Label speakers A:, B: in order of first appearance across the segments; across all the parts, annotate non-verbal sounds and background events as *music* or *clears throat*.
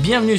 A: Bienvenue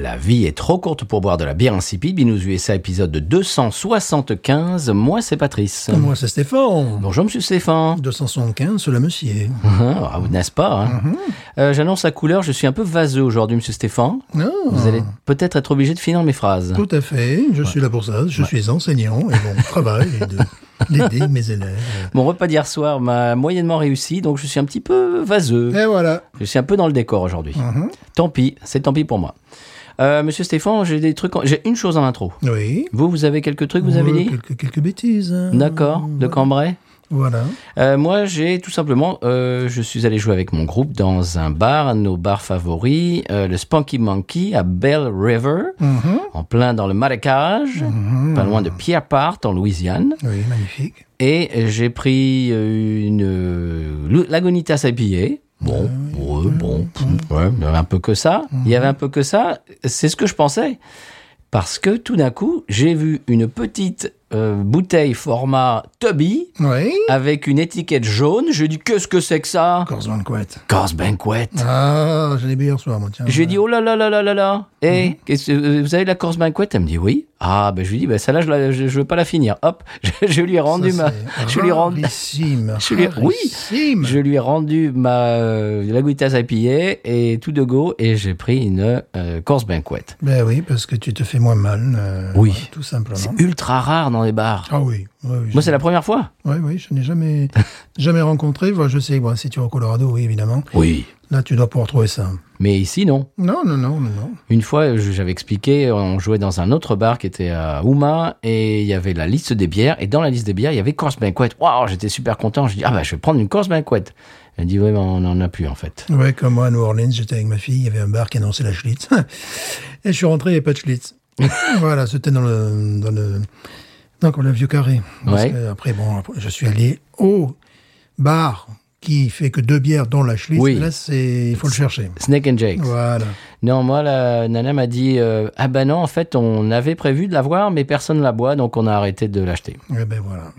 B: La vie est trop courte pour boire de la bière insipide. Binous USA, épisode 275. Moi, c'est Patrice.
C: Moi, c'est Stéphane.
B: Bonjour, monsieur Stéphane.
C: 275, cela monsieur.
B: Ah, N'est-ce pas hein Euh, J'annonce la couleur, je suis un peu vaseux aujourd'hui, monsieur Stéphane.
C: Non.
B: Vous allez peut-être être obligé de finir mes phrases.
C: Tout à fait, je suis là pour ça. Je suis enseignant et *laughs* mon travail est de- d'aider mes élèves.
B: Mon repas d'hier soir m'a moyennement réussi, donc je suis un petit peu vaseux.
C: Et voilà.
B: Je suis un peu dans le décor aujourd'hui.
C: Mhm.
B: Tant pis, c'est tant pis pour moi. Euh, monsieur Stéphane, j'ai des trucs. en- J'ai une chose en intro.
C: Oui.
B: Vous, vous avez quelques trucs, vous avez
C: Ouais,
B: dit
C: quelques, quelques bêtises. hein.
B: D'accord, de Cambrai
C: Voilà.
B: Euh, moi, j'ai tout simplement, euh, je suis allé jouer avec mon groupe dans un bar, nos bars favoris, euh, le Spanky Monkey à Bell River,
C: Mhm.
B: en plein dans le marécage, pas loin de Pierrepart en Louisiane.
C: Oui, magnifique.
B: Et j'ai pris euh, une euh, lou- Lagunitas à billets. Bon, pour eux, bon, pff, ouais, il y avait un peu que ça. Il y avait un peu que ça. C'est ce que je pensais. Parce que tout d'un coup, j'ai vu une petite euh, bouteille format Tubby
C: Oui.
B: avec une étiquette jaune. J'ai dit, qu'est-ce que c'est que ça
C: Corzon Couette.
B: Corse Banquet.
C: Ah, j'en ai bu hier soir, moi, tiens.
B: J'ai dit, oh là là là là là là. Eh, qu'est-ce que- euh, vous avez de la Corse Banquet Elle me dit, oui. Ah, ben je lui dis, ben celle-là, je, la- je, je veux pas la finir. Hop, *laughs* je, je lui ai rendu ma. Je lui ai rendu.
C: Rarissime.
B: Je lui ai- oui.
C: rarissime.
B: Je lui ai rendu ma euh, Lagunitas à piller et tout de go et j'ai pris une euh, Corse Banquet.
C: Ben oui, parce que tu te fais moins mal. euh,
B: Oui.
C: voilà, tout simplement.
B: C'est ultra rare dans les bars.
C: Ah oui. oui, oui,
B: Moi
C: je-
B: c'est la première fois.
C: Oui, oui, je n'ai jamais, *laughs* jamais rencontré. Voilà, Je sais, bon, si tu es au Colorado, oui, évidemment.
B: Oui.
C: Là, tu dois pouvoir trouver ça.
B: Mais ici non.
C: Non, non, non, non, non.
B: Une fois, je- j'avais expliqué, on jouait dans un autre bar qui était à Houma et il y avait la liste des bières et dans la liste des bières, il y avait Corse Banquet. Waouh, j'étais super content. Je dis ah bah je vais prendre une Corse Banquet. Elle dit ouais, mais on en a plus en fait.
C: Ouais, comme moi, à New Orleans, j'étais avec ma fille, il y avait un bar qui annonçait la Schlitz. *laughs* Et je suis rentré, il n'y avait pas de *laughs* Schlitz. voilà, c'était dans le, dans le, dans le vieux carré. Parce
B: Ouais.
C: que après, bon, après, je suis allé au bar qui fait que deux bières, dont la Schlitz.
B: Oui.
C: Là, c'est, il faut le chercher.
B: Snake and Jake.
C: Voilà.
B: Non, moi, la nana m'a dit euh, Ah ben non, en fait, on avait prévu de l'avoir, mais personne ne la boit, donc on a arrêté de l'acheter.
C: Et ben voilà.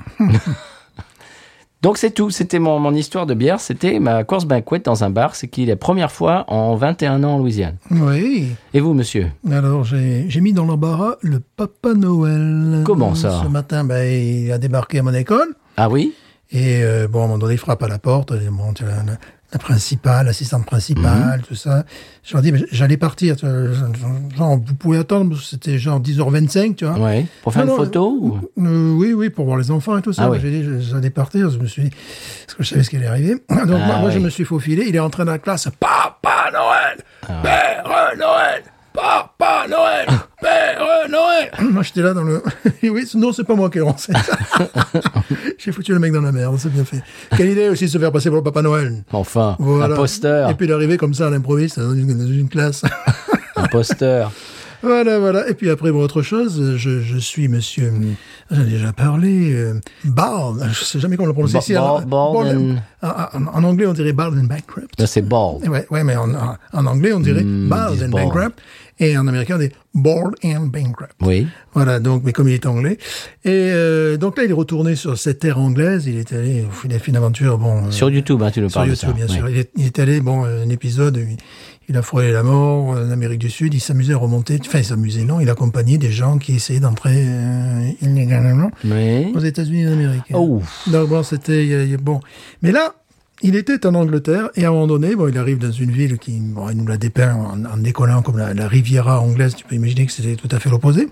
B: Donc c'est tout, c'était mon, mon histoire de bière, c'était ma course banquette dans un bar, c'est qui est la première fois en 21 ans en Louisiane.
C: Oui.
B: Et vous, monsieur
C: Alors, j'ai j'ai mis dans l'embarras le Papa Noël.
B: Comment ça
C: Ce matin, ben, il a débarqué à mon école.
B: Ah oui
C: Et euh, bon, à un moment donné, il frappe à la porte. Et bon, tu vois, la, la principale, l'assistante
B: Mhm.
C: principale, tout ça. Je leur dis, mais j'allais partir. tu vois, genre, genre, vous pouvez attendre, parce que c'était genre 10h25, tu vois.
B: Ouais. Pour faire
C: Non,
B: une
C: non,
B: photo ou-
C: Euh, oui, oui, pour voir les enfants et tout ça.
B: Ah oui.
C: J'ai dit, je- j'allais partir, je me suis dit, parce que je savais ce qui allait arriver. *clears throat* Donc, moi,
B: Ah
C: moi, je
B: oui.
C: me suis faufilé. Il est rentré dans la classe. Papa Noël!
B: Ah
C: Père Noël! Papa
B: *laughs*
C: Noël! Père Noël! *clears throat* moi, j'étais là dans le. *laughs* oui, c'est- non, c'est pas moi qui ai lancé ça. *laughs* J'ai foutu le mec dans la merde, c'est bien fait. Quelle idée aussi de se faire passer pour le Papa Noël!
B: Enfin,
C: Voilà.
B: un poster,
C: Et puis d'arriver comme ça à l'improviste dans une- dans une classe. *laughs*
B: un poster.
C: Voilà, voilà. Et puis après, bon, autre chose, je, je suis monsieur, j'en ai déjà parlé, euh, Bard, je sais jamais comment le prononcer
B: Ba-
C: ici.
B: Ba-
C: alors,
B: Borden.
C: en, en- en anglais, on dirait Bard and Bankrupt.
B: Là, c'est bald.
C: Ouais, ouais, mais en, en- en anglais, on dirait Bard
B: ils disent
C: and
B: Bald.
C: Bankrupt. Et en américain, on dit Bored and Bankrupt.
B: Oui.
C: Voilà, donc, mais comme il est anglais. Et euh, donc là, il est retourné sur cette terre anglaise. Il est allé, il a fait une aventure, bon. euh,
B: Sur YouTube, hein, tu nous
C: sur
B: parles de
C: YouTube,
B: ça.
C: bien
B: Ouais.
C: sûr. Il est, il est allé, bon, euh, un épisode, il, il a frôlé la mort euh, en Amérique du Sud, il s'amusait à remonter, enfin, il s'amusait, non, il accompagnait des gens qui essayaient d'entrer euh, illégalement
B: Mais...
C: aux États-Unis d'Amérique.
B: Oh.
C: Donc, bon, c'était, il y a- il y a- bon. Mais là, il était en Angleterre, et à un moment donné, bon, il arrive dans une ville qui, bon, il nous la dépeint en, en décollant comme la, la Riviera anglaise, tu peux imaginer que c'était tout à fait l'opposé.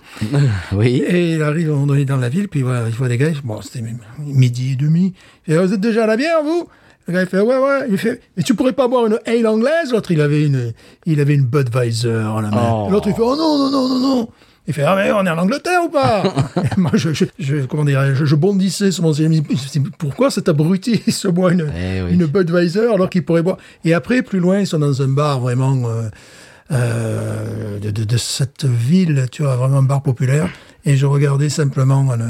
B: Oui.
C: Et il arrive, à un moment donné, dans la ville, puis voilà, il voit les gars, il fait, bon, c'était midi et demi. Il fait, vous êtes déjà à la bière, vous Le gars, il fait, ouais, ouais. Il fait, mais tu pourrais pas boire une ale anglaise L'autre, il avait une, il avait une Budweiser à la main.
B: Oh.
C: L'autre, il fait, oh non, non, non, non, non. Il fait, ah, mais on est en Angleterre
B: *laughs*
C: ou pas Et Moi, je, je, je- comment dire, je, je bondissais sur mon ami. Je me suis dit, Pourquoi cet abruti *laughs* il se boit une,
B: Eh oui.
C: une Budweiser alors qu'il pourrait boire Et après, plus loin, ils sont dans un bar vraiment. euh, euh, de, de- de cette ville, tu vois, vraiment un bar populaire. Et je regardais simplement à la,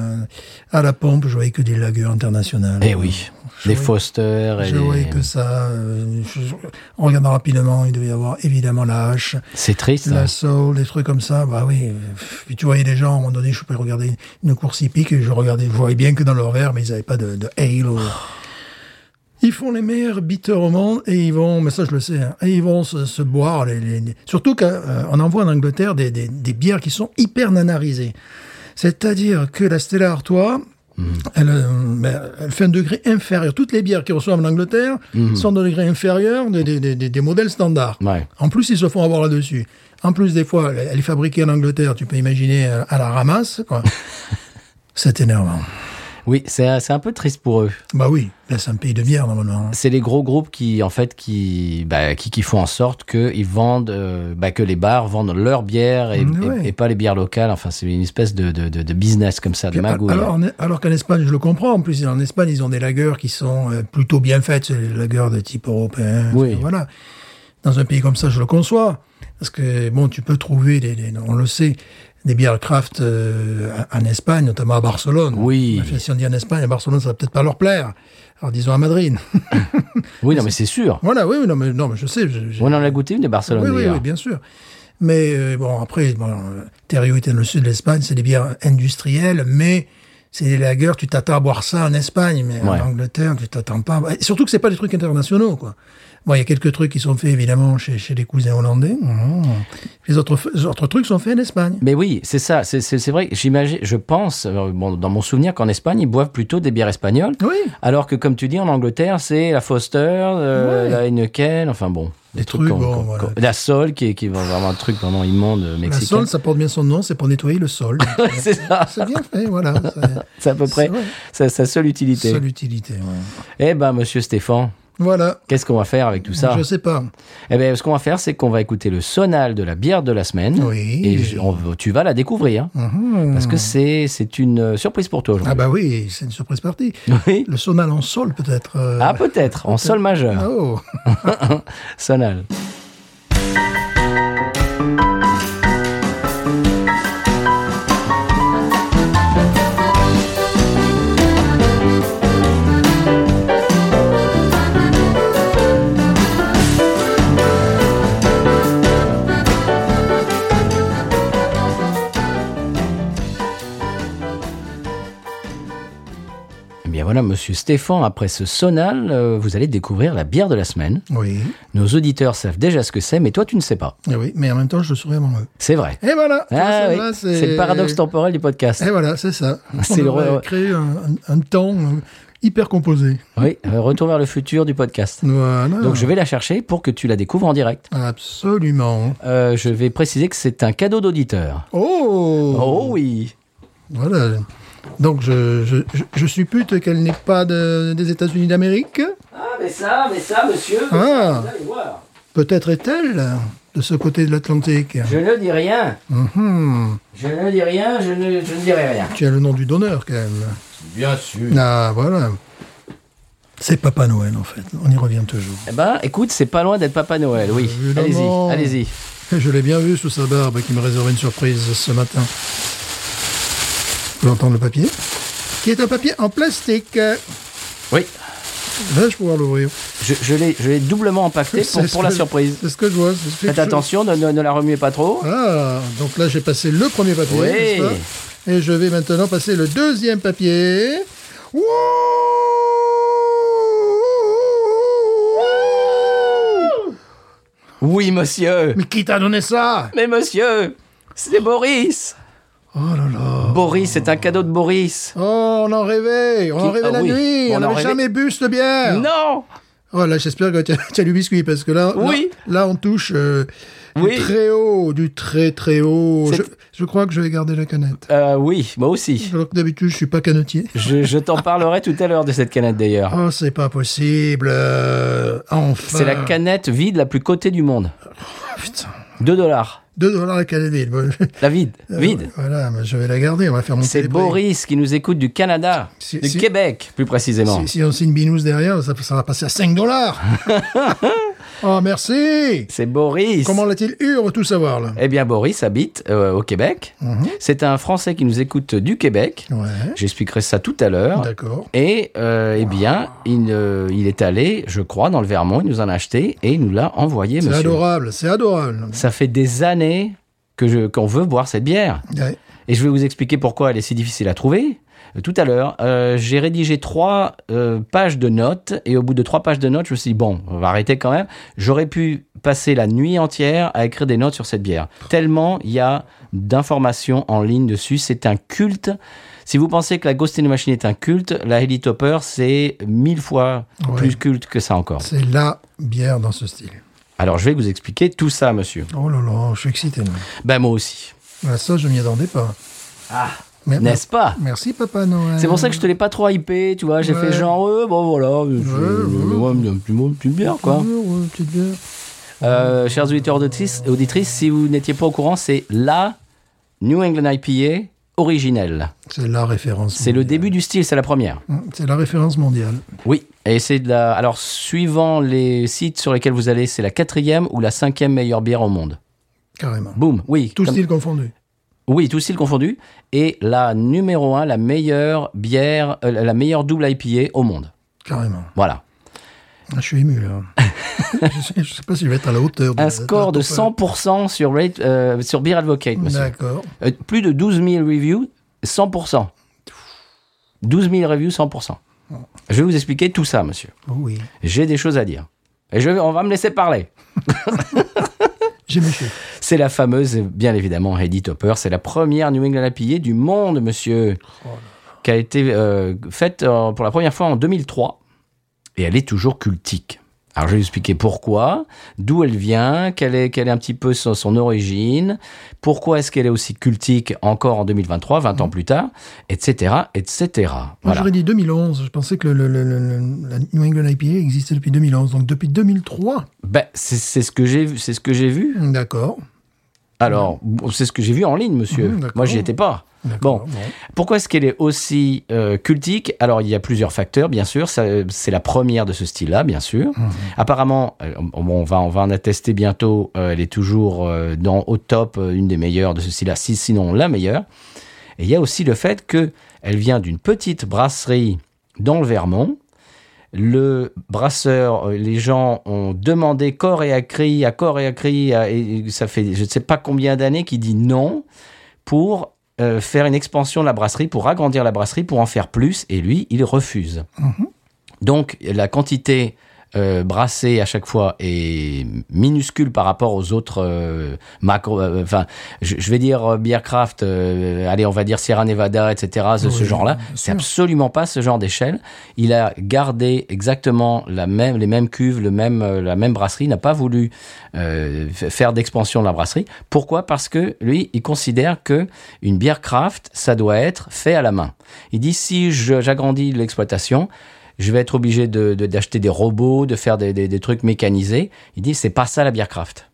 C: à la pompe, je voyais que des lagueurs internationales.
B: Eh oui,
C: Je
B: les
C: voyais-
B: Foster et
C: Je
B: les-
C: voyais que ça. euh, je- je- en regardant rapidement, il devait y avoir évidemment la hache,
B: C'est triste. hein.
C: la soul, des trucs comme ça. Bah oui. Puis tu voyais des gens, à un moment donné, je pouvais regarder une course hippique et je regardais, je voyais bien que dans leur verre, mais ils n'avaient pas de, de ale. ou- Ils font les meilleurs beaters au monde et ils vont, mais ça je le sais, hein, et ils vont se, se boire. Les, les- les- Surtout qu'on en voit en Angleterre des, des- des bières qui sont hyper nanarisées. C'est-à-dire que la Stella Artois, elle, euh, ben, elle fait un degré inférieur. Toutes les bières qui reçoivent en Angleterre sont de degré inférieur des, des- des- des- des modèles standards.
B: Ouais.
C: En plus, ils se font avoir là-dessus. En plus, des fois, elle, elle est fabriquée en Angleterre, tu peux imaginer, euh, à la ramasse.
B: *laughs*
C: quoi. C'est énervant.
B: Oui, c'est c'est un peu triste pour eux.
C: Bah oui, là, c'est un pays de bière, normalement.
B: C'est les gros groupes qui, en fait, qui, bah, qui, qui font en sorte que ils vendent, euh, bah, que les bars vendent leurs bières et,
C: Mm,
B: et-
C: ouais.
B: et pas les bières locales. Enfin, c'est une espèce de, de, de- de business comme ça, de
C: Puis, al-
B: Ah, magouille.
C: alors, en- alors qu'en Espagne, je le comprends. En plus, en Espagne, ils ont des lagueurs qui sont euh, plutôt bien faites, c'est les lagueurs de type européen.
B: Oui.
C: Voilà. Dans un pays comme ça, je le conçois. Parce que, bon, tu peux trouver, des, des- on le sait, des bières craft euh, en en Espagne, notamment à Barcelone.
B: Oui.
C: Enfin, si on dit en Espagne, à Barcelone, ça va peut-être pas leur plaire. Alors disons à Madrid. *laughs*
B: oui, non, mais c'est sûr.
C: voilà, oui, oui, non, mais, non, mais je sais. je- je-
B: On en a goûté une de Barcelone,
C: oui, oui,
B: d'ailleurs.
C: oui, bien sûr. Mais euh, bon, après, bon, euh, Terrio était dans le sud de l'Espagne, c'est des bières industrielles, mais c'est des lagers, tu t'attends à boire ça en Espagne, mais
B: Ouais.
C: en Angleterre, tu t'attends pas. Et surtout que c'est pas des trucs internationaux, quoi. Bon, il y a quelques trucs qui sont faits, évidemment, chez, chez les cousins hollandais. Mmh. Les autres, f- les autres trucs sont faits en Espagne.
B: Mais oui, c'est ça, c'est- c'est c'est vrai. que J'imagine, je pense, euh, bon, dans mon souvenir, qu'en Espagne, ils boivent plutôt des bières espagnoles.
C: Oui.
B: Alors que, comme tu dis, en Angleterre, c'est la Foster, euh,
C: Ouais.
B: la Heineken, enfin bon.
C: Des trucs,
B: qu'on-
C: bon,
B: qu'on-
C: voilà.
B: qu'on- La Sol, qui est, qui est vraiment un truc vraiment immonde euh,
C: La
B: mexicain.
C: sol, ça porte bien son nom, c'est pour nettoyer le sol.
B: *laughs* c'est ça,
C: c'est bien fait, voilà. C'est-
B: c'est à peu près
C: C'est vrai.
B: sa, sa seule utilité.
C: Seule utilité. ouais.
B: Eh ben, monsieur Stéphane,
C: Voilà.
B: qu'est-ce qu'on va faire avec tout ça
C: Je sais pas.
B: Eh ben, ce qu'on va faire, c'est qu'on va écouter le sonal de la bière de la semaine.
C: Oui.
B: Et je- on- tu vas la découvrir, hein,
C: Mhm.
B: parce que c'est c'est une euh, surprise pour toi
C: Ah
B: aujourd'hui.
C: bah oui, c'est une
B: *laughs*
C: surprise partie.
B: Oui.
C: Le sonal en sol peut-être. euh,
B: Ah, peut-être, en sol majeur. *laughs*
C: oh.
B: Sonal. Eh bien voilà, monsieur Stéphane, après ce sonal, euh, vous allez découvrir la bière de la semaine.
C: Oui.
B: Nos auditeurs savent déjà ce que c'est, mais toi, tu ne sais pas.
C: Eh oui, mais en même temps, je le souris avant eux.
B: C'est vrai.
C: Et voilà. Tu vois,
B: Ah
C: ça, Eh
B: oui,
C: là,
B: c'est le paradoxe temporel du podcast.
C: Et voilà, c'est ça.
B: *laughs* C'est
C: C'est
B: le
C: le
B: re-
C: créer un, un- un temps euh, hyper composé.
B: Oui, euh, retour vers le futur du podcast.
C: Voilà.
B: Donc je vais la chercher pour que tu la découvres en direct.
C: Absolument.
B: Euh, je vais préciser que c'est un cadeau d'auditeur.
C: Oh.
B: Oh oui
C: Voilà. Donc je, je, je, je suppute qu'elle n'est pas de- des États-Unis d'Amérique.
B: Ah mais ça, mais ça, monsieur
C: Ah. vous
B: allez voir.
C: Peut-être est-elle de ce côté de l'Atlantique.
B: Je ne dis rien,
C: Mhm.
B: je ne dis rien, je ne, dirai rien.
C: Tu as le nom du donneur quand même.
B: Bien sûr.
C: Ah, voilà. C'est Papa Noël, en fait. On y revient toujours.
B: Eh ben, écoute, c'est pas loin d'être Papa Noël, oui.
C: Évidemment.
B: Allez-y, allez-y.
C: Et Je l'ai bien vu sous sa barbe qui me réservait une surprise ce matin. Vous entendre le papier Qui est un papier en plastique. Vais-je
B: Oui,
C: pouvoir l'ouvrir
B: je, je l'ai je l'ai doublement empaqueté pour,
C: C'est ce
B: pour la
C: que-
B: surprise.
C: C'est ce que je vois. c'est ce que
B: Faites
C: je-
B: attention, ne, ne- ne la remuez pas trop.
C: Ah, donc là j'ai passé le premier papier.
B: Oui.
C: n'est-ce pas Et je vais maintenant passer le deuxième papier. Wouh
B: Oui, monsieur
C: Mais qui t'a donné ça
B: Mais monsieur, c'est Boris
C: Oh là là
B: Boris, c'est un cadeau de Boris.
C: Oh, on en rêvait, on en
B: Qui-
C: rêvait
B: ah
C: la
B: oui,
C: nuit,
B: on
C: on
B: en
C: n'avait
B: rêvait.
C: jamais bu cette bière.
B: Non
C: Oh là, j'espère que tu as, tu as du biscuit parce que là, là-
B: Oui.
C: là, on touche euh,
B: Oui.
C: du très haut, du très très haut.
B: C'est-
C: Je, je crois que je vais garder la canette.
B: Euh, Oui, moi aussi.
C: Alors que d'habitude, je suis pas canetier.
B: Je, je t'en parlerai tout à l'heure de cette canette d'ailleurs.
C: Oh, c'est pas possible. euh, enfin.
B: C'est la canette vide la plus cotée du monde.
C: Oh, Putain.
B: 2 dollars.
C: 2 dollars la canette. Bon, *laughs* je-
B: La vide,
C: Euh,
B: vide.
C: Voilà, mais je vais la garder. On va faire monter
B: C'est
C: les prix.
B: Boris qui nous écoute du Canada,
C: Si-
B: du
C: si-
B: Québec plus précisément. *laughs*
C: Si, si on signe Binous derrière, ça, ça va passer à 5 dollars. Oh, merci
B: C'est Boris.
C: Comment l'a-t-il eu On va tout savoir, là. Mhm,
B: Eh bien, Boris habite euh, au Québec. C'est un Français qui nous écoute du Québec.
C: Ouais.
B: J'expliquerai ça tout à l'heure.
C: D'accord.
B: Et euh, eh bien, il, euh, il est allé, je crois, dans le Vermont. Il nous en a acheté et il nous l'a envoyé,
C: C'est
B: Eh, monsieur.
C: adorable, c'est adorable.
B: Ça fait des années que je- qu'on veut boire cette bière.
C: Ouais.
B: Et je vais vous expliquer pourquoi elle est si difficile à trouver. Euh, Tout à l'heure, euh, j'ai rédigé trois euh, pages de notes et au bout de trois pages de notes, je me suis dit, bon, on va arrêter quand même. J'aurais pu passer la nuit entière à écrire des notes sur cette bière. Tellement il y a d'informations en ligne dessus. C'est un culte. Si vous pensez que la Ghost in the Machine est un culte, la Heli Topper, c'est mille fois
C: Ouais.
B: plus culte que ça encore.
C: C'est la bière dans ce style.
B: Alors, je vais vous expliquer tout ça, monsieur.
C: Oh là là, je suis excité. moi.
B: Ben, moi aussi.
C: Ah, ça, je m'y attendais pas.
B: Ah,
C: Mais-
B: n'est-ce pas
C: Merci, Papa Noël.
B: C'est pour ça que je te l'ai pas trop hypé, tu vois. J'ai
C: Ouais.
B: fait genre, euh, bon voilà, je- je- ouais, mais un petit mot, une petite bière, quoi.
C: Bonjour, euh, petite bière.
B: Euh, chers auditeurs auditrices, auditrices, si vous n'étiez pas au courant, c'est la New England IPA originelle.
C: C'est la référence.
B: C'est le début du style, c'est la première.
C: Mm, C'est la référence mondiale.
B: Oui. Et c'est de la. Alors, suivant les sites sur lesquels vous allez, c'est la quatrième ou la cinquième meilleure bière au monde.
C: Carrément.
B: Boum. Oui.
C: Tout
B: comme-
C: style confondu.
B: Oui, tout style confondu. Et la numéro un, la meilleure bière, euh, la meilleure double IPA au monde.
C: Carrément.
B: Voilà.
C: Ah, Je suis ému,
B: *laughs*
C: là. je, sais, je sais pas si je vais être à la hauteur. de-
B: Un
C: de-
B: score de
C: la-
B: 100% sur, rate, euh, sur Beer Advocate, monsieur.
C: D'accord.
B: Euh, plus de 12 000 reviews, 100%. 12 000 reviews, 100%. Je vais vous expliquer tout ça, monsieur.
C: Oh oui.
B: J'ai des choses à dire. Et je vais- on va me laisser parler.
C: J'ai mes chiffres.
B: C'est la fameuse, bien évidemment, Heidi Topper. C'est la première New England IPA du monde, monsieur,
C: Oh
B: qui a été euh, faite euh, pour la première fois en 2003. Et elle est toujours cultique. Alors, je vais vous expliquer pourquoi, d'où elle vient, quelle est, quelle est un petit peu son, son origine, pourquoi est-ce qu'elle est aussi cultique encore en 2023, 20 ans plus tard, etc., etc.
C: Mmh. Moi,
B: Voilà.
C: j'aurais dit 2011. Je pensais que le, le- le- le- la New England IPA existait depuis 2011. Donc, depuis 2003.
B: Ben, c'est c'est ce que j'ai vu, c'est ce que j'ai vu.
C: D'accord.
B: Alors, bon, c'est ce que j'ai vu en ligne, monsieur.
C: Mhm, Mmh. d'accord.
B: Moi, j'y étais pas.
C: D'accord,
B: Bon. Pourquoi est-ce qu'elle est aussi euh, cultique Alors, il y a plusieurs facteurs, bien sûr. Ça, euh, C'est la première de ce style-là, bien sûr. Apparemment, euh, on, on va, on va en attester bientôt, euh, elle est toujours euh, dans, au top, euh, une des meilleures de ce style-là, si- sinon la meilleure. Et il y a aussi le fait que elle vient d'une petite brasserie dans le Vermont. Le brasseur, euh, les gens ont demandé corps et à cri, à corps et à cri, à- et et ça fait je ne sais pas combien d'années qu'il dit non pour euh, faire une expansion de la brasserie, pour agrandir la brasserie, pour en faire plus, et lui, il refuse. Donc, la quantité euh, brassée à chaque fois est minuscule par rapport aux autres euh, macro. euh, Enfin, je, je vais dire euh, bière craft, euh, allez, on va dire Sierra Nevada, etc., de ce
C: Oui,
B: genre-là.
C: bien
B: C'est
C: sûr.
B: absolument pas ce genre d'échelle. Il a gardé exactement la même, les mêmes cuves, le même, euh, la même brasserie. Il n'a pas voulu euh, f- faire d'expansion de la brasserie. Pourquoi Parce que lui, il considère que une bière craft, ça doit être fait à la main. Il dit si je- j'agrandis l'exploitation, je vais être obligé de- de- d'acheter des robots, de faire des, des- des trucs mécanisés. Il dit c'est pas ça la bière craft.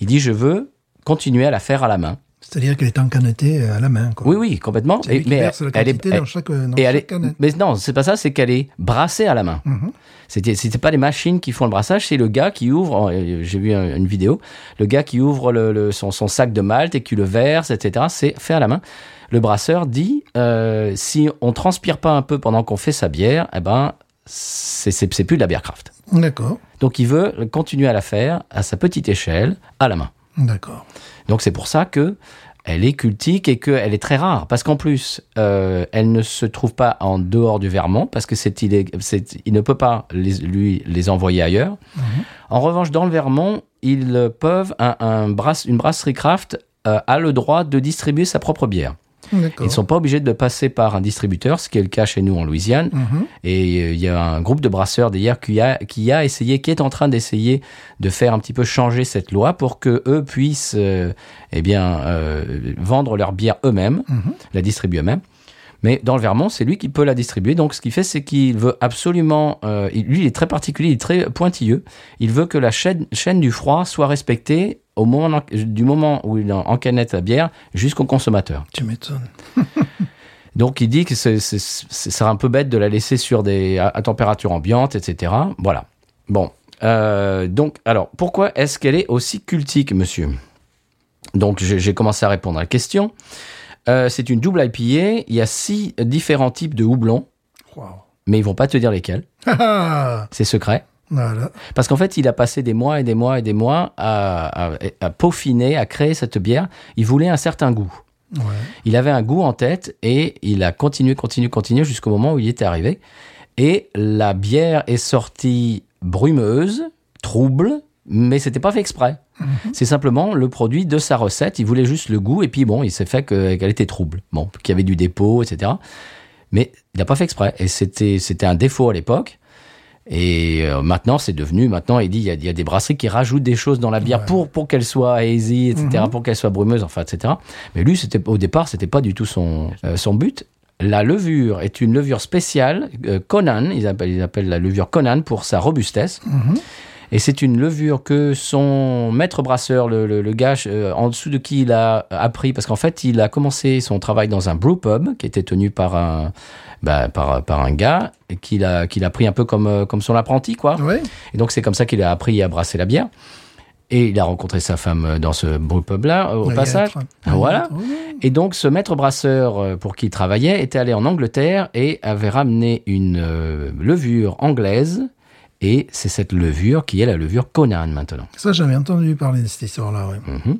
B: Il dit je veux continuer à la faire à la main.
C: C'est-à-dire qu'elle est encanetée à la main. Quoi.
B: Oui, oui, complètement.
C: C'est lui
B: Et-
C: qui verse la
B: elle est-
C: quantité dans chaque, euh, dans
B: et
C: chaque
B: elle est-
C: canette.
B: mais non, c'est pas ça, c'est qu'elle est brassée à la main.
C: Mhm.
B: C'était, c'était pas les machines qui font le brassage, c'est le gars qui ouvre, euh, j'ai vu un- une vidéo, le gars qui ouvre le, le- son, son sac de malt et qui le verse, etc. C'est fait à la main. Le brasseur dit, euh, si on transpire pas un peu pendant qu'on fait sa bière, eh ben, c'est, c'est, c'est plus de la bière craft.
C: D'accord.
B: Donc il veut continuer à la faire à sa petite échelle, à la main.
C: D'accord.
B: Donc c'est pour ça que elle est cultique et qu'elle est très rare. Parce qu'en plus, euh, elle ne se trouve pas en dehors du Vermont parce que c'est il, il ne peut pas les- lui les envoyer ailleurs. En revanche, dans le Vermont, ils peuvent un, un brass- une brasserie craft euh, a le droit de distribuer sa propre bière. Ils
C: D'accord.
B: ne sont pas obligés de passer par un distributeur, ce qui est le cas chez nous en Louisiane.
C: Mhm.
B: Et euh, il y a un groupe de brasseurs d'ailleurs qui a, qui a essayé, qui est en train d'essayer de faire un petit peu changer cette loi pour que eux puissent euh, eh bien, euh, vendre leur bière eux-mêmes,
C: Mhm.
B: la distribuer eux-mêmes. Mais dans le Vermont, c'est lui qui peut la distribuer. Donc, ce qu'il fait, c'est qu'il veut absolument. euh, il- lui, il est très particulier, il est très pointilleux. Il veut que la chaîne, chaîne du froid soit respectée au moment, en- du moment où il en- encannette la bière jusqu'au consommateur.
C: Tu m'étonnes.
B: Donc il dit que c'est- c'est- c'est- ce sera un peu bête de la laisser sur des, à, à température ambiante, etc. Voilà. Bon, Euh, donc, alors, pourquoi est-ce qu'elle est aussi cultique, monsieur Donc, j'ai j'ai commencé à répondre à la question. Euh, c'est une double IPA. Il y a six différents types de houblons,
C: Wow.
B: mais ils vont pas te dire lesquels.
C: *laughs* Ah, ah,
B: C'est secret.
C: voilà.
B: Parce qu'en fait, il a passé des mois et des mois et des mois à, à- à peaufiner, à créer cette bière. Il voulait un certain goût.
C: Ouais.
B: Il avait un goût en tête et il a continué, continué, continué jusqu'au moment où il était arrivé. Et la bière est sortie brumeuse, trouble, mais c'était pas fait exprès. C'est simplement le produit de sa recette. Il voulait juste le goût et puis bon, il s'est fait que- qu'elle était trouble. Bon, qu'il y avait du dépôt, etc. Mais il n'a pas fait exprès. Et c'était, c'était un défaut à l'époque. Et euh, maintenant, c'est devenu, maintenant, il dit, il y, a, il y a des brasseries qui rajoutent des choses dans la bière pour, pour qu'elle soit hazy, etc., pour qu'elle soit brumeuse, enfin, etc. Mais lui, c'était, au départ, c'était pas du tout son, euh, son but. La levure est une levure spéciale, euh, Conan, ils appellent, ils appellent la levure Conan pour sa robustesse.
C: Mhm.
B: Et c'est une levure que son maître brasseur, le, le, le gars euh, en dessous de qui il a appris, parce qu'en fait, il a commencé son travail dans un brew pub qui était tenu par un, bah, par, par un gars et qu'il a, qu'il a pris un peu comme, euh, comme son apprenti, quoi.
C: Ouais.
B: Et donc, c'est comme ça qu'il a appris à brasser la bière. Et il a rencontré sa femme euh, dans ce brew pub-là, euh, au
C: Il y a
B: passage.
C: un-
B: Ah, voilà.
C: Ouais.
B: Et donc, ce maître brasseur euh, pour qui il travaillait était allé en Angleterre et avait ramené une euh, levure anglaise. Et c'est cette levure qui est la levure Conan maintenant.
C: Ça, j'avais entendu parler de cette histoire-là, ouais.
B: Mhm.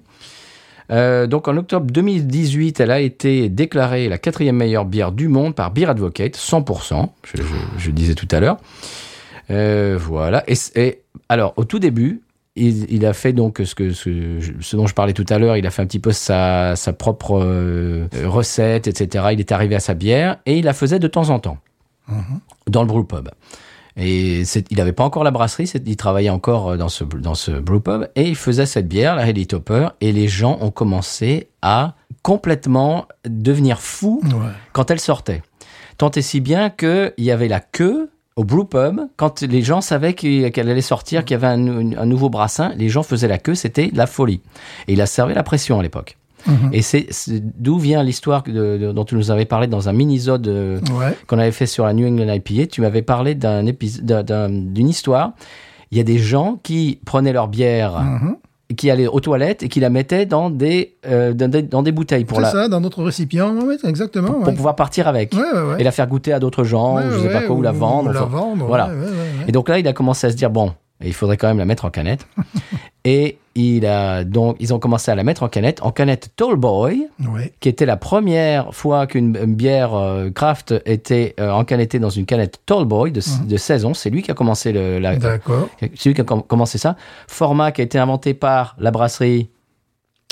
B: Euh, donc en octobre 2018, elle a été déclarée la quatrième meilleure bière du monde par Beer Advocate, 100%, je, je- je le disais tout à l'heure. Euh, voilà. Et, c- et alors au tout début, il, il a fait donc ce, que, ce, je- ce dont je parlais tout à l'heure, il a fait un petit peu sa, sa propre euh, recette, etc. Il est arrivé à sa bière et il la faisait de temps en temps dans le brew pub. Et c'est- il n'avait pas encore la brasserie, c'est- il travaillait encore euh, dans ce, dans ce brewpub, et il faisait cette bière, la Heady Topper, et les gens ont commencé à complètement devenir fous
C: Ouais.
B: quand elle sortait. Tant et si bien qu'il y avait la queue au brewpub, quand les gens savaient qu'il- qu'elle allait sortir, qu'il y avait un, nou- un nouveau brassin, les gens faisaient la queue, c'était de la folie. Et il a servi la pression à l'époque.
C: Mhm.
B: Et c'est c'est d'où vient l'histoire que de- de- dont tu nous avais parlé dans un mini-isode euh,
C: Ouais.
B: qu'on avait fait sur la New England IPA, tu m'avais parlé d'un épisode, d'un- d'un- d'une histoire. Il y a des gens qui prenaient leur bière,
C: Mhm.
B: qui allaient aux toilettes et qui la mettaient dans des, euh, dans des, dans des bouteilles pour,
C: C'est
B: la,
C: ça, dans notre récipient, ouais, exactement.
B: pour
C: ouais.
B: pouvoir partir avec.
C: Ouais, ouais, ouais.
B: Et la faire goûter à d'autres gens,
C: Ouais,
B: ou je sais
C: ouais,
B: pas quoi, ou, la vendre.
C: la
B: enfin.
C: vendre,
B: voilà.
C: ouais, ouais, ouais, ouais.
B: Et donc là, il a commencé à se dire bon, il faudrait quand même la mettre en
C: *laughs*
B: canette. et il a donc ils ont commencé à la mettre en canette, en canette Tall Boy,
C: Ouais.
B: qui était la première fois qu'une euh, bière euh, craft était euh, encanettée dans une canette Tallboy de, de 16 ans. C'est lui qui a commencé le, la-
C: Mhm. D'accord.
B: c'est lui qui a com- commencé ça. Format qui a été inventé par la brasserie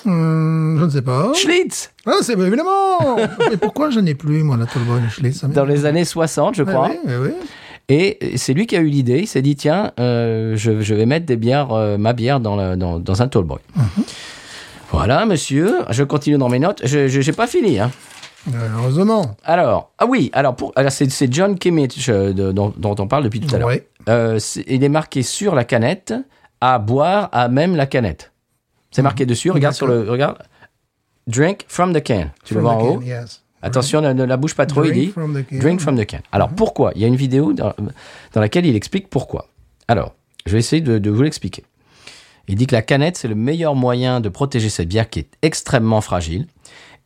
C: Hum, je ne sais pas.
B: Schlitz
C: Ah, c'est
B: *laughs*
C: bah, évidemment. Mais pourquoi je n'ai plus moi la Tolbonne Schlitz ça me-
B: dans les années 60, je
C: Ouais,
B: crois.
C: ouais, ouais, ouais.
B: Et euh, c'est lui qui a eu l'idée. Il s'est dit tiens, euh, je, je vais mettre des bières, euh, ma bière dans, la- dans, dans un Tallboy.
C: Mhm.
B: Voilà, monsieur. Je continue dans mes notes. Je n'ai pas fini. Hein.
C: Euh, Heureusement.
B: Alors, ah oui, alors, pour, alors c'est, c'est John Kimmich euh, de- dont, dont on parle depuis tout à l'heure.
C: Ouais.
B: Euh, c'est- il est marqué sur la canette à boire à même la canette. C'est marqué
C: Mhm.
B: dessus, regarde sur le. Regarde. Drink from the can. Tu le vois en
C: From the
B: haut.
C: can, yes.
B: Attention, ne, ne la bouge pas trop, il
C: Drink
B: dit.
C: from the can.
B: Drink from the can. Alors pourquoi Il y a une vidéo dans, dans laquelle il explique pourquoi. Alors, je vais essayer de, de vous l'expliquer. Il dit que la canette, c'est le meilleur moyen de protéger cette bière qui est extrêmement fragile.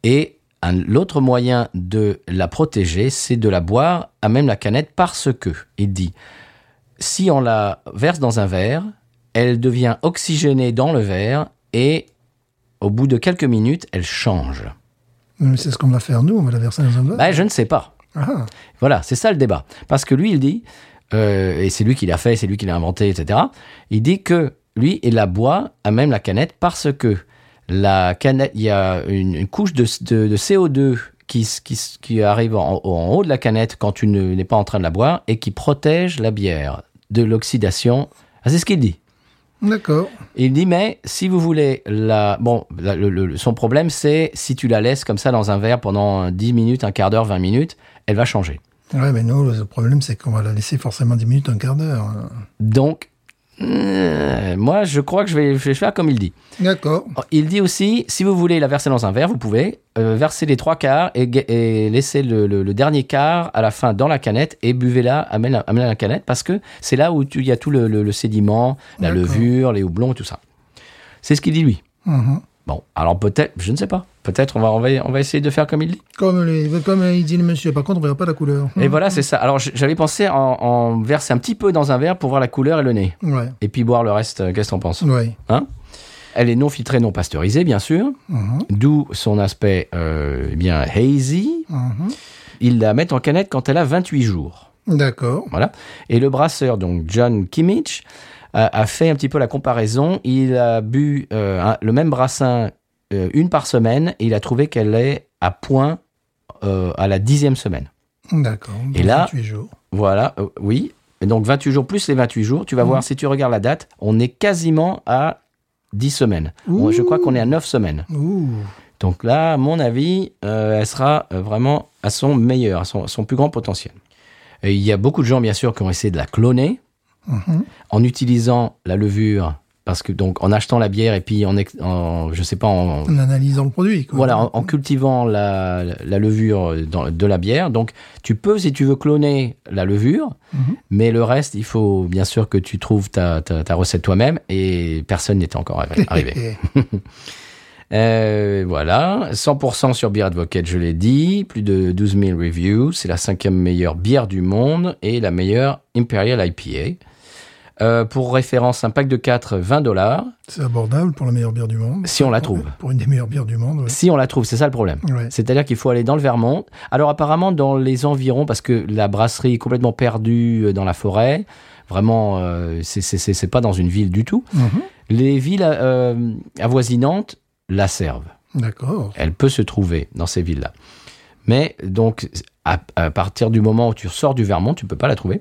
B: Et un- l'autre moyen de la protéger, c'est de la boire à même la canette parce que, il dit, si on la verse dans un verre, elle devient oxygénée dans le verre et au bout de quelques minutes, elle change.
C: Mais c'est ce qu'on va faire nous. On va la verser dans un verre.
B: Ben, je ne sais pas.
C: Ah,
B: Voilà, c'est ça le débat. Parce que lui, il dit, euh, et c'est lui qui l'a fait, c'est lui qui l'a inventé, etc. Il dit que lui, il la boit à même la canette parce que la canette, il y a une, une couche de, de- de CO2 qui, s- qui, s- qui arrive en, en haut de la canette quand tu ne- n'es pas en train de la boire et qui protège la bière de l'oxydation. Ah, c'est ce qu'il dit.
C: d'accord.
B: Il dit, mais si vous voulez la. Bon, la- le- le- son problème, c'est si tu la laisses comme ça dans un verre pendant 10 minutes, un quart d'heure, 20 minutes, elle va changer.
C: Ouais, mais nous, le problème, c'est qu'on va la laisser forcément 10 minutes, un quart d'heure.
B: Donc, Euh, moi, je crois que je vais, je vais faire comme il dit. Oh,
C: D'accord.
B: Il dit aussi, si vous voulez la verser dans un verre, vous pouvez euh, verser les trois quarts et, ga- et laisser le, le- le dernier quart à la fin dans la canette et buvez-la, amenez-la amenez-la à la canette parce que c'est là où tu- il y a tout le, le- le sédiment, la
C: D'accord.
B: levure, les houblons et tout ça. C'est ce qu'il dit lui.
C: Mhm.
B: Bon, alors peut-être, je ne sais pas, peut-être on va, on, va, on va essayer de faire comme il dit.
C: Comme, les- comme il dit le monsieur. Par contre, on verra pas la couleur.
B: Et voilà, c'est ça. Alors j- j'avais pensé en, en verser un petit peu dans un verre pour voir la couleur et le nez.
C: Mhm. Ouais.
B: Et puis boire le reste, euh, qu'est-ce que t'en penses
C: Ouais.
B: Hein Elle est non filtrée, non pasteurisée, bien sûr,
C: Mhm.
B: d'où son aspect euh, eh bien hazy.
C: Mhm.
B: Ils la mettent en canette quand elle a 28 jours.
C: D'accord.
B: Voilà. Et le brasseur, donc John Kimmich, a, a fait un petit peu la comparaison. Il a bu euh, un- le même brassin euh, une par semaine et il a trouvé qu'elle est à point euh, à la dixième semaine.
C: D'accord.
B: Et
C: Dans
B: là-
C: 28 jours.
B: Voilà, euh, oui. Et donc 28 jours plus les 28 jours, tu vas voir si tu regardes la date, on est quasiment à 10 semaines. On- je crois qu'on est à 9 semaines.
C: Ouh.
B: Donc là, à mon avis, euh, elle sera euh, vraiment à son meilleur, à son, son plus grand potentiel. Et il y a beaucoup de gens, bien sûr, qui ont essayé de la cloner
C: Mhm.
B: en utilisant la levure, parce que donc en achetant la bière et puis en, ex- en- je sais pas, en,
C: En analysant le produit. Quoi.
B: voilà, en, en cultivant la, la levure dans- de la bière. Donc, tu peux, si tu veux, cloner la levure,
C: Mhm.
B: mais le reste, il faut bien sûr que tu trouves ta, ta- ta recette toi-même et personne n'est encore arri-
C: *laughs*
B: arrivé. Euh, voilà, 100% sur Beer Advocate, je l'ai dit, plus de 12 000 reviews, c'est la cinquième meilleure bière du monde et la meilleure Imperial IPA. Euh, pour référence, un pack de 4, 20 dollars,
C: c'est abordable pour la meilleure bière du monde.
B: si on la trouve.
C: Pour une des meilleures bières du monde. ouais.
B: Si on la trouve, c'est ça le problème.
C: Ouais.
B: C'est-à-dire qu'il faut aller dans le Vermont. Alors apparemment dans les environs, parce que la brasserie est complètement perdue euh, dans la forêt, vraiment, euh, c'est- c'est c'est- c'est pas dans une ville du tout.
C: Mhm.
B: Les villes euh, avoisinantes la servent.
C: D'accord.
B: Elle peut se trouver dans ces villes-là. Mais donc à, à partir du moment où tu sors du Vermont, tu peux pas la trouver.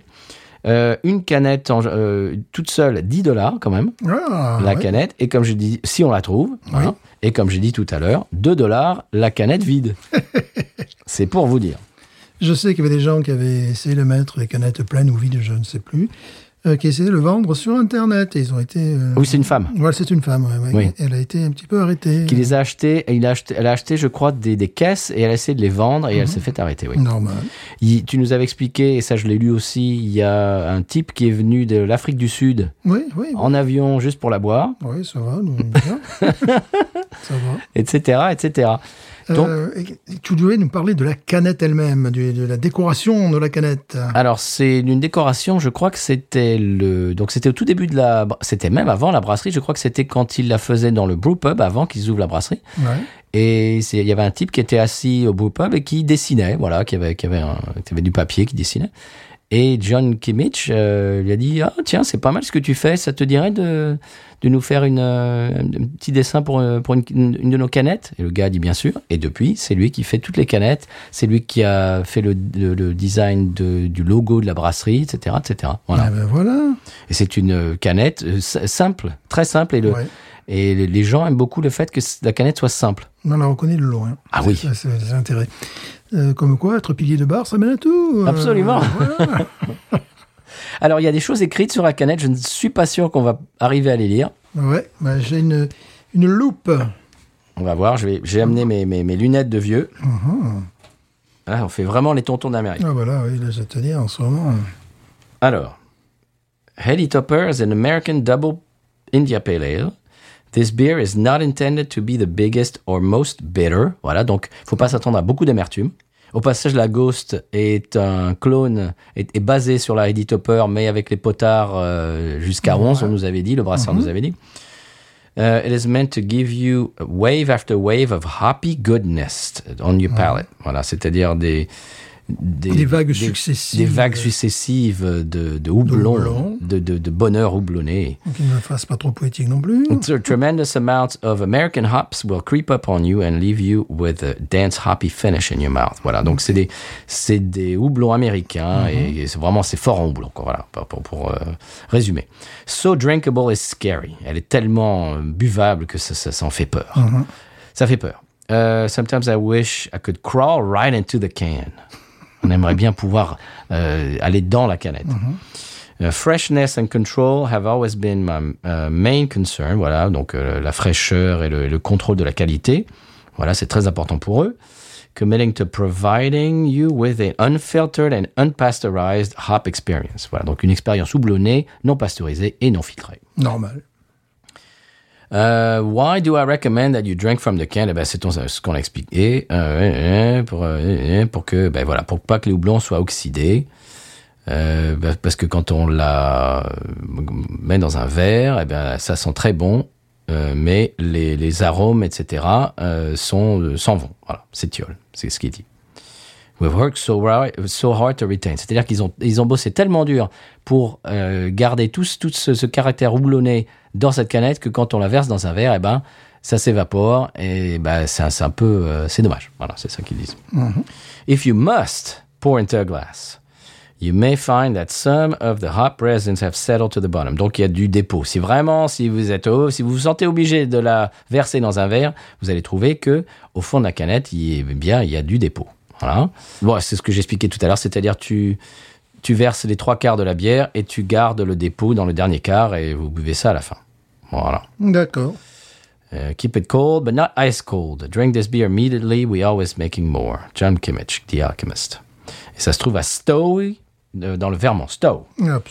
B: Euh, une canette en- euh, toute seule, 10 dollars quand même
C: Ah,
B: la
C: ouais.
B: canette. Et comme je dis, si on la trouve, voilà. et comme j'ai dit tout à l'heure, 2 dollars la canette
C: *laughs*
B: vide. C'est pour vous dire.
C: Je sais qu'il y avait des gens qui avaient essayé de mettre des canettes pleines ou vides, je ne sais plus, euh, qui essayaient de le vendre sur Internet. Et ils ont été. euh,
B: Oui, c'est une femme
C: Ouais, c'est une femme, ouais, ouais.
B: Oui.
C: Elle a été un petit peu arrêtée.
B: qui les a achetés. et il a acheté, elle a acheté, je crois, des, des caisses et elle a essayé de les vendre
C: Mhm.
B: et elle s'est fait arrêter. Oui.
C: Normal.
B: Il- tu nous avais expliqué, et ça je l'ai lu aussi, il y a un type qui est venu de l'Afrique du Sud
C: Oui, oui.
B: en avion juste pour la boire,
C: Oui, ça va, nous,
B: *laughs*
C: bien. ça va.
B: etc. etc. Donc-
C: Euh, et tu devais nous parler de la canette elle-même, du- de la décoration de la canette.
B: Alors c'est une décoration, je crois que c'était le donc c'était au tout début de la c'était même avant la brasserie, je crois que c'était quand ils la faisaient dans le brew pub avant qu'ils ouvrent la brasserie
C: Ouais.
B: et c'est- il y avait un type qui était assis au brew pub et qui dessinait, voilà, qui avait qui avait, un- qui avait du papier qui dessinait. Et John Kimmich euh, lui a dit ah tiens, c'est pas mal ce que tu fais, ça te dirait de de nous faire une euh, un petit dessin pour euh, pour une, une de nos canettes Et le gars a dit bien sûr et depuis, c'est lui qui fait toutes les canettes c'est lui qui a fait le, le- le design de- du logo de la brasserie, etc., etc. Voilà.
C: Ah ben voilà.
B: Et c'est une euh, canette euh, s- simple, très simple, et, le,
C: Ouais.
B: et les- les gens aiment beaucoup le fait que c- la canette soit simple.
C: On la reconnaît de loin.
B: Ah oui.
C: C'est c'est- c'est l'intérêt. Euh, comme quoi, être pilier de bar, ça mène à tout. Euh,
B: Absolument. *laughs*
C: voilà.
B: Alors il y a des choses écrites sur la canette, je ne suis pas sûr qu'on va arriver à les lire.
C: ouais, bah, j'ai une, une loupe. Ah,
B: On va voir, je vais- j'ai amené mes, mes- mes lunettes de vieux. Ah, on fait vraiment les tontons d'Amérique.
C: Ah voilà, oui, là, je vais te dire en ce moment.
B: Alors, Helly Topper is an American double India Pale Ale. This beer is not intended to be the biggest or most bitter. Voilà, donc faut pas s'attendre à beaucoup d'amertume. Au passage, la Ghost est un clone, est, est basé sur la Heady Topper, mais avec les potards euh, jusqu'à 11, on nous avait dit, le brasseur
C: Mm-hmm.
B: nous avait dit. Euh, it is meant to give you wave after wave of happy goodness on your palate. Voilà, c'est-à-dire des,
C: Des vagues successives.
B: Des vagues successives de, de houblon, de,
C: houblon.
B: de, de bonheur houblonné.
C: Faut qu'il ne le fasse pas trop poétique non plus.
B: So tremendous amounts of American hops will creep up on you and leave you with a dense hoppy finish in your mouth. Voilà, donc c'est des, c'est des houblons américains et, et c'est vraiment c'est fort en houblon. quoi, voilà, pour, pour- pour, euh, résumer. So drinkable is scary. Elle est tellement euh, buvable que ça, ça, ça en fait peur. Ça fait peur. Euh, sometimes I wish I could crawl right into the can. On aimerait bien pouvoir euh, aller dans la canette. Euh, freshness and control have always been my euh, main concern. Voilà, donc euh, la fraîcheur et le, le contrôle de la qualité. Voilà, c'est très important pour eux. Committing to providing you with an unfiltered and unpasteurized hop experience. Voilà, donc une expérience houblonnée, non pasteurisée et non filtrée.
C: Normal.
B: Euh, why do I recommend that you drink from the can? Eh ben, c'est ton- ce qu'on a expliqué. Euh, euh, euh, pour, euh, euh, pour que, ben voilà, pour pas que les houblons soient oxydés. Euh, ben, parce que quand on la euh, met dans un verre, eh ben, ça sent très bon, euh, mais les, les arômes, etc., euh, sont, euh, s'en vont. Voilà, c'est tiol. C'est ce qu'il dit. We've worked so, ri- so hard to retain. C'est-à-dire qu'ils ont, ils ont bossé tellement dur pour euh, garder tout, ce- tout ce, ce caractère houblonné dans cette canette que quand on la verse dans un verre, eh ben, ça s'évapore et ben, c'est un, c'est un peu. euh, c'est dommage. Voilà, c'est ça qu'ils disent. If you must pour into a glass, you may find that some of the hop resins have settled to the bottom. Donc il y a du dépôt. Si vraiment, si vous êtes, au- si vous vous sentez obligé de la verser dans un verre, vous allez trouver que au fond de la canette, il y a, bien, il y a du dépôt. Voilà. Bon, c'est ce que j'expliquais tout à l'heure, c'est-à-dire tu tu verses les trois quarts de la bière et tu gardes le dépôt dans le dernier quart et vous buvez ça à la fin. Voilà.
C: D'accord.
B: Euh, keep it cold, but not ice cold. Drink this beer immediately. We always making more. John Kimmich, The Alchemist. Et ça se trouve à Stowe, euh, dans le Vermont. Stowe.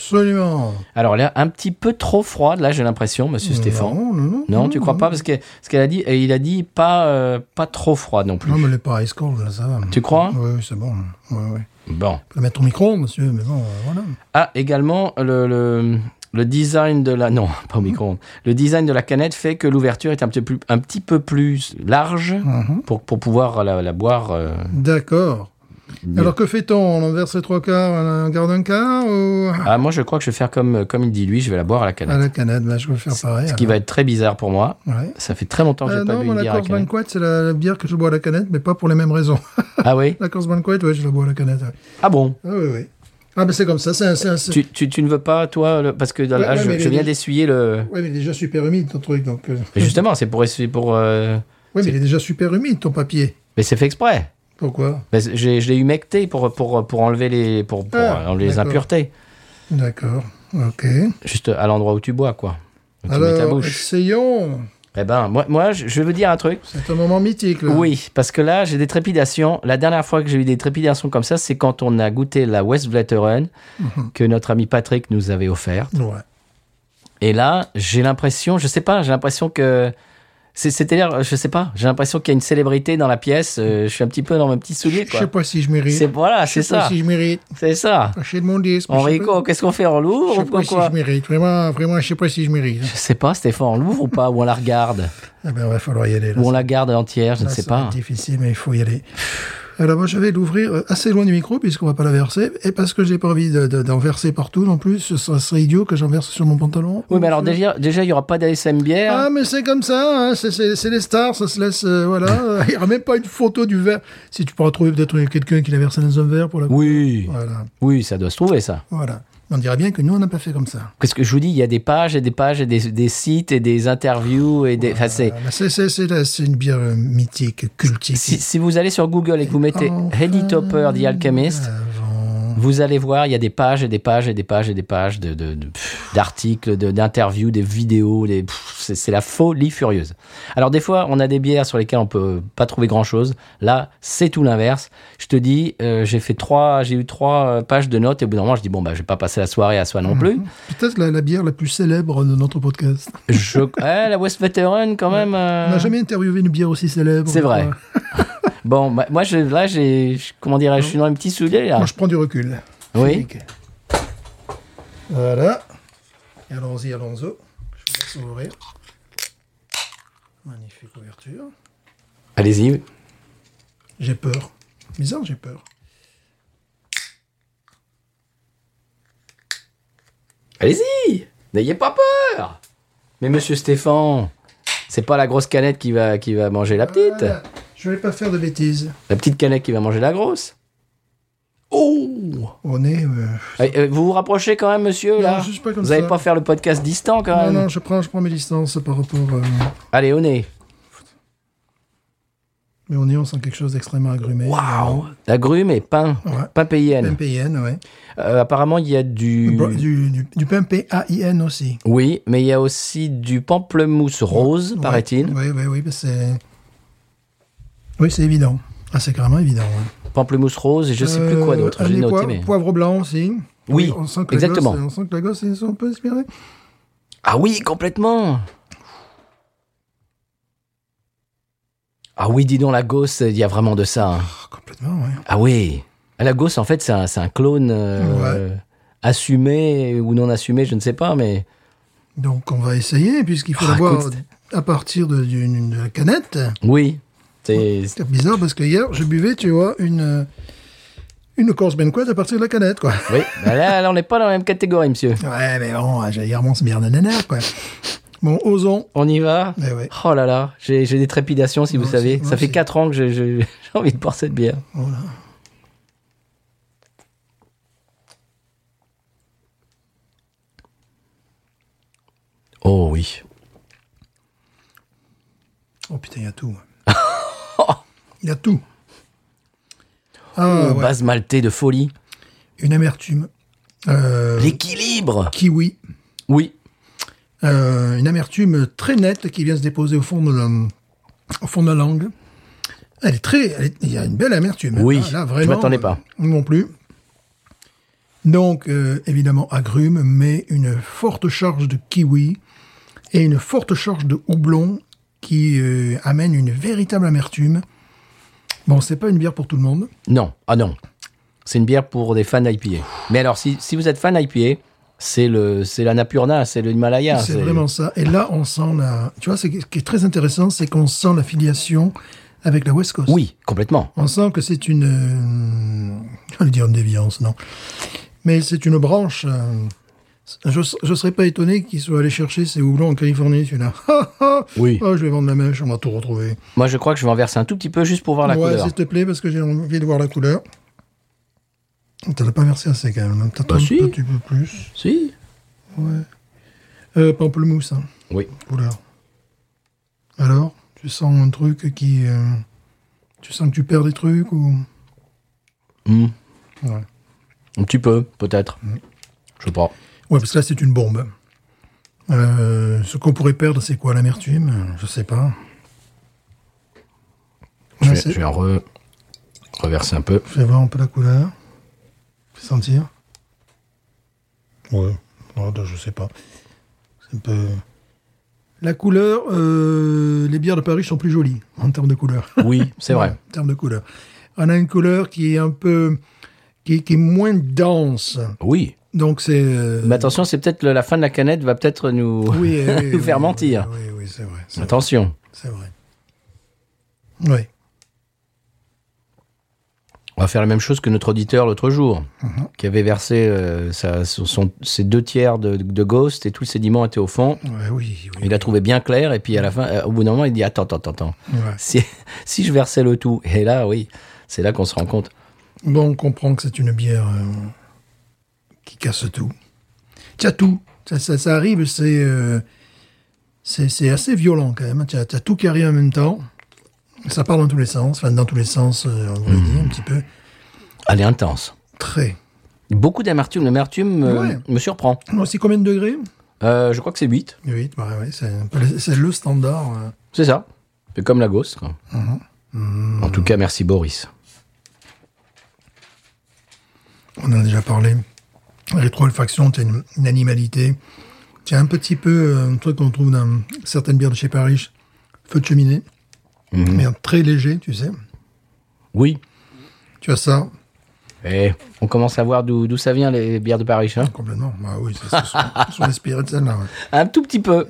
C: Absolument.
B: Alors là, un petit peu trop froide, là, j'ai l'impression, Monsieur Stéphane.
C: Non, non, non.
B: Non, tu crois pas parce que ce qu'elle a dit, et il a dit pas euh, pas trop froid non plus.
C: Non, mais les pas ice cold, là, ça va.
B: Tu crois
C: Oui, oui, c'est bon. Oui, oui.
B: Bon.
C: Tu peux mettre ton micro, monsieur, mais bon, euh, voilà.
B: Ah, également, le, le, le design de la... Non, pas au micro-ondes. Le design de la canette fait que l'ouverture est un petit, peu plus, un petit peu plus large pour, pour pouvoir la, la boire. euh,
C: D'accord. Alors que fait-on On en verse les trois quarts, on en garde un quart ou...
B: Ah, moi, je crois que je vais faire comme, euh, comme il dit lui, je vais la boire à la
C: À
B: canette.
C: la canette, bah, je vais faire pareil.
B: Ce qui va être très bizarre pour moi.
C: alors. Ouais.
B: Ça fait très longtemps que j'ai
C: Euh,
B: pas
C: non,
B: bu
C: moi,
B: une
C: la
B: bière à
C: Corse
B: canette.
C: Banquet, c'est la, la bière que je bois à la canette, mais pas pour les mêmes raisons.
B: Ah oui
C: la Corse Banquet, ouais, je la bois à la canette. ouais.
B: Ah
C: *laughs*
B: bon
C: Ah oui, oui. Ah, mais c'est comme ça. C'est un- c'est un- c'est-
B: tu, tu, tu ne veux pas, toi, le- parce que dans-
C: Ouais,
B: ah,
C: ouais,
B: je,
C: mais
B: je
C: les-
B: viens d'essuyer le...
C: Ouais, mais il est déjà super humide, ton truc. Donc, euh,
B: Mais Justement, c'est pour essuyer, pour... euh,
C: Oui, mais il est déjà super humide, ton papier.
B: Mais c'est fait exprès.
C: Pourquoi
B: Mais c'est- j'ai- je l'ai humecté pour, pour, pour enlever les, pour, pour
C: Ah,
B: euh, enlever les
C: d'accord.
B: impuretés.
C: D'accord. Ok.
B: Juste à l'endroit où tu bois, quoi. Où tu mets ta
C: Alors,
B: bouche.
C: essayons.
B: Eh ben, moi, moi je, je veux dire un truc.
C: C'est un moment mythique, là.
B: Oui, parce que là, j'ai des trépidations. La dernière fois que j'ai eu des trépidations comme ça, c'est quand on a goûté la West Vleteren
C: Mhm.
B: que notre ami Patrick nous avait offerte.
C: Ouais.
B: Et là, j'ai l'impression, je sais pas, j'ai l'impression que. c'est- C'est-à-dire, je sais pas, j'ai l'impression qu'il y a une célébrité dans la pièce. euh, je suis un petit peu dans mon petit soulier,
C: Je
B: quoi.
C: sais pas si je mérite.
B: C'est voilà, c'est
C: Je sais pas
B: ça,
C: si je mérite.
B: c'est ça.
C: Lâcher de mon disque.
B: On
C: je sais pas-
B: rigole, qu'est-ce qu'on fait en
C: Je
B: louvre
C: sais
B: ou quoi,
C: pas si je mérite. Vraiment, vraiment, je sais pas si je mérite.
B: Je sais pas, Stéphane, on l'ouvre ou pas, ou on la regarde,
C: Ah ben, va falloir y aller. Là.
B: ou on la garde entière, je ne
C: Là,
B: sais
C: ça va
B: pas.
C: être difficile, mais il faut y aller. Alors moi, je vais l'ouvrir euh, assez loin du micro, puisqu'on va pas la verser, et parce que j'ai pas envie de- de- d'en verser partout non plus. Ce serait, ce serait idiot que j'en verse sur mon pantalon.
B: Oui, mais alors déjà, déjà, il y aura pas d'ASM bière.
C: hein. Ah, mais c'est comme ça, hein, c'est- c'est c'est les stars, ça se laisse,
B: *laughs*
C: euh, voilà. il n'y aura même pas une photo du verre. Si tu pourras trouver peut-être quelqu'un qui l'a versé dans un verre pour la...
B: oui,
C: Voilà,
B: oui, ça doit se trouver ça.
C: voilà. On dirait bien que nous, on n'a pas fait comme ça.
B: Parce que je vous dis, il y a des pages et des pages et des, des sites et des interviews et des. Enfin, c'est.
C: Ah, mais c'est- C'est c'est la- c'est une bière euh, mythique, cultique.
B: Si, si vous allez sur Google et que vous mettez
C: Enfin,
B: Hedy Topper, The Alchemist,
C: Euh, avant.
B: vous allez voir, il y a des pages et des pages et des pages et des pages de- de- de- pff, d'articles, de, d'interviews, des vidéos. Des, pff, c'est, c'est la folie furieuse. Alors, des fois, on a des bières sur lesquelles on peut pas trouver grand-chose. Là, c'est tout l'inverse. Je te dis, euh, j'ai fait trois, j'ai eu trois euh, pages de notes et au bout d'un moment, je dis, bon, bah, je vais pas passer la soirée à soi non plus.
C: Peut-être la, la bière la plus célèbre de notre podcast.
B: Je... Eh, la West Veteran, quand même. euh,
C: On n'a jamais interviewé une bière aussi célèbre.
B: C'est vrai.
C: Moi,
B: *laughs* Bon, bah, moi, je, là, j'ai. je- Comment dirais-je Je suis dans un petit soulier, là.
C: Moi, je prends du recul.
B: Ah. Oui.
C: Voilà. Et Allons-y, Alonso. Je vous laisse ouvrir. Magnifique ouverture.
B: Allez-y.
C: J'ai peur. Bizarre, j'ai peur.
B: Allez-y N'ayez pas peur Mais monsieur Stéphane, c'est pas la grosse canette qui va, qui va manger la petite.
C: Voilà. Je vais pas faire de bêtises.
B: La petite canette qui va manger la grosse. Oh
C: On est. euh,
B: Eh, eh, Vous vous rapprochez quand même, monsieur, là
C: je suis pas comme
B: Vous allez
C: ça.
B: pas faire le podcast distant, quand
C: Non,
B: même
C: non, je prends, je prends mes distances par rapport. euh,
B: Allez, au nez.
C: Les oignons sont quelque chose d'extrêmement agrumé.
B: Waouh Agrumes et pain.
C: Ouais.
B: Pain PIN.
C: PMPN, ouais.
B: Euh, apparemment, il y a du...
C: Bro- Du, du, du pain PAIN aussi.
B: Oui, mais il y a aussi du pamplemousse rose, paraît-il.
C: Oui, oui, oui, parce que c'est. Oui, c'est évident. Ah, c'est carrément évident. ouais.
B: Pamplemousse rose et je sais plus quoi
C: Euh,
B: d'autre.
C: un
B: J'ai
C: des
B: noté,
C: poivre-
B: mais...
C: Poivre blanc aussi.
B: Oui,
C: on sent que les
B: exactement.
C: gosses- on sent que les gosses, ils sont un peu inspirés.
B: Ah oui, complètement Ah oui, dis donc, la Gauss, il y a vraiment de ça. hein.
C: Ah, complètement, ouais.
B: Ah oui Ah, La Gauss, en fait, c'est un, c'est un clone euh, assumé ou non assumé, je ne sais pas, mais...
C: Donc, on va essayer, puisqu'il faut
B: Ah,
C: l'avoir
B: écoute,
C: à partir de- d'une de la canette.
B: Oui, c'est...
C: C'est bizarre parce que hier, je buvais, tu vois, une, euh, une course banquet à partir de la canette, quoi.
B: Oui, bah là, là, on n'est pas dans la même catégorie, monsieur.
C: Ouais, mais bon, euh, j'ai hier, mon bien de nanar, quoi. Bon, osons.
B: On y va
C: Eh ouais.
B: Oh là là, j'ai j'ai des trépidations, si
C: Moi
B: vous savez.
C: aussi, moi
B: Ça fait
C: aussi.
B: 4 ans que j'ai- j'ai *laughs* j'ai envie de boire cette bière.
C: Voilà.
B: Oh oui.
C: Oh putain, il y
B: *laughs*
C: a tout. Il y a tout. Ah, ouais.
B: Base maltée de folie.
C: Une amertume. Euh,
B: L'équilibre
C: kiwi.
B: Oui.
C: Euh, une amertume très nette qui vient se déposer au fond de la, au fond de la langue. Elle est très, elle est- il y a une belle amertume.
B: Oui,
C: Ah,
B: je m'attendais pas.
C: euh, Non plus. Donc, euh, évidemment, agrumes, mais une forte charge de kiwi et une forte charge de houblon qui euh, amène une véritable amertume. Bon, c'est pas une bière pour tout le monde.
B: Non, ah non. C'est une bière pour des fans IPA. Mais alors, si, si vous êtes fan IPA, c'est le c'est l'Annapurna, Ah, c'est le Himalaya.
C: C'est vraiment ça. Et là, on sent la. Tu vois, c'est- ce qui est très intéressant, c'est qu'on sent la filiation avec la West Coast.
B: Oui, complètement.
C: On sent que c'est une. euh, J'allais dire une déviance, non. Mais c'est une branche. euh, Je ne serais pas étonné qu'ils soient allés chercher ces houblons en Californie, celui-là. *laughs*
B: Oui.
C: Oh, je vais vendre la mèche, on va tout retrouver.
B: Moi, je crois que je vais en verser un tout petit peu juste pour voir la
C: ouais,
B: couleur.
C: s'il te plaît, parce que j'ai envie de voir la couleur. T'as pas versé assez quand même. hein. T'attends
B: Bah,
C: un
B: si.
C: petit peu plus.
B: Si
C: Euh, pamplemousse, hein,
B: Oui.
C: couleur. Alors, tu sens un truc qui. euh, Tu sens que tu perds des trucs ou.
B: Hmm.
C: Ouais.
B: Un petit peu, peut-être.
C: Mm.
B: Je sais pas.
C: Ouais, parce que là, c'est une bombe. Euh, ce qu'on pourrait perdre, c'est quoi L'amertume Je sais pas.
B: Je
C: Ouais,
B: vais,
C: c'est-
B: je vais en re- reverser un peu.
C: Je vais voir un peu la couleur. Fais sentir. Ouais. Non, je sais pas. C'est un peu... La couleur, euh, les bières de Paris sont plus jolies en termes de couleur.
B: Oui, c'est vrai.
C: *laughs* En termes de couleur. On a une couleur qui est un peu... qui, qui est moins dense.
B: Oui.
C: Donc c'est... euh,
B: Mais attention, c'est peut-être le- la fin de la canette va peut-être nous, *laughs*
C: oui, euh, oui,
B: nous
C: oui,
B: faire
C: oui,
B: mentir.
C: Oui, oui, c'est vrai. c'est
B: Attention.
C: C'est vrai. Oui.
B: On va faire la même chose que notre auditeur l'autre jour,
C: Mm-hmm.
B: qui avait versé euh, sa- son- son- ses deux tiers de, de Ghost et tout le sédiment était au fond.
C: Ouais, oui, oui.
B: Il a trouvé bien clair et puis à la fin, euh, au bout d'un moment, il dit attends, attends, attends, attends.
C: Ouais.
B: Si, *laughs* si je versais le tout, et là, oui, c'est là qu'on se rend compte.
C: Bon, on comprend que c'est une bière euh, qui casse tout. T'as tout. Ça, ça, ça arrive, c'est euh, c'est c'est assez violent quand même. T'as t'as tout qui arrive en même temps. Ça part dans tous les sens. Enfin, dans tous les sens, euh, on va
B: Hmm.
C: dire un petit peu.
B: Elle est intense.
C: Très.
B: Beaucoup d'amertume. L'amertume euh,
C: Ouais.
B: me surprend.
C: Moi, c'est combien de degrés
B: Euh, je crois que c'est 8.
C: 8, ouais, ouais, c'est un peu le- c'est le standard. euh.
B: C'est ça. C'est comme la gosse. quoi.
C: Mm-hmm.
B: En tout cas, merci Boris.
C: On en a déjà parlé. Rétroolfaction, t'as une, une animalité. T'as un petit peu euh, un truc qu'on trouve dans certaines bières de chez Paris, feu de cheminée.
B: Mhm.
C: Mais un très léger, tu sais.
B: Oui.
C: Tu as ça
B: Et on commence à voir d'où d'où ça vient les bières de Paris. hein.
C: complètement. Ah oui, ça, ça, ils sont- ils sont inspirés de celle-là. ouais.
B: Un tout petit peu.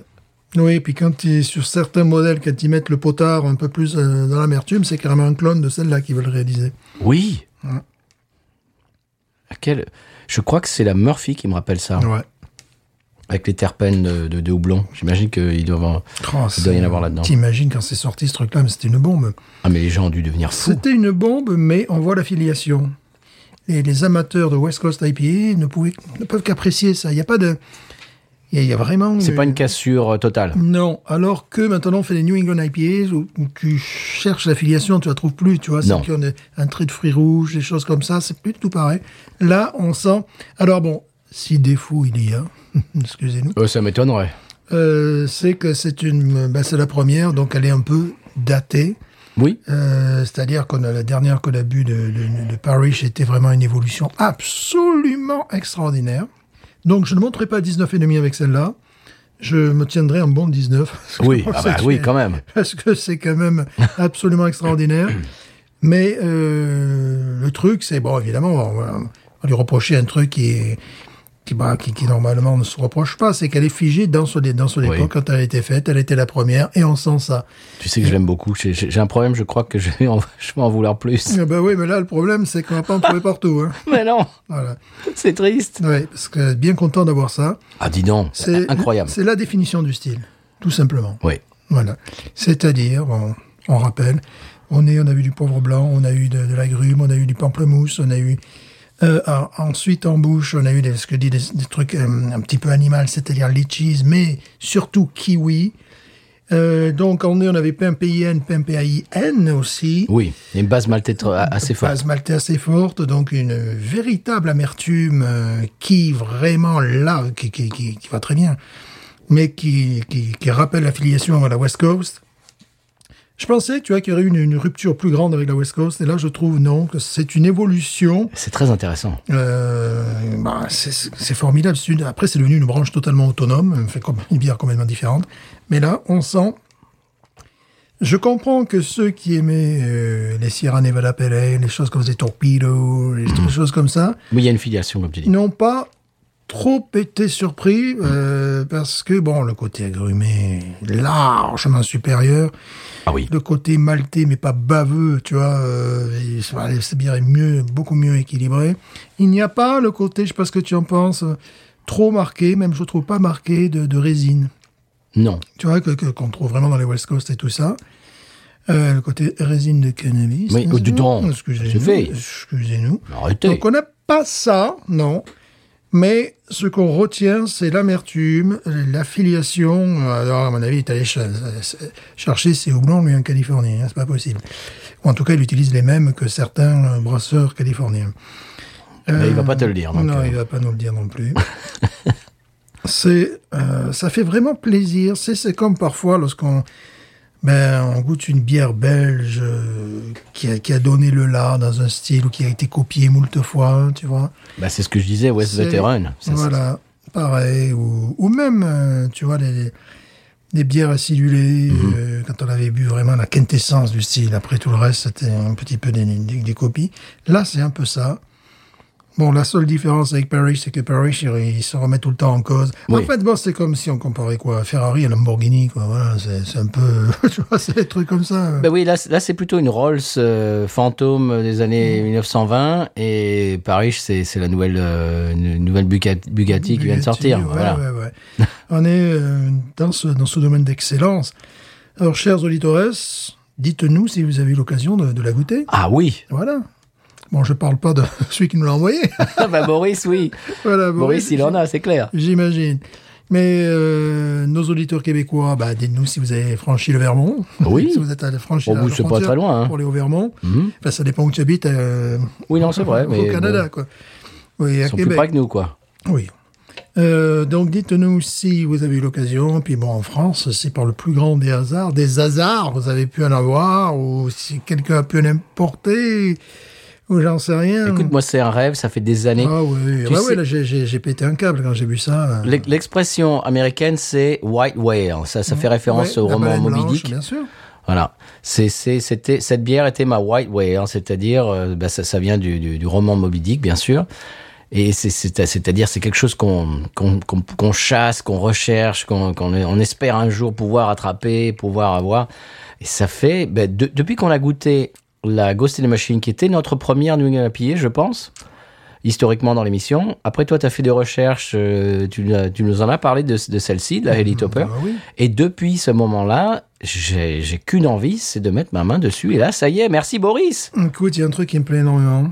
C: Oui, et puis quand ils, sur certains modèles, quand ils mettent le potard un peu plus euh, dans l'amertume, c'est carrément un clone de celle-là qu'ils veulent réaliser.
B: Oui.
C: Mm.
B: À quel- Je crois que c'est la Murphy qui me rappelle ça,
C: Ouais.
B: avec les terpènes de, de, de houblon. J'imagine qu'ils doivent. en- Il
C: Oh,
B: doit y en
C: c'est-
B: avoir là-dedans.
C: T'imagines quand c'est sorti ce truc-là, mais c'était une bombe.
B: Ah, mais les gens ont dû devenir fous.
C: C'était une bombe, mais on voit l'affiliation. Et les amateurs de West Coast IPA ne, pouvaient, ne peuvent qu'apprécier ça. Il n'y a pas de. Il y a- il y, a vraiment.
B: C'est pas une cassure euh, totale.
C: Non, alors que maintenant on fait des New England IPAs où, où tu cherches l'affiliation, tu la trouves plus, tu vois, c'est
B: Non.
C: qu'il y a un trait de fruits rouges, des choses comme ça, c'est plus du tout pareil. Là, on sent. Alors bon, si défaut il y a, *laughs* excusez-nous,
B: Euh, ça m'étonnerait.
C: euh, c'est que c'est une, bah, c'est la première, donc elle est un peu datée.
B: Oui.
C: Euh, c'est-à-dire que la dernière qu'on a bu de, de, de Parrish était vraiment une évolution absolument extraordinaire. Donc je ne monterai pas 19,5 avec celle-là. Je me tiendrai un bon 19. *laughs* Parce que
B: Oui,
C: on
B: ah
C: sait
B: bah
C: que
B: oui,
C: c'est-
B: quand même.
C: Parce que c'est quand même
B: *coughs*
C: absolument extraordinaire. Mais euh, le truc, c'est, bon, évidemment, on va, on va lui reprocher un truc qui est- Qui, bah, qui, qui, normalement ne se reproche pas, c'est qu'elle est figée dans son, é- dans son
B: Oui.
C: époque quand elle a été faite, elle était la première et on sent ça.
B: Tu sais que je l'aime beaucoup. J'ai- J'ai j'ai un problème, je crois que je vais en, *laughs* je vais en vouloir plus.
C: Ah bah oui, mais là le problème c'est qu'on va pas en trouver partout. Hein.
B: Mais non,
C: Voilà.
B: *laughs* c'est triste.
C: Ouais, parce que bien content d'avoir ça.
B: Ah, dis donc, c'est incroyable.
C: C'est la définition du style, tout simplement.
B: Oui.
C: Voilà. C'est-à-dire, on, on rappelle, on, est, on a eu du poivre blanc, on a eu de, de l'agrume, on a eu du pamplemousse, on a eu. euh, en- ensuite, en bouche, on a eu des- ce que dit des, des trucs euh, un petit peu animal, c'est-à-dire litchis, mais surtout kiwi. Euh, donc, on, est, on avait PMPIN, PMPAIN aussi.
B: Oui, il y a une base maltaise a- assez forte.
C: Base maltaise assez forte, donc une véritable amertume euh, qui vraiment là, qui, qui, qui, qui va très bien, mais qui, qui, qui rappelle l'affiliation à la West Coast. Je pensais, tu vois, qu'il y aurait eu une, une rupture plus grande avec la West Coast, et là, je trouve non, que c'est une évolution.
B: C'est très intéressant.
C: Euh, bah, c'est- c'est formidable. C'est une- Après, c'est devenu une branche totalement autonome, euh, fait comme une bière complètement différente. Mais là, on sent. Je comprends que ceux qui aimaient euh, les Sierra Nevada Pale Ale, les choses comme des torpedos, les choses comme ça,
B: Oui, il y a une filiation, comme tu dis.
C: ils n'ont pas trop été surpris euh, parce que bon, le côté agrumé est largement supérieur
B: Ah oui.
C: le côté maltais mais pas baveux, tu vois, euh, et c'est voilà, c'est bien et mieux, beaucoup mieux équilibré. Il n'y a pas le côté, je sais pas ce que tu en penses, euh, trop marqué, même je trouve pas marqué de, de résine,
B: Non.
C: tu vois, que que- qu'on trouve vraiment dans les West Coast et tout ça. Euh, le côté résine de cannabis.
B: Oui,
C: n'est-ce
B: du
C: pas
B: temps. C'est
C: Excusez-nous.
B: fait.
C: Excusez-nous.
B: Arrêtez.
C: Donc on n'a pas ça, non. Mais ce qu'on retient, c'est l'amertume, l'affiliation. Alors, à mon avis, il est allé ch- chercher ses houblons, lui, en Californie. hein, c'est pas possible. Ou en tout cas, il utilise les mêmes que certains euh, brasseurs californiens.
B: Mais il va pas te le dire, donc,
C: non,
B: euh.
C: il va pas nous le dire non plus. *laughs* c'est, euh, ça fait vraiment plaisir. C'est, c'est comme parfois lorsqu'on ben, on goûte une bière belge euh, qui a, qui a donné le là dans un style ou qui a été copié moult fois, tu vois.
B: Bah, c'est ce que je disais, West
C: C'est-
B: Veteran. Ça, ça-
C: voilà, pareil. Ou, ou même, euh, tu vois, les, les bières acidulées,
B: Mhm.
C: euh, quand on avait bu vraiment la quintessence du style. Après, tout le reste, c'était un petit peu des, des, des copies. Là, c'est un peu ça. Bon, la seule différence avec Parrish, c'est que Parrish, ils il se remet tout le temps en cause.
B: Oui.
C: En fait, bon, c'est comme si on comparait quoi Ferrari à Lamborghini, quoi. Voilà, c'est c'est un peu, *laughs* tu vois, c'est des trucs comme ça.
B: Bah oui, là, c- là c'est plutôt une Rolls euh, fantôme des années
C: Mm.
B: 1920 et Paris, c'est c'est la nouvelle, euh, une nouvelle Buca- Bugatti, qui vient de sortir.
C: Ouais,
B: voilà.
C: ouais, ouais. *laughs* On est euh, dans, ce, dans ce domaine d'excellence. Alors, chers auditeurs, dites-nous si vous avez eu l'occasion de, de la goûter.
B: Ah oui, *laughs*
C: Voilà. Bon, je parle pas de *laughs* celui qui nous l'a envoyé.
B: Ah bah Boris, oui.
C: voilà,
B: Boris, il en a, c'est clair.
C: J'imagine. Mais euh, nos auditeurs québécois, bah, dites-nous si vous avez franchi le Vermont.
B: Oui.
C: *laughs* si vous êtes allé franchi
B: Au
C: la
B: bout, c'est pas
C: frontière
B: très loin, hein.
C: Pour aller au Vermont. Enfin, ça dépend où tu habites. euh,
B: Oui, non, c'est vrai, mais
C: Au Canada,
B: bon,
C: quoi. Oui, à
B: ils sont plus
C: Québec.
B: près que nous, quoi.
C: Oui. Euh, donc dites-nous si vous avez eu l'occasion, puis bon en France c'est par le plus grand des hasards, des hasards vous avez pu en avoir, ou si quelqu'un a pu en importer, ou j'en sais rien.
B: Écoute, moi, c'est un rêve, ça fait des années.
C: Mm. ah oui,
B: tu
C: ah
B: sais-
C: oui, là, j'ai- j'ai j'ai pété un câble quand j'ai vu ça.
B: L'ex- L'expression américaine, c'est white whale. Ça, ça fait référence
C: Ouais,
B: au
C: la
B: roman
C: baleine
B: Moby
C: blanche,
B: Dick.
C: Bien sûr.
B: Voilà. C'est, c'est- c'était, cette bière était ma white whale, c'est-à-dire, euh, bah, ça, ça vient du, du- du roman Moby Dick, bien sûr. Et c'est, c'est- c'est-à-dire, c'est quelque chose qu'on, qu'on, qu'on- qu'on chasse, qu'on recherche, qu'on, qu'on on espère un jour pouvoir attraper, pouvoir avoir. Et ça fait, bah, de- depuis qu'on a goûté la Ghost in the Machine, qui était notre première New England IPA, je pense, historiquement dans l'émission. Après, toi, tu as fait des recherches, euh, tu, l'as- tu nous en as parlé de, de celle-ci, de la Helly Topper.
C: Ah oui.
B: Et depuis ce moment-là, j'ai j'ai qu'une envie, c'est de mettre ma main dessus. Et là, ça y est, merci Boris.
C: Écoute, il y a un truc qui me plaît énormément,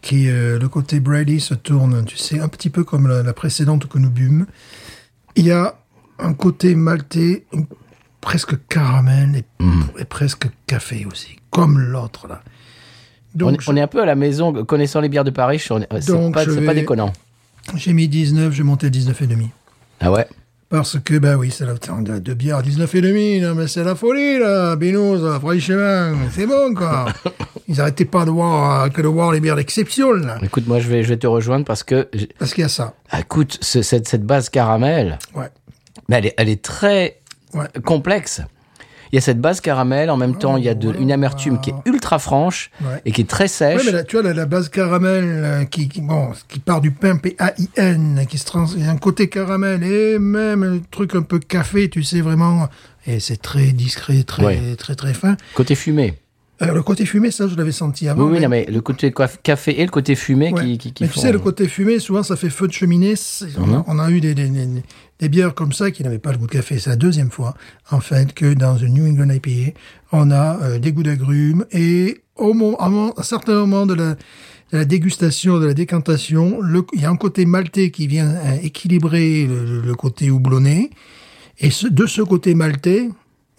C: qui est euh, le côté Brady se tourne, tu sais, un petit peu comme la, la précédente que nous bûmes. Il y a un côté maltais, une- presque caramel et,
B: Hmm.
C: et presque café aussi, comme l'autre là.
B: On,
C: Donc,
B: est- on est un peu à la maison, connaissant les bières de Paris, je suis- euh, c'est
C: Donc,
B: pas,
C: je
B: c'est pas
C: vais-
B: déconnant.
C: j'ai mis 19, j'ai monté à 19,5.
B: Ah ouais
C: Parce que, bah oui, c'est la putain, on a deux bières à 19,5, là, mais c'est la folie, là, Binous, là, franchement, c'est bon,
B: *laughs*
C: quoi. Ils arrêtaient pas de voir, euh, que de voir les bières d'exception, là.
B: Écoute, moi je vais, je vais te rejoindre parce que, j-
C: Parce qu'il y a ça,
B: ah, écoute, ce- cette, cette base caramel,
C: ouais.
B: mais elle, est, elle est très
C: Ouais.
B: complexe. Il y a cette base caramel, en même temps, il y a de, une amertume qui est ultra franche
C: Oh, Ouais.
B: et qui est très
C: Ouais,
B: sèche.
C: mais là, tu vois, la, la base caramel, là, qui, qui, bon, qui part du pain P-A-I-N, qui se trans... il y a un côté caramel, et même le truc un peu café, tu sais, vraiment. Et c'est très discret, très,
B: Ouais.
C: très, très fin.
B: Côté fumé.
C: Euh, le côté fumé, ça, je l'avais senti avant.
B: Oui, oui,
C: mais-
B: non, mais le côté coif- café et le côté fumé
C: Ouais.
B: qui, qui, qui
C: Mais tu
B: font- euh, Ah
C: sais, le côté fumé, souvent, ça fait feu de cheminée. C'est- On, a, on a eu des, des- des- des bières comme ça qui n'avaient pas le goût de café. C'est la deuxième fois, en fait, que dans une New England IPA, on a euh, des goûts d'agrumes. Et au moment, à un moment- à un certain moment de la, de la dégustation, de la décantation, le- il y a un côté maltais qui vient euh, équilibrer le, le- le côté houblonné. Et ce- de ce côté maltais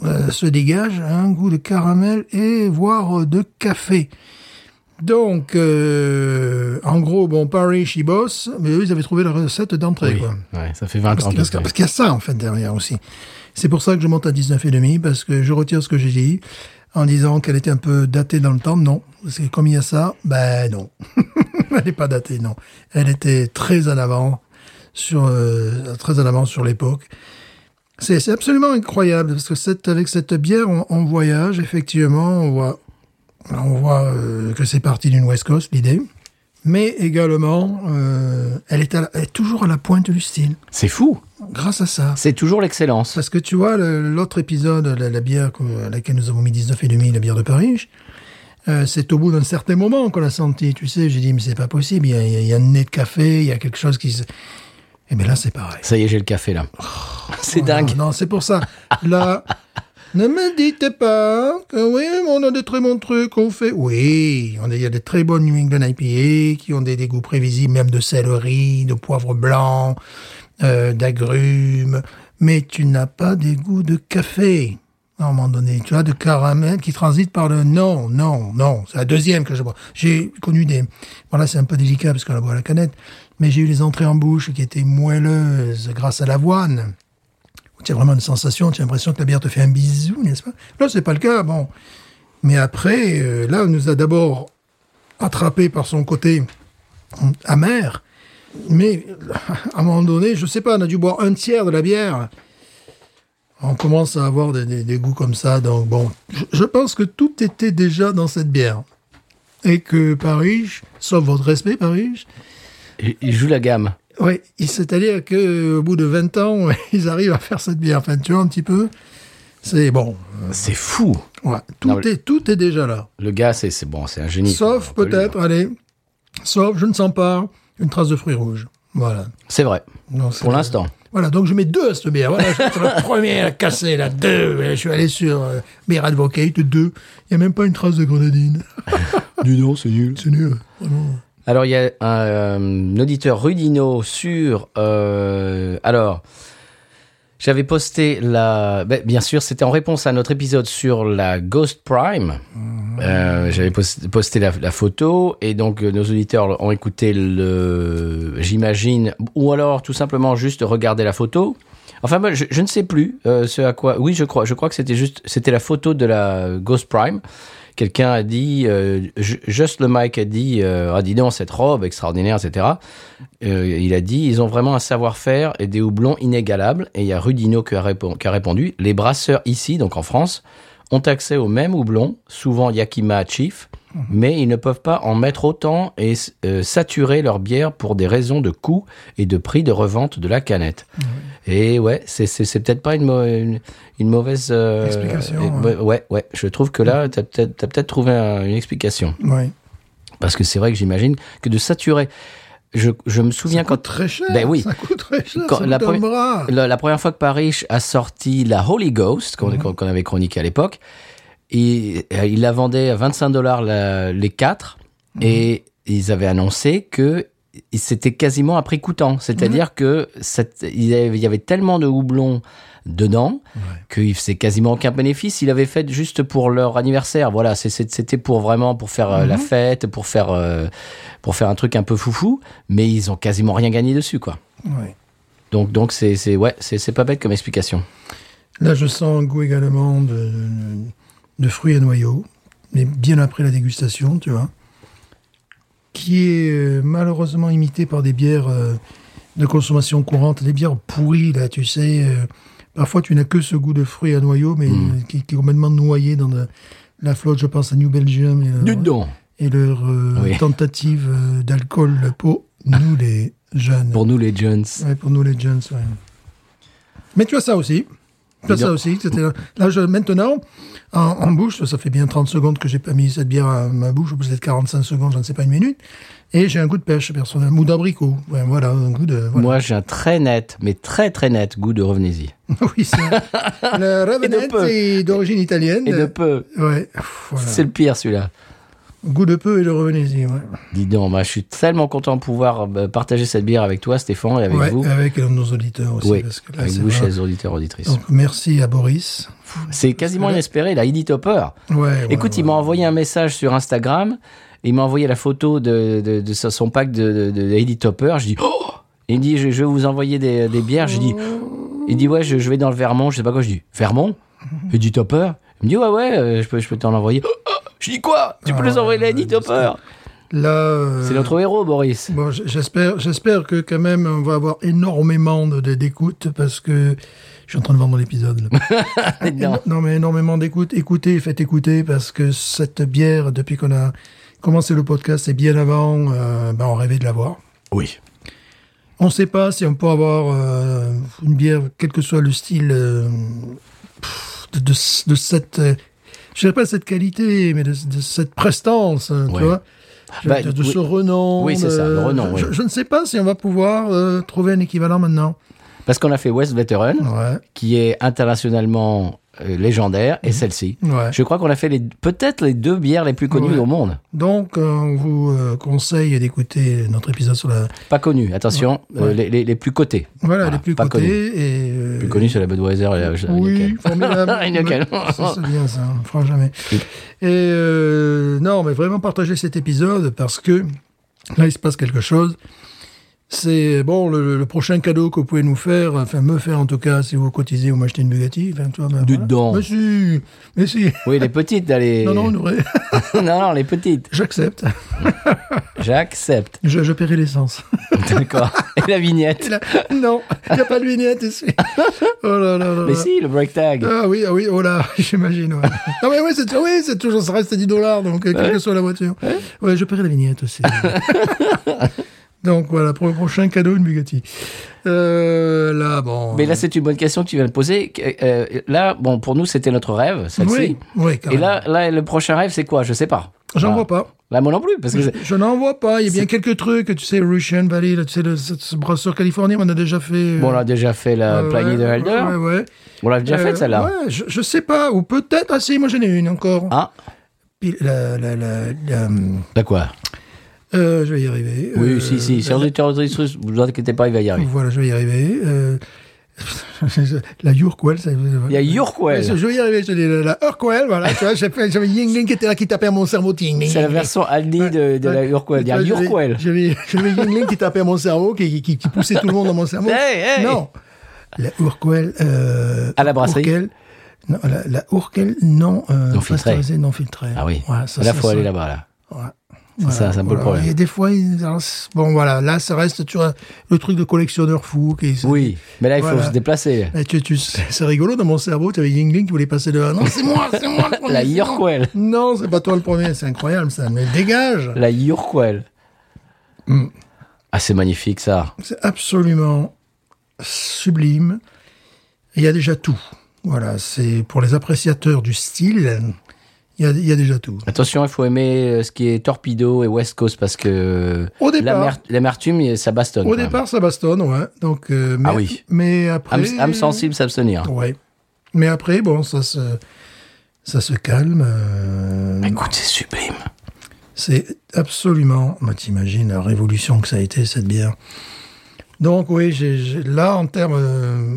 C: euh, se dégage un goût de caramel et voire euh, de café. Donc, euh, en gros, bon, Paris, ils bossent, mais eux, ils avaient trouvé la recette d'entrée.
B: Oui.
C: quoi.
B: Ouais, ça fait 20 ans
C: Parce,
B: que
C: parce- parce qu'il y a ça, en fait, derrière aussi. C'est pour ça que je monte à 19,5, parce que je retire ce que j'ai dit en disant qu'elle était un peu datée dans le temps. Non. Parce que comme il y a ça, ben non. *laughs* Elle n'est pas datée, non. Elle était très en avant sur, euh, très en avant sur l'époque. C'est c'est absolument incroyable, parce que cette, avec cette bière, on, on voyage, effectivement, on voit, on voit euh, que c'est parti d'une West Coast, l'idée. Mais également, euh, elle, est à la- elle est toujours à la pointe du style
B: C'est fou.
C: grâce à ça.
B: C'est toujours l'excellence.
C: Parce que tu vois, le- l'autre épisode, la, la bière qu'on- à laquelle nous avons mis 19 et demi, la bière de Paris, euh, c'est au bout d'un certain moment qu'on l'a senti. Tu sais, j'ai dit, mais c'est pas possible, il y, a, il y a- il y a un nez de café, il y a quelque chose qui se... Et bien là, c'est pareil.
B: Ça y est, j'ai le café là. C'est
C: Oh,
B: dingue.
C: Non, non, c'est pour ça. Là, ne me dites pas que oui, on a des très bons trucs qu'on fait. Oui, on a, il y a des très bonnes New England IPA qui ont des, des goûts prévisibles, même de céleri, de poivre blanc, euh, d'agrumes. Mais tu n'as pas des goûts de café. À un moment donné, tu as de caramel qui transite par le non, non, non. C'est la deuxième que je bois. J'ai connu des. Voilà, c'est un peu délicat parce qu'on la boit à la canette. Mais j'ai eu les entrées en bouche qui étaient moelleuses grâce à l'avoine tu as vraiment une sensation, tu as l'impression que la bière te fait un bisou, n'est-ce pas Là, c'est pas le cas, bon. Mais après, euh, là, on nous a d'abord attrapé par son côté hum, amer, mais *laughs* à un moment donné, je sais pas, on a dû boire un tiers de la bière. On commence à avoir des, des- des goûts comme ça, donc bon, je, je pense que tout était déjà dans cette bière. Et que Paris, sauf votre respect, Paris,
B: Il il joue la gamme.
C: oui, et c'est-à-dire que euh, au bout de 20 ans, *laughs* ils arrivent à faire cette bière. Enfin, tu vois un petit peu. C'est bon.
B: C'est fou.
C: Ouais, tout,
B: Non, mais-
C: est, tout est déjà là.
B: Le gars, c'est c'est bon, c'est un génie.
C: Sauf
B: On peut le dire.
C: peut-être, allez, sauf, je ne sens pas, une trace de fruits rouges. Voilà.
B: C'est vrai.
C: Non, c'est-
B: Pour l'instant.
C: Voilà, donc je mets deux à cette bière. Voilà, je suis
B: *laughs*
C: la première à casser, la deux. Et Je suis allé sur euh, Beer Advocate, deux. Il n'y a même pas une trace de grenadine.
B: Du non, c'est nul.
C: C'est nul. Vraiment.
B: Alors, il y a un, euh, un auditeur Rudino sur. euh, alors, j'avais posté la. ben, bien sûr, c'était en réponse à notre épisode sur la Ghost Prime. Euh, j'avais pos- posté la, la photo et donc euh, nos auditeurs ont écouté le. J'imagine. Ou alors, tout simplement, juste regarder la photo. Enfin, moi, je, je ne sais plus euh, ce à quoi. Oui, je crois. Je crois que c'était juste. C'était la photo de la Ghost Prime. Quelqu'un a dit, euh, ju- juste le Mike a dit, euh, ah dis donc cette robe extraordinaire, etc. Euh, il a dit, ils ont vraiment un savoir-faire et des houblons inégalables. Et il y a Rudino qui a, répon- qui a répondu, les brasseurs ici, donc en France, ont accès aux mêmes houblons, souvent Yakima Chief, mais ils ne peuvent pas en mettre autant et s- euh, saturer leur bière pour des raisons de coût et de prix de revente de la canette. Et ouais, c'est- c'est c'est peut-être pas une, mau- une, une mauvaise euh,
C: Explication,
B: euh,
C: ouais.
B: Ouais, ouais, je trouve que là, tu as peut-être peut trouvé un- une explication.
C: Ouais.
B: Parce que c'est vrai que j'imagine que de saturer. Je, je me souviens
C: Coûte
B: quand.
C: très cher.
B: Ben oui.
C: Ça coûte très cher.
B: Quand
C: ça
B: la
C: coûte un
B: première-
C: bras.
B: La, la première fois que Paris a sorti la Holy Ghost, qu'on qu'on avait chroniqué à l'époque, il, euh, il la vendait à 25 dollars les quatre. Et ils avaient annoncé que c'était quasiment après coûtant. C'est-à-dire que cette- il y avait- il y avait tellement de houblon dedans qu'il faisait quasiment aucun bénéfice. Il avait fait juste pour leur anniversaire. Voilà, c'est- c'est- c'était pour vraiment pour faire euh, la fête, pour faire euh, pour faire un truc un peu foufou. Mais ils ont quasiment rien gagné dessus, quoi.
C: Ouais.
B: Donc donc c'est c'est ouais c'est c'est pas bête comme explication.
C: Là, je sens un goût également de, de fruits à noyaux, mais bien après la dégustation, tu vois, qui est euh, malheureusement imité par des bières euh, de consommation courante, des bières pourries, là, tu sais. euh, parfois, tu n'as que ce goût de fruits à noyaux, mais euh, qui, qui est complètement noyé dans de- la flotte, je pense à New Belgium et, leur-
B: don.
C: et leur euh,
B: Oui.
C: tentative euh, d'alcool pour nous, les jeunes.
B: Pour nous les Jones.
C: Ouais, pour nous les jeunes, ouais. Mais tu as ça aussi. Tu as
B: Mais
C: ça
B: non.
C: aussi. C'était là, Là, je, maintenant, en, en bouche, ça fait bien 30 secondes que j'ai pas mis cette bière à ma bouche, ou peut-être 45 secondes, je ne sais pas, une minute. Et j'ai un goût de pêche, personnel, ou d'abricot. Ouais, voilà, un goût de... Voilà.
B: Moi j'ai un très net mais très très net goût de revenez-y
C: *laughs* oui, c'est...
B: *laughs*
C: Le Revenant
B: peu.
C: est d'origine italienne.
B: et de peu.
C: Ouais, pff, voilà.
B: C'est le pire celui-là.
C: Goût de peu et le revenez-y, ouais.
B: Dis donc, moi, je suis tellement content de pouvoir euh, partager cette bière avec toi, Stéphane, et avec
C: Ouais,
B: vous.
C: avec nos auditeurs aussi.
B: Oui,
C: parce que là,
B: avec
C: c'est
B: vous,
C: vraiment-
B: chers auditeurs, auditrices.
C: Donc, merci à Boris.
B: C'est quasiment
C: là-
B: inespéré, là, il dit topper.
C: Ouais, ouais,
B: Écoute, il
C: ouais.
B: m'a envoyé un message sur Instagram. Il m'a envoyé la photo de, de- de son- son pack de, de, de Heidi Topper. Je dis, oh Il me dit, je, je vais vous envoyer des, des bières. J'ai dit, il dit, ouais, je, je vais dans le Vermont. Je sais pas quoi. Je dis, Vermont Heidi Topper Il me dit, ouais, ouais, euh, je peux, je peux t'en envoyer. Oh, oh Je dis, quoi Tu peux
C: Ah,
B: les envoyer, les
C: ouais,
B: Heidi Topper
C: Là, euh,
B: C'est notre héros,
C: *laughs*
B: Boris.
C: Bon, j- j'espère, j'espère que quand même on va avoir énormément de- de- d'écoutes parce que je suis en train de vendre l'épisode. là.
B: Non.
C: non, mais énormément d'écoutes. Écoutez, faites écouter parce que cette bière, depuis qu'on a commencé le podcast et bien avant, euh, ben, on rêvait de l'avoir.
B: Oui.
C: On ne sait pas si on peut avoir euh, une bière, quel que soit le style euh, pff, de, de, de cette, euh, je dirais pas cette qualité, mais de, de cette prestance, hein,
B: Ouais.
C: tu vois, Je-
B: Bah,
C: de, de
B: oui.
C: ce renom.
B: Oui, c'est ça, le
C: de-
B: renom,
C: Je,
B: oui.
C: je ne sais pas si on va pouvoir euh, trouver un équivalent maintenant.
B: Parce qu'on a fait West Veteran,
C: Ouais,
B: qui est internationalement euh, légendaire,
C: Mhm.
B: et celle-ci.
C: ouais.
B: Je crois qu'on a fait les- peut-être les deux bières les plus connues
C: Ouais.
B: au monde.
C: Donc, euh, on vous euh, conseille d'écouter notre épisode sur la.
B: Pas connues, attention, euh, les, les- les plus cotées.
C: Voilà,
B: Voilà,
C: les plus
B: pas
C: cotées.
B: connues.
C: Et, euh,
B: plus connues, c'est la Budweiser et la la
C: Oui,
B: Heineken. *laughs*
C: formidable.
B: Heineken.
C: Ça, c'est bien, ça. On fera jamais.
B: Oui.
C: Et euh, non, mais vraiment partager cet épisode parce que là, il se passe quelque chose. C'est bon, le, le prochain cadeau que vous pouvez nous faire, enfin me faire en tout cas, si vous cotisez ou m'achetez une Bugatti. Enfin, tu vois, ben, voilà.
B: Dedans.
C: Mais si, mais si.
B: Oui, les petites, là, les...
C: Non, non, une vraie. *laughs*
B: *laughs* non, non, les petites.
C: J'accepte. *laughs*
B: J'accepte.
C: Je, je paierai l'essence. *laughs*
B: D'accord. Et la vignette.
C: Et là, non, il n'y a pas de vignette ici. *laughs* Oh là là là.
B: Mais
C: là.
B: si, le break tag.
C: Ah oui, ah oui, oh là, *laughs* j'imagine. Ouais. non mais oui, c'est ah oui, c'est toujours ça reste à 10 dollars, donc euh, quelle que soit la voiture. Ouais, je paierai la vignette
B: *laughs*
C: aussi. donc voilà, pour le prochain cadeau, une Bugatti. Euh, là, bon.
B: Mais là, c'est une bonne question que tu viens de poser. Euh, euh, là, bon, pour nous, c'était notre rêve, celle-ci.
C: oui, oui, quand
B: Et
C: même.
B: là, ah. là, le prochain rêve, c'est quoi Je sais pas.
C: j'en
B: Voilà.
C: vois pas. Euh.
B: Là, moi non plus, parce que
C: Je,
B: c'est-
C: je n'en vois pas. Il y a bien quelques trucs, tu sais, Russian Valley, là, tu sais, le, ce, ce brasseur californien, on a déjà fait. euh,
B: Bon, on a déjà fait la
C: euh,
B: Pliny
C: ouais,
B: de Helder.
C: Ouais, ouais.
B: On l'a déjà
C: Euh,
B: faite, celle-là.
C: Ouais, je, je sais pas, ou peut-être. Ah si, moi j'en ai une encore.
B: Ah,
C: Puis la- la- la- la,
B: bah quoi
C: Euh, je vais y arriver.
B: Oui,
C: Euh,
B: si, si. Chers auditeurs, auditrices, vous inquiétez pas, il va y arriver.
C: Voilà, je vais y arriver. Euh, *laughs* la Yurkwell, ça.
B: Il y a Yorkwell.
C: Je vais y arriver, je dis la, la Urquell, voilà, tu vois, j'ai fait- j'avais Ying Ling qui était là, qui tapait à mon cerveau, ting, ting,
B: C'est la
C: ting.
B: version Aldi de, de la
C: Ouais.
B: Yorkwell. Il y a
C: Tu vois, j'avais-
B: Yorkwell.
C: J'avais j'avais Ying Ling qui tapait à mon cerveau, qui, qui- qui- qui poussait tout le monde dans mon cerveau.
B: *laughs* Hey, hey.
C: Non, la Urquell. euh,
B: À la brasserie.
C: Urquell. non, la, la Urquell non, euh,
B: Non filtrée.
C: pasteurisée, non filtrée.
B: Ah oui.
C: Ouais, ça,
B: là,
C: ça,
B: faut
C: ça.
B: aller là-bas, là.
C: Voilà.
B: ça, c'est un peu le problème.
C: Et des fois, ils- alors, c'est- bon voilà, là ça reste tu vois, le truc de collectionneur fou. Qui,
B: Oui. Mais là, il faut
C: Voilà.
B: se déplacer.
C: Et tu, tu- c'est rigolo dans mon cerveau, tu avais Yingling qui voulait passer devant. Non, c'est moi, c'est moi
B: *laughs*
C: le premier.
B: La
C: c'est moi.
B: Yorkwell.
C: Non, c'est pas toi le premier, c'est incroyable ça, mais dégage.
B: La Yorkwell.
C: Mm.
B: Ah, c'est magnifique, ça.
C: C'est absolument sublime. Il y a déjà tout. Voilà, c'est pour les appréciateurs du style, il y a, il y a déjà tout.
B: Attention, il faut aimer euh, ce qui est Torpedo et West Coast parce que
C: Au départ.
B: l'amer- l'amertume, ça bastonne.
C: Au
B: quand même.
C: départ, ça bastonne, ouais. Donc, euh, mais,
B: Ah oui.
C: Mais après.
B: Âme, âme sensible, s'abstenir.
C: Ouais. Mais après, bon, ça se, ça se calme. euh,
B: Écoute, c'est sublime.
C: C'est absolument, bah, t'imagines la révolution que ça a été cette bière. Donc oui, j'ai- j'ai- là en termes euh,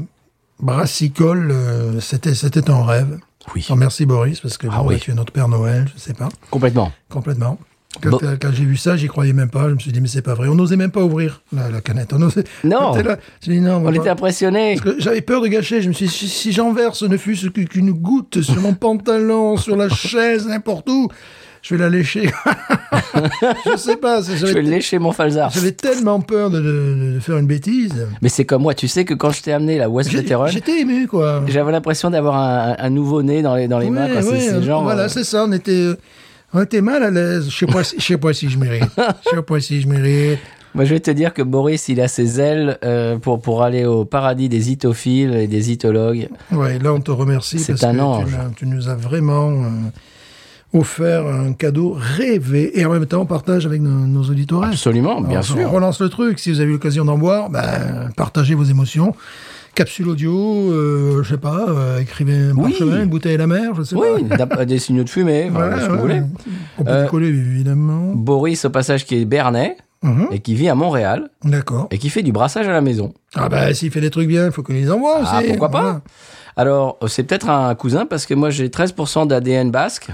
C: brassicole, euh, c'était c'était un rêve.
B: Oui.
C: Alors, merci Boris parce que
B: Ah
C: bon,
B: oui.
C: bah, tu es notre Père Noël, je sais pas,
B: Complètement.
C: complètement. Quand,
B: Bon.
C: euh, quand j'ai vu ça, j'y croyais même pas. Je me suis dit mais c'est pas vrai. On n'osait même pas ouvrir la, la canette. On osait.
B: Non.
C: on était là. J'ai dit non.
B: On
C: va
B: était
C: pas.
B: impressionnés.
C: Parce que j'avais peur de gâcher. Je me suis dit, si, si j'en verse ne fût-ce que- qu'une goutte sur mon pantalon, *laughs* sur la chaise, n'importe où, je vais la lécher. *laughs* je sais pas. c'est-
B: Je vais
C: J'avais
B: lécher mon falzar.
C: j'avais tellement peur de, de- de faire une bêtise.
B: Mais c'est comme moi, tu sais que quand je t'ai amené la West
C: J'ai-
B: Veteran,
C: J'étais ému, quoi.
B: j'avais l'impression d'avoir un, un nouveau-né dans les, dans les mains.
C: Ouais,
B: quoi. C'est-
C: ouais,
B: c'est genre,
C: voilà,
B: euh,
C: c'est ça. On était, euh, on était mal à l'aise. Je sais pas, si- je sais pas si je
B: *laughs*
C: mérite. Je sais pas si je mérite.
B: Moi, je vais te dire que Boris, il a ses ailes euh, pour, pour aller au paradis des itophiles et des itologues.
C: Ouais, là, on te remercie
B: C'est
C: parce
B: un
C: que tu
B: ange.
C: n'as- Tu, nous as vraiment euh, offert un cadeau rêvé et en même temps, on partage avec nos, nos auditeurs.
B: Absolument, bien
C: Alors, On
B: sûr.
C: relance le truc. Si vous avez eu l'occasion d'en boire, ben, partagez vos émotions. Capsule audio, euh, je sais pas, euh, écrivez un
B: Oui.
C: parchemin, une bouteille à la mer, je sais pas.
B: Oui, d'ab- des signaux de fumée, enfin,
C: Voilà,
B: ce que vous
C: ouais.
B: voulez.
C: On peut
B: Euh,
C: décoller, évidemment.
B: Boris, au passage, qui est Bernay
C: Mhm.
B: et qui vit à Montréal
C: D'accord.
B: et qui fait du brassage à la maison.
C: Ah ben, s'il fait des trucs bien, il faut qu'on les envoie aussi.
B: Ah, pourquoi pas
C: Voilà.
B: Alors, c'est peut-être un cousin parce que moi, j'ai 13% d'ADN
C: *laughs*
B: basque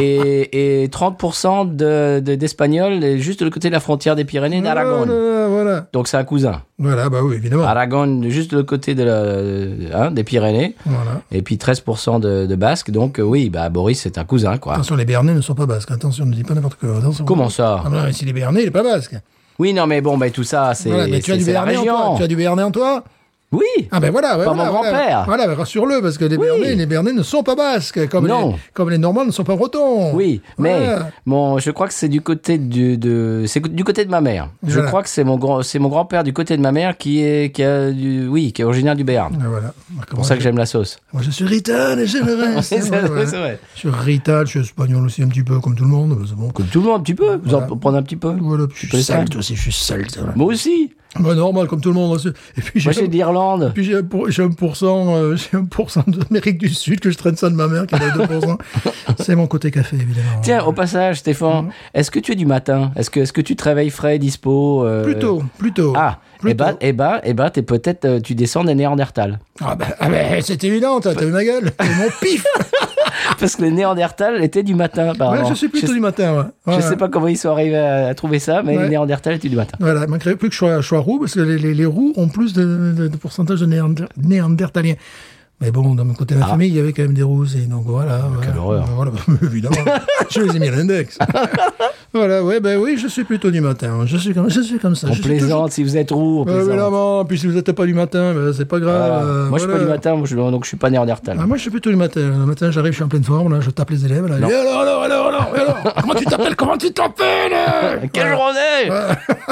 B: et, et 30% de- de- d'espagnol et juste de l'autre côté de la frontière des Pyrénées d'Aragon.
C: Voilà, voilà.
B: Donc, c'est un cousin.
C: Voilà, bah oui, évidemment.
B: Aragon, juste de l'autre côté de la- hein, des Pyrénées.
C: Voilà.
B: Et puis 13% de, de Basques. Donc euh, oui, bah, Boris, c'est un cousin, quoi.
C: Attention, les Béarnais ne sont pas basques. Attention, ne dis pas n'importe quoi. Attention.
B: Comment ça
C: Ah ben, non, si les Béarnais, il est pas basque.
B: Oui, non, mais bon, bah, tout ça, c'est
C: Voilà, mais tu as
B: c'est-
C: du
B: c'est la
C: Béarnais en toi.
B: région.
C: Tu as du Béarnais en toi
B: Oui
C: Ah ben voilà, ouais,
B: Pas
C: voilà,
B: mon
C: voilà.
B: grand-père.
C: Voilà, mais rassure-le, parce que les, Béarnais, les Béarnais ne sont pas basques, comme,
B: Non.
C: Les, comme les Normands ne sont pas bretons.
B: oui, mais
C: Voilà.
B: bon, je crois que c'est du côté du, de c'est du côté de ma mère. Je
C: Voilà.
B: crois que c'est mon grand c'est mon grand père du côté de ma mère qui est qui a du, oui qui est originaire du Béarn.
C: Ah, voilà.
B: C'est pour ça que j'aime la sauce.
C: Moi, je suis rital et j'ai
B: *laughs*
C: le reste.
B: C'est
C: Ouais, ouais.
B: vrai.
C: Je suis rital, je suis espagnol aussi, un petit peu, comme tout le monde. mais C'est bon.
B: Comme tout le monde un petit peu. Vous en prenez un petit peu.
C: Voilà, puis je
B: peux
C: suis
B: ça.
C: celte aussi, je suis celte. voilà.
B: Moi aussi.
C: Bah, normal, comme tout le monde. aussi. Et puis,
B: Moi j'ai
C: j'ai
B: d'Irlande.
C: puis j'ai un pour- j'ai un pourcent, euh, *laughs* j'ai un pourcent d'Amérique du Sud que je traîne ça de ma mère qui
B: *laughs*
C: a 2%. C'est mon côté café, évidemment.
B: Tiens, au passage, Stéphane,
C: Mhm.
B: est-ce que tu es du matin Est-ce que est-ce que tu te réveilles frais, dispo euh,
C: Plutôt, plutôt.
B: Ah, eh
C: plutôt.
B: ben, eh ben, eh ben, t'es peut-être, euh, tu descends des Néandertals.
C: Ah bah, ah bah, c'est évident, t'as t'as vu ma gueule C'est mon pif
B: *laughs* Parce que les Néandertals étaient du matin,
C: ouais,
B: apparemment.
C: Je suis plutôt
B: je,
C: du matin, ouais.
B: je
C: Ouais.
B: sais pas comment ils sont arrivés à, à trouver ça, mais
C: Ouais.
B: les Néandertals étaient du matin.
C: Voilà, il manquerait plus que je sois, je sois roux, parce que les, les- les roux ont plus de, de- de pourcentage de néander- néandertaliens. Mais bon, dans mon côté de ma famille, il y avait quand même des roux, et donc voilà.
B: Ah. quelle
C: voilà.
B: horreur.
C: Voilà, *laughs* évidemment, je les ai mis
B: *laughs*
C: à l'index. voilà, ouais, ben oui, je suis plutôt du matin, je suis comme, je suis comme ça.
B: On
C: je suis toujours-
B: plaisante, si vous êtes roux, on
C: Ouais,
B: plaisante.
C: évidemment, puis si vous n'êtes pas du matin, ben, c'est pas grave.
B: Voilà.
C: euh,
B: moi, je suis pas
C: voilà.
B: du matin, moi, je- donc je suis pas Néandertal.
C: Ah, moi, je suis plutôt le matin. Le matin, j'arrive, je suis en pleine forme, là, je tape les élèves. Là, Et alors, alors, alors, alors, et alors Comment tu t'appelles Comment tu
B: *laughs*
C: t'appelles euh
B: Quelle journée *laughs*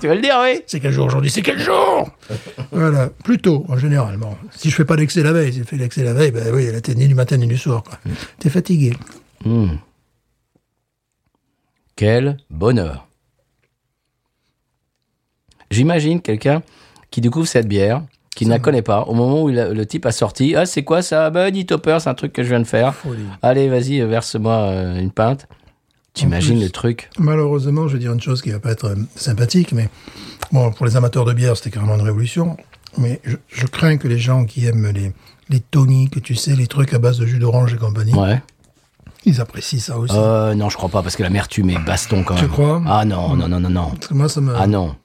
B: Tu vas le dire, oui
C: C'est quel jour aujourd'hui C'est quel jour Voilà, plutôt, en général. Bon, si je fais pas l'excès la veille, si je fais l'excès la veille, ben oui, là, t'es ni du matin ni du soir, quoi.
B: Mm.
C: T'es fatigué.
B: Quel bonheur J'imagine quelqu'un qui découvre cette bière, qui ne la connaît pas, au moment où le, le type a sorti Ah, c'est quoi ça Bah, dit Topper, c'est un truc que je viens de faire.
C: Folie.
B: Allez, vas-y, verse-moi euh, une pinte. T'imagines
C: plus.
B: le truc
C: Malheureusement, je vais dire une chose qui va pas être euh, sympathique, mais bon, pour les amateurs de bière, c'était carrément une révolution. Mais je, je crains que les gens qui aiment les, les toniques, tu sais, les trucs à base de jus d'orange et compagnie,
B: Ouais.
C: ils apprécient ça aussi.
B: Euh, non, je crois pas, parce que l'amertume est baston quand même.
C: Tu crois
B: Ah non, non, non, non, non.
C: Parce que moi, ça me.
B: Ah non.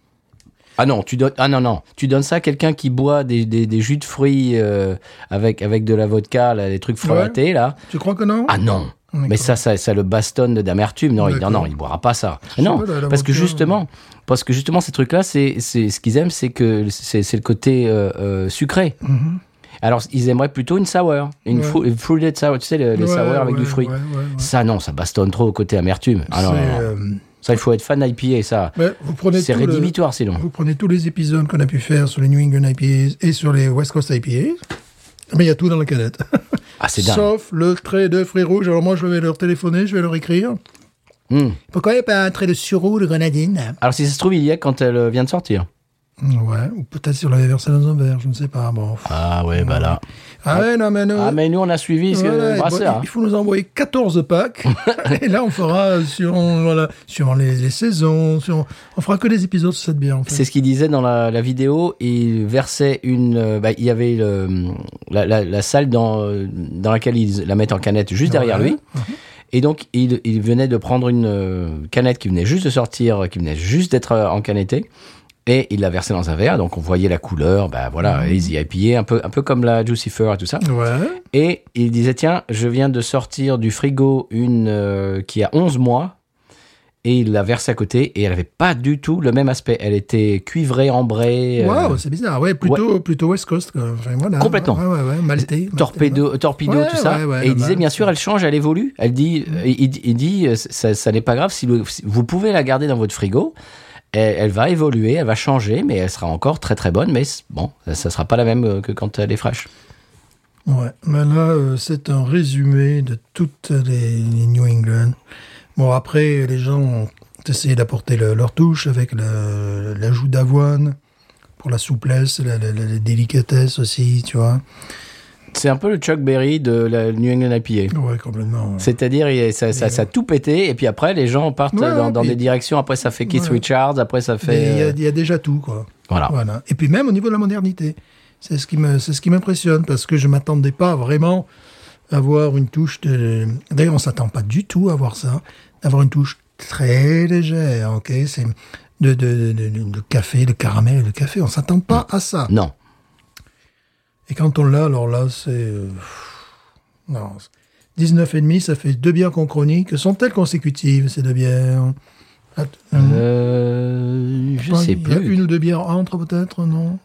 B: Ah non, tu donnes, ah non, non. Tu donnes ça à quelqu'un qui boit des, des- des jus de fruits euh, avec, avec de la vodka, là, les trucs frelatés, là.
C: Tu crois que non
B: Ah non. Mais ça, ça, ça le bastonne de- d'amertume. Non, il, non,
C: D'accord.
B: non, il boira pas ça. Non,
C: pas, la- la
B: parce que
C: vodka,
B: justement,
C: hein.
B: parce que justement, ces trucs-là, c'est, c'est- ce qu'ils aiment, c'est que c'est, c'est le côté euh, euh, sucré. Alors, ils aimeraient plutôt une sour, une,
C: Mhm. Ouais.
B: fru- une fruited sour, tu sais, le- les
C: Ouais,
B: sour avec
C: ouais,
B: du fruit.
C: ouais, ouais, ouais.
B: Ça, non, ça bastonne trop au côté amertume. Ah non,
C: C'est,
B: non, non.
C: euh,
B: Ça, il faut être fan IPA, ça.
C: ben, vous prenez
B: c'est
C: tout le-
B: rédhibitoire, sinon.
C: Vous prenez tous les épisodes qu'on a pu faire sur les New England IPAs et sur les West Coast IPAs. Mais il y a tout dans la canette.
B: Ah, c'est dingue.
C: Sauf le trait de fruits rouges. Alors moi, je vais leur téléphoner, je vais leur écrire.
B: Hmm.
C: Pourquoi il n'y a pas un trait de sureau de grenadine
B: Alors, si ça se trouve, il y a quand elle euh, vient de sortir.
C: Ouais, ou peut-être si on l'avait versé dans un verre, je ne sais pas. Bon.
B: Ah ouais, bah là.
C: Ah ouais, non, mais nous.
B: Ah, mais nous, on a suivi ce que bah,
C: voilà,
B: le
C: il faut-
B: brasseur.
C: il faut nous envoyer 14
B: *laughs*
C: packs. et là, on fera sur, voilà, sur les, les saisons. Sur, on fera que des épisodes sur cette bière, en fait.
B: C'est ce qu'il disait dans la, la vidéo. Il versait une. euh, bah, il y avait le- la, la- la salle dans, euh, dans laquelle ils la mettent en canette juste derrière
C: Ouais.
B: lui. Et donc, il, il venait de prendre une euh, canette qui venait juste de sortir, euh, qui venait juste d'être euh, encanettée. Et il l'a versée dans un verre. Donc, on voyait la couleur. Bah voilà,
C: Mmh.
B: easy IPA, un peu, un peu comme la Juicy Fur et tout ça.
C: Ouais.
B: Et il disait Tiens, je viens de sortir du frigo une euh, qui a 11 mois. Et il la verse à côté et elle n'avait pas du tout le même aspect. Elle était cuivrée, ambrée. euh,
C: Waouh, c'est bizarre. Ouais, plutôt, plutôt West Coast. quoi. Enfin, voilà.
B: Complètement.
C: Ouais, ouais, ouais, Maltais. Maltais,
B: Torpedo, torpedo
C: Ouais,
B: tout ça.
C: ouais, ouais, Mm.
B: et il
C: là-bas.
B: disait, bien sûr, elle change, elle évolue. Elle dit, il, il- il dit, euh, ça, ça n'est pas grave, si, le- si- vous pouvez la garder dans votre frigo. Elle, elle va évoluer, elle va changer, mais elle sera encore très très bonne. Mais c- bon, ça ne sera pas la même euh, que quand elle est fraîche.
C: Ouais, mais là, euh, c'est un résumé de toutes les, les New England. Bon, après, les gens ont essayé d'apporter le- leur touche avec le- l'ajout d'avoine pour la souplesse, la, la- la- la délicatesse aussi, tu vois.
B: C'est un peu le Chuck Berry de la New England IPA.
C: Ouais, complètement. ouais.
B: C'est-à-dire, il- ça, ça, ça a tout pété, et puis après, les gens partent
C: Ouais,
B: dans, dans
C: puis-
B: des directions. Après, ça fait Keith
C: Ouais.
B: Richards, après, ça fait.
C: Mais Il y, a-
B: euh,
C: il y a déjà tout, quoi.
B: Voilà.
C: Voilà. Et puis même au niveau de la modernité, c'est ce qui me, c'est ce qui m'impressionne parce que je m'attendais pas vraiment à avoir une touche de. D'ailleurs, on s'attend pas du tout à voir ça, d'avoir une touche très légère. Ok, c'est de, de, de, de- de café, de caramel, de café. On s'attend pas à ça.
B: Non.
C: Et quand on l'a, alors là, c'est euh, pff, non. 19 et demi, ça fait deux bières qu'on chronique. Sont-elles consécutives ces deux bières Att-
B: Euh, je
C: Pas-
B: sais
C: il y a
B: plus.
C: une ou deux bières entre peut-être, non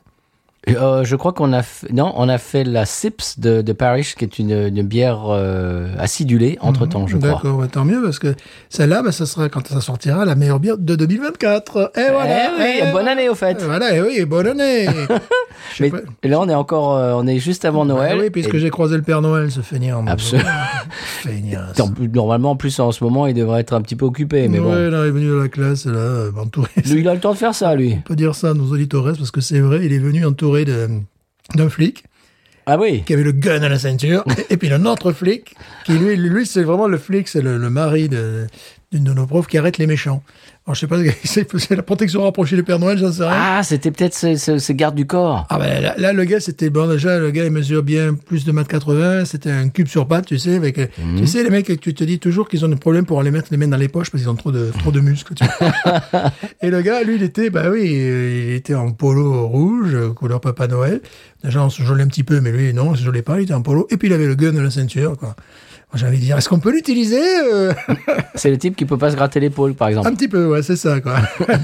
B: Euh, je crois qu'on a fait, non, on a fait la Sips de, de Parrish, qui est une, une bière euh, acidulée entre temps, je crois.
C: Mhm. D'accord, bah, tant mieux, parce que celle-là, bah, ça sera, quand ça sortira, la meilleure bière de 2024. Et voilà.
B: Eh oui,
C: eh
B: bonne année au fait.
C: Eh Voilà, et oui, et bonne
B: *laughs*
C: année. Je sais
B: Mais
C: pas.
B: là, on est encore, euh, on est juste avant Noël.
C: Ah oui, puisque
B: Et
C: j'ai croisé le Père Noël, ce feignant. mon
B: Absolument. *laughs*
C: Dieu. Feignasse.
B: en plus- Normalement, en plus en ce moment, il devrait être un petit peu occupé, mais bon,
C: Ouais, là, il est venu de la classe, là, euh, entouré. *laughs*
B: lui, il a le temps de faire ça, lui.
C: On peut dire ça à nos auditeurs, parce que c'est vrai, il est venu entouré de- d'un flic
B: Ah oui.
C: qui avait le gun à la ceinture, et, et puis d'un autre flic, qui lui, lui c'est vraiment le flic, c'est le, le mari de- d'une de, nos profs qui arrête les méchants. Alors, je sais pas, *laughs* c'est c'est la protection rapprochée du Père Noël, j'en sais rien.
B: Ah, c'était peut-être ces, ces- ces gardes du corps.
C: Ah ben là, là, le gars c'était bon déjà le gars il mesure bien plus de 1m80 c'était un cube sur pattes tu sais avec euh, tu sais les mecs que tu te dis toujours qu'ils ont des problèmes pour aller mettre les mains dans les poches parce qu'ils ont trop de trop de muscles tu vois. et le gars lui il était bah oui euh, il était en polo rouge euh, couleur Papa Noël déjà on se gelait un petit peu mais lui non il se gelait pas il était en polo et puis il avait le gun de la ceinture quoi j'ai envie de dire, est-ce qu'on peut l'utiliser euh,
B: C'est le type qui peut pas se gratter l'épaule, par exemple.
C: Un petit peu, ouais, c'est
B: *laughs*
C: ça, quoi.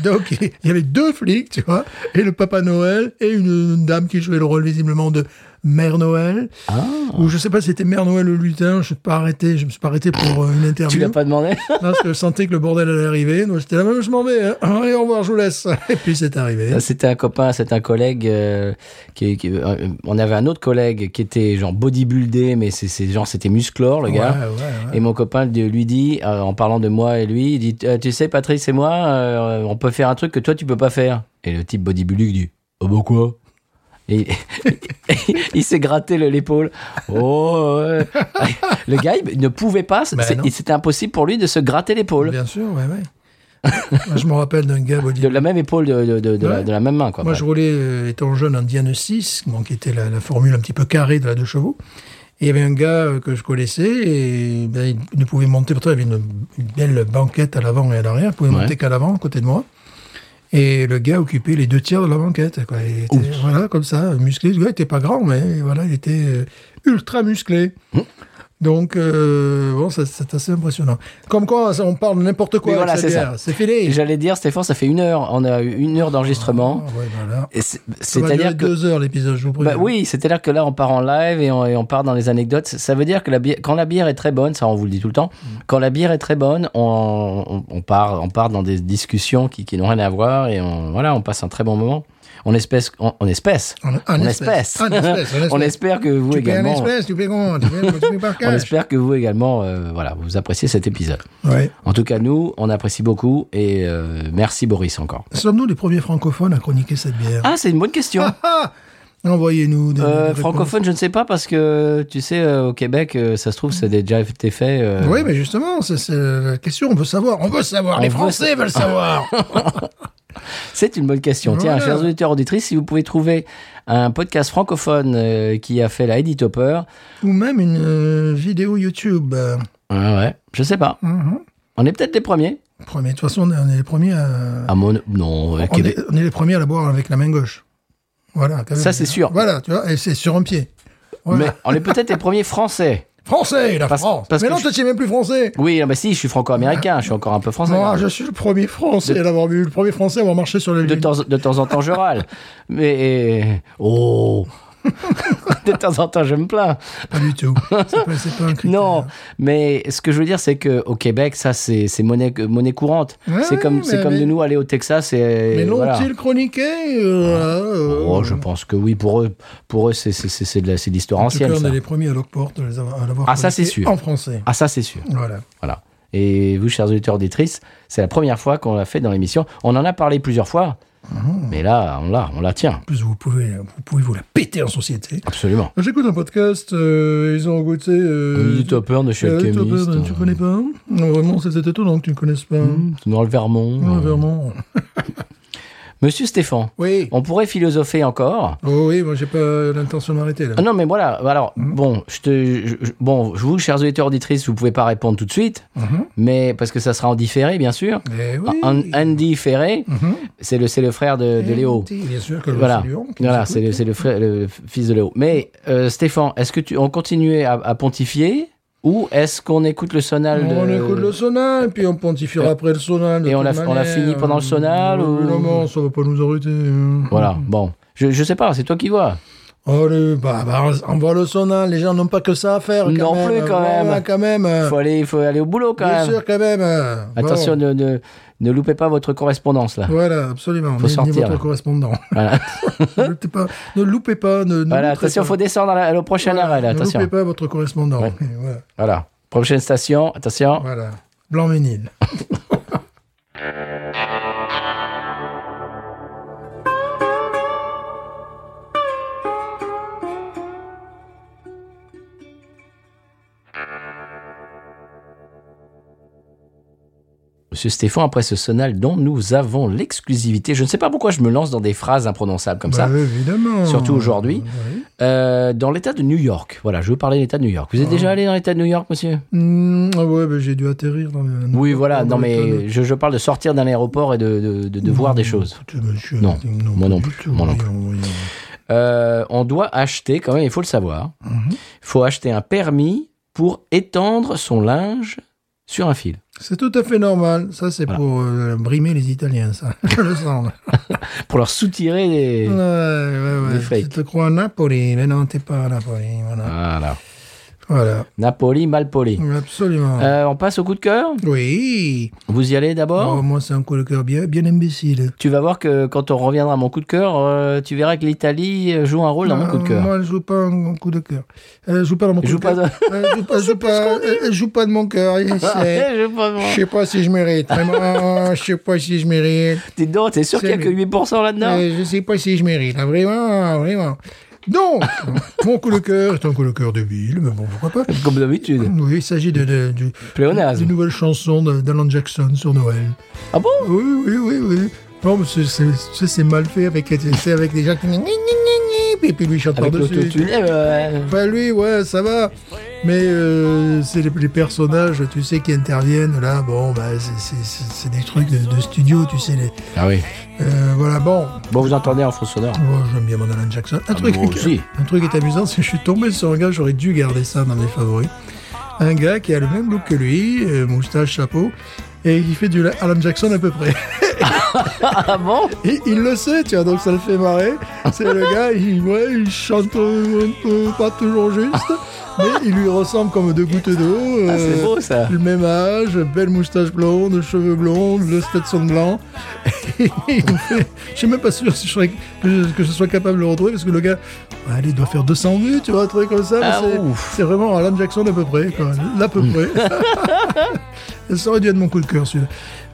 C: Donc, il y avait deux flics, tu vois, et le Papa Noël, et une, une dame qui jouait le rôle visiblement de Mère Noël.
B: Ah.
C: Ou je sais pas si c'était Mère Noël ou lutin, je suis pas arrêté, je me suis pas arrêté pour euh, une
B: Tu
C: interview.
B: l'as pas demandé
C: Parce que je sentais que le bordel allait arriver, donc j'étais là, même je m'en vais, hein. Allez, au revoir, je vous laisse. Et puis c'est arrivé.
B: Ça, *laughs* C'était un copain, c'était un collègue. euh, qui, qui- euh, on avait un autre collègue qui était genre bodybuildé, mais c'est- c'est genre c'était musclore le gars.
C: Ouais, ouais, ouais.
B: Et mon copain lui lui dit, euh, en parlant de moi et lui, il dit Euh, Tu sais, Patrice et moi, euh, on peut faire un truc que toi, tu peux pas faire. Et le type bodybuildé dit Oh, bah quoi Et *laughs* il s'est gratté le- l'épaule. Oh,
C: *laughs*
B: ouais. Le gars, il ne pouvait pas,
C: Bah,
B: c'est-
C: non.
B: c'était impossible pour lui de se gratter l'épaule.
C: Bien sûr, ouais, ouais. *laughs* Moi, je me rappelle d'un gars body
B: De la même épaule, de, de- de- de la,
C: Ouais.
B: de la même main, quoi.
C: Moi, je roulais, euh, étant jeune, en Diane 6, bon, qui était la, la formule un petit peu carrée de la deux chevaux. Et il y avait un gars euh, que je connaissais, et ben, il ne pouvait monter, pourtant il y avait une, une belle banquette à l'avant et à l'arrière, il pouvait
B: Ouais.
C: monter qu'à l'avant, à côté de moi. Et le gars occupait les deux tiers de la banquette. Quoi. Il était, voilà, comme ça, musclé. Le gars n'était pas grand, mais voilà, il était euh, ultra musclé. Donc, euh, bon, ça- c'est assez impressionnant. Comme quoi, ça, on parle de n'importe quoi.
B: Oui,
C: avec
B: voilà,
C: cette
B: c'est ça.
C: bière. C'est fini.
B: Et J'allais dire, Stéphane, ça fait une heure. On a eu une heure
C: Ah,
B: d'enregistrement.
C: ouais, voilà.
B: Et c'est-
C: Ça va durer
B: C'est-à-dire que.
C: deux heures l'épisode, je vous
B: Bah
C: préviens.
B: oui, c'est-à-dire que là, on part en live et on, et on part dans les anecdotes. Ça veut dire que la bière- quand la bière est très bonne, ça on vous le dit tout le temps,
C: Mm.
B: quand la bière est très bonne, on, on- on part, on part dans des discussions qui, qui n'ont rien à voir et on, voilà, on passe un très bon moment. On espèce, on, on espèce,
C: En- en
B: on
C: espèce.
B: espèce.
C: En espèce, *laughs* en espèce.
B: *laughs* on espère que vous
C: Tu payes en
B: également,
C: espèce, tu payes comment Tu payes, tu payes *laughs* par
B: on
C: cash
B: espère que vous également, euh, voilà, vous appréciez cet épisode.
C: Ouais.
B: En tout cas, nous, on apprécie beaucoup et euh, merci Boris encore.
C: Sommes-nous les premiers francophones à chroniquer cette bière
B: Ah, c'est une bonne question.
C: *laughs* Ah, ah Envoyez-nous des.
B: Euh,
C: des réponses.
B: francophone, je ne sais pas parce que tu sais, euh, au Québec, euh, ça se trouve, c'est déjà été fait. euh,
C: Oui, mais justement, c'est c'est la question. On veut savoir. On veut savoir.
B: On
C: les
B: veut
C: Français veulent *laughs* savoir.
B: C'est une bonne question. Tiens,
C: Voilà.
B: chers auditeurs auditrices, si vous pouvez trouver un podcast francophone euh, qui a fait la Eddie Topper,
C: Ou même une euh, vidéo YouTube. Euh,
B: ouais, ouais, je sais pas.
C: mhm.
B: On est peut-être les premiers.
C: Premier. De toute façon, on est on est les premiers à.
B: À mon... Non, euh,
C: on,
B: Québec.
C: est, on est les premiers à la boire avec la main gauche. Voilà. quand même.
B: Ça, c'est sûr.
C: Voilà, tu vois, et c'est sur un pied. Voilà.
B: Mais on est peut-être les premiers français.
C: Français, la
B: Parce-
C: France.
B: parce
C: mais
B: que
C: non,
B: je-
C: toi, tu es même plus français.
B: Oui, bah si, je suis franco-américain, je suis encore un peu français.
C: Moi,
B: hein.
C: je suis le premier français à l'avoir vu. Le premier français à avoir marché sur la
B: de,
C: lune.
B: temps, de temps en temps, je râle. Mais. Oh *laughs* De temps en temps, je me plains.
C: Pas du tout. C'est pas, c'est
B: *laughs*
C: pas un critère.
B: Non, mais ce que je veux dire, c'est que au Québec, ça, c'est c'est monnaie, euh, monnaie courante.
C: Ouais,
B: c'est comme,
C: mais-
B: c'est comme
C: mais-
B: de nous aller au Texas et.
C: Mais
B: voilà.
C: l'ont-ils chroniqué euh,
B: Oh,
C: euh,
B: je pense que oui, pour eux, pour eux c'est c'est- c'est- c'est de la- c'est de l'histoire
C: En tout cas,
B: ancienne. ça.
C: on est les premiers à Lockport à les avoir- à l'avoir
B: Ah, ça,
C: chroniqué
B: c'est sûr.
C: En français.
B: Ah, ça, c'est sûr.
C: Voilà.
B: Voilà. Et vous, chers auditeurs, auditrices, c'est la première fois qu'on l'a fait dans l'émission. On en a parlé plusieurs fois,
C: Ah.
B: mais là, on l'a, on la tient.
C: En plus, vous pouvez, vous pouvez vous la péter en société.
B: Absolument.
C: J'écoute un podcast, euh, ils ont goûté... Euh,
B: Du topper de chez
C: euh,
B: Alchemist.
C: Topper, ben, tu connais pas Non, Vraiment, c'est c'était étonnant que tu ne connaisses pas.
B: Mmh, c'est Dans le Vermont.
C: Non,
B: euh.
C: vraiment.
B: Monsieur Stéphane,
C: Oui.
B: on pourrait philosopher encore.
C: Oh oui, moi, j'ai pas l'intention de m'arrêter, là.
B: Ah non, mais voilà. Alors,
C: Mm.
B: bon, je te, je- je- bon, je vous, chers auditeurs, auditrices, vous pouvez pas répondre tout de suite,
C: Mhm.
B: mais parce que ça sera en différé, bien sûr.
C: Eh oui. Mhm.
B: An- Andy Ferré, c'est le, c'est le frère Ah, de, de Léo.
C: Bien sûr que
B: Voilà,
C: le saluons, Euh, qui nous
B: voilà
C: écoute.
B: c'est le, c'est le frère- le fils de Léo. Mais euh, Stéphane, est-ce que tu on continuait à, à pontifier ou est-ce qu'on écoute le sonal de...
C: On écoute le sonal, puis on pontifiera
B: Euh,
C: après le sonal. de
B: et on
C: toute
B: l'a- on l'a
C: manière.
B: fini pendant le sonal,
C: Euh,
B: ou-
C: Non, non, ça va pas nous arrêter. hein.
B: Voilà, bon. Je, je sais pas, c'est toi qui vois.
C: Allez, bah, bah, on voit le sonal, les gens n'ont pas que ça à faire.
B: Non
C: quand même.
B: plus, quand
C: Voilà,
B: même.
C: quand même.
B: Faut aller, faut aller au boulot quand
C: Euh. Bien
B: même.
C: sûr, quand même. euh,
B: Attention,
C: bon.
B: ne, ne, ne loupez pas votre correspondance là.
C: Voilà, absolument.
B: Faut
C: Ni- ni
B: sortir,
C: votre
B: là.
C: correspondant.
B: *laughs* Voilà,
C: *laughs* ne, loupez pas, ne loupez pas. Ne, ne
B: voilà
C: loupez
B: attention,
C: pas.
B: faut descendre à la- au prochain
C: Voilà,
B: arrêt là,
C: Ne
B: attention.
C: loupez pas votre correspondant.
B: Ouais.
C: Voilà.
B: Voilà, prochaine station, attention.
C: voilà. Blanc-Ménil.
B: Monsieur Stéphane, après ce sonal dont nous avons l'exclusivité, je ne sais pas pourquoi je me lance dans des phrases imprononçables comme ça.
C: Bah, évidemment.
B: Surtout aujourd'hui.
C: Oui.
B: Euh, dans l'État de New York. Voilà, je veux parler de l'État de New York. Vous êtes déjà allé dans l'État de New York, monsieur
C: Mmh, ah ouais, bah, j'ai dû atterrir. dans le-
B: Oui, voilà.
C: dans euh,
B: Non,
C: le tonneau.
B: mais je, je parle de sortir d'un aéroport et de, de- de- de voir
C: Mmh.
B: des choses.
C: Écoutez, monsieur,
B: Non, moi
C: pas
B: non
C: du
B: plus,
C: tout,
B: moi non
C: voyons, voyons.
B: Euh, on doit acheter, quand même, il faut le savoir, il
C: Mmh.
B: faut acheter un permis pour étendre son linge sur un fil.
C: C'est tout à fait normal. Ça, c'est
B: Voilà.
C: pour euh, brimer les Italiens, ça. *laughs* Je le sens.
B: Pour leur soutirer les...
C: Ouais, ouais,
B: Des Ah.
C: ouais.
B: fakes.
C: Tu te crois à Napoli, mais non, t'es pas à Napoli. Voilà.
B: Voilà.
C: Voilà.
B: Napoli, mal poli.
C: Absolument.
B: Euh, on passe au coup de cœur
C: Oui.
B: Vous y allez d'abord
C: Oh, moi, c'est un coup de cœur bien, bien imbécile.
B: Tu vas voir que quand on reviendra à mon coup de cœur, euh, tu verras que l'Italie euh, joue un rôle dans mon coup de
C: Euh,
B: cœur.
C: Moi, je joue pas un coup de cœur. Euh, je joue pas dans mon coup
B: *laughs* Je joue
C: de
B: pas
C: cœur. Euh, je joue pas- je joue pas- euh, je joue pas de mon cœur.
B: Ah,
C: Je sais.
B: *laughs* Je sais pas, moi.
C: Je sais pas si je mérite. Vraiment,
B: *laughs*
C: je sais pas si je mérite.
B: Dis donc, t'es sûr qu'il n'y a
C: C'est
B: que 8% là-dedans
C: Euh, je sais pas si je mérite, hein, vraiment, vraiment. Donc, mon coup de cœur est un coup de cœur débile, mais bon, pourquoi pas.
B: Comme d'habitude.
C: Oui, il s'agit de, de- du- d'une
B: Pléonasme.
C: nouvelle chanson de- d'Alan Jackson sur Noël.
B: Ah bon
C: Oui, oui, oui, oui. Non, mais c'est- c'est- c'est c'est mal fait avec, c'est avec des gens qui... Et puis lui, il chante
B: Avec
C: par-dessus.
B: l'autotune. Eh ben,
C: Enfin, Bah, lui, ouais, ça va. Mais euh, c'est les, les personnages, tu sais, qui interviennent, là, bon, bah, c'est- c'est c'est- c'est des trucs de, de studio, tu sais. Les,
B: Ah oui.
C: euh, voilà, bon,
B: Bon, vous entendez en fond sonore.
C: Oh, j'aime bien mon Alan Jackson. Un, truc,
B: Ah, moi
C: *laughs*
B: aussi.
C: un truc qui est amusant, c'est que je suis tombé sur un gars, j'aurais dû garder ça dans mes favoris. Un gars qui a le même look que lui, euh, moustache, chapeau, et qui fait du Alan Jackson à peu près. et
B: Ah bon
C: Il, il le sait, tu vois, donc ça le fait marrer. C'est le gars, il, ouais, il chante un peu pas toujours juste, mais il lui ressemble comme deux gouttes d'eau.
B: Ah, C'est
C: euh,
B: beau ça.
C: Le même âge, belle moustache blonde, cheveux blonds, le Stetson blanc. *laughs* Et il me fait- Je suis même pas sûr si je serais- que, je, que je sois capable de le retrouver parce que le gars, bah, allez, il doit faire 200 vues, tu vois, un truc comme ça. mais
B: Ah,
C: c'est-
B: ouf.
C: c'est vraiment Alan Jackson à peu près, quoi. L'à peu
B: *laughs*
C: près. ça aurait dû être mon coup de cœur, celui-là.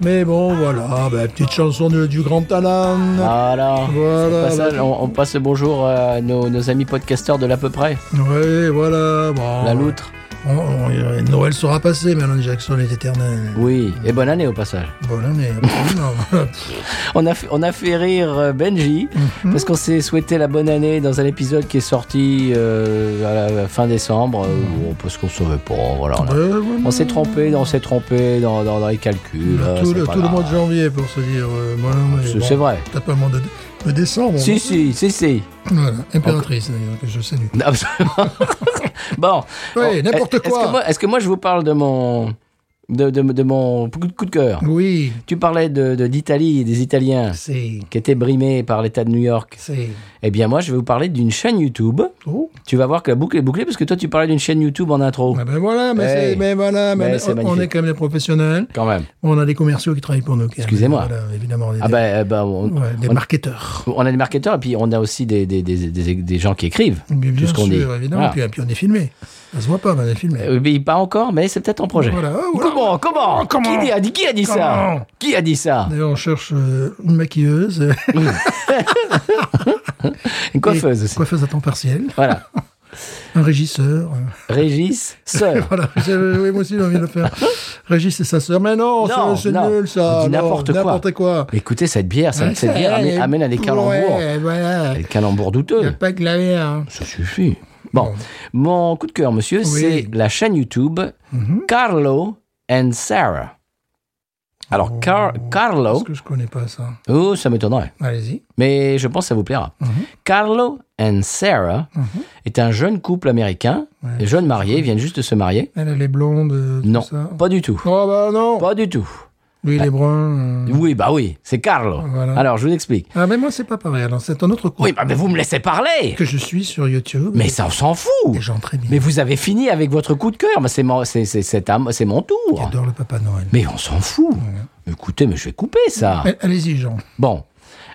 C: Mais bon, voilà, bah, petite chanson de- du grand Alan.
B: Ah. Voilà.
C: Voilà,
B: Au passage,
C: là.
B: on, on passe le bonjour à nos, nos amis podcasteurs de l'à peu près.
C: Ouais, voilà. Bon, Oh,
B: La loutre.
C: on- on- Noël sera passé, mais Alan Jackson est éternel.
B: Oui. Et bonne année au passage. *laughs*
C: Bonne année. absolument.
B: On a, fait, on a fait rire euh, Benji
C: Mhm.
B: parce qu'on s'est souhaité la bonne année dans un épisode qui est sorti euh, à la fin décembre euh, bon, parce qu'on savait pas. Voilà, on, a-
C: Mhm. Ouais, ouais,
B: on s'est trompé, on s'est trompé dans, dans- dans les calculs. euh,
C: tout
B: c'est
C: le,
B: pas
C: tout le
B: grave.
C: mois de janvier pour se dire. euh, voilà, mais
B: C'est
C: bon,
B: c'est vrai.
C: T'as pas le mois de, de décembre.
B: Si, si, si, si. *laughs*
C: Voilà, impératrice, d'ailleurs, que je salue.
B: Absolument. *laughs* bon.
C: Ouais,
B: Bon,
C: n'importe
B: Oh, est-ce
C: quoi.
B: que moi- Est-ce que, moi, je vous parle de mon, de, de- de mon coup de coup de cœur
C: Oui,
B: Tu parlais de- de- d'Italie, de, des Italiens
C: c'est.
B: qui étaient brimés par l'État de New York.
C: C'est.
B: Eh bien, moi, je vais vous parler d'une chaîne YouTube.
C: Oh.
B: Tu vas voir que la boucle est bouclée parce que toi, tu parlais d'une chaîne YouTube en intro.
C: Ah ben voilà, mais,
B: Oh. Hey.
C: c'est- mais voilà, mais
B: Mais
C: on-
B: c'est
C: on, est
B: magnifique.
C: quand même des professionnels.
B: Quand même.
C: On a des commerciaux qui travaillent pour nous. quand même.
B: Excusez-moi.
C: Voilà, évidemment. Des,
B: Ah ben, eh ben, on,
C: ouais, des
B: on-
C: marketeurs.
B: on a des marketeurs et puis on a aussi des, des, des, des- des gens qui écrivent.
C: Mais bien
B: ce
C: sûr,
B: qu'on dit.
C: évidemment.
B: Voilà.
C: Puis, puis on est filmé. Ça se voit pas, mais on est filmé.
B: Euh, mais pas encore, mais c'est peut-être en projet.
C: Voilà, oh, voilà.
B: Comment, comment,
C: Comment
B: Qui a dit, qui a dit ça
C: Comment
B: Qui a dit ça
C: D'ailleurs, on cherche euh, une maquilleuse, une
B: Une coiffeuse aussi.
C: *laughs* coiffeuse à temps partiel,
B: Voilà.
C: un régisseur. euh,
B: Régis, sœur.
C: *laughs* Voilà, j'ai- oui, moi aussi j'ai envie de le faire. Régis et sa sœur. Mais non,
B: Non,
C: c'est c'est
B: non.
C: nul ça.
B: On dit
C: Non,
B: n'importe quoi.
C: N'importe quoi.
B: Écoutez, cette bière, ça-
C: Ouais,
B: cette
C: ça,
B: bière amène,
C: elle est-
B: amène à des calembours.
C: Ouais, voilà.
B: Des calembours
C: Il n'y a
B: douteux.
C: pas que la hein. mer.
B: Ça suffit. Bon, mon coup de cœur, monsieur,
C: Oui. Mhm.
B: c'est la chaîne YouTube Carlo and Sarah. Alors, Car-
C: Oh. Parce
B: Carlo,
C: que je connais pas ça.
B: oh, ça m'étonnerait,
C: Allez-y.
B: mais je pense que ça vous plaira.
C: Mhm.
B: Carlo and Sarah est un jeune couple américain,
C: Ouais.
B: jeune marié, viennent juste de se marier.
C: Elle, elle est blonde. euh, tout
B: Non,
C: ça.
B: pas du tout.
C: Oh bah non.
B: Pas du tout.
C: Lui, il est brun. euh.
B: Oui, bah oui, c'est Carlo.
C: Voilà.
B: Alors, je vous explique.
C: Ah, mais moi, c'est pas pareil. Alors, c'est un autre coup.
B: Oui, bah, mais vous me laissez parler.
C: Que je suis sur YouTube.
B: Mais ça, on s'en fout.
C: Des gens très bien.
B: Mais vous avez fini avec votre coup de cœur. Mais c'est mon, c'est, c'est, c'est à mo- c'est mon tour.
C: J'adore le Papa Noël.
B: Mais on s'en fout. Écoutez, mais je vais couper ça.
C: Eh, Allez-y, Jean.
B: Bon.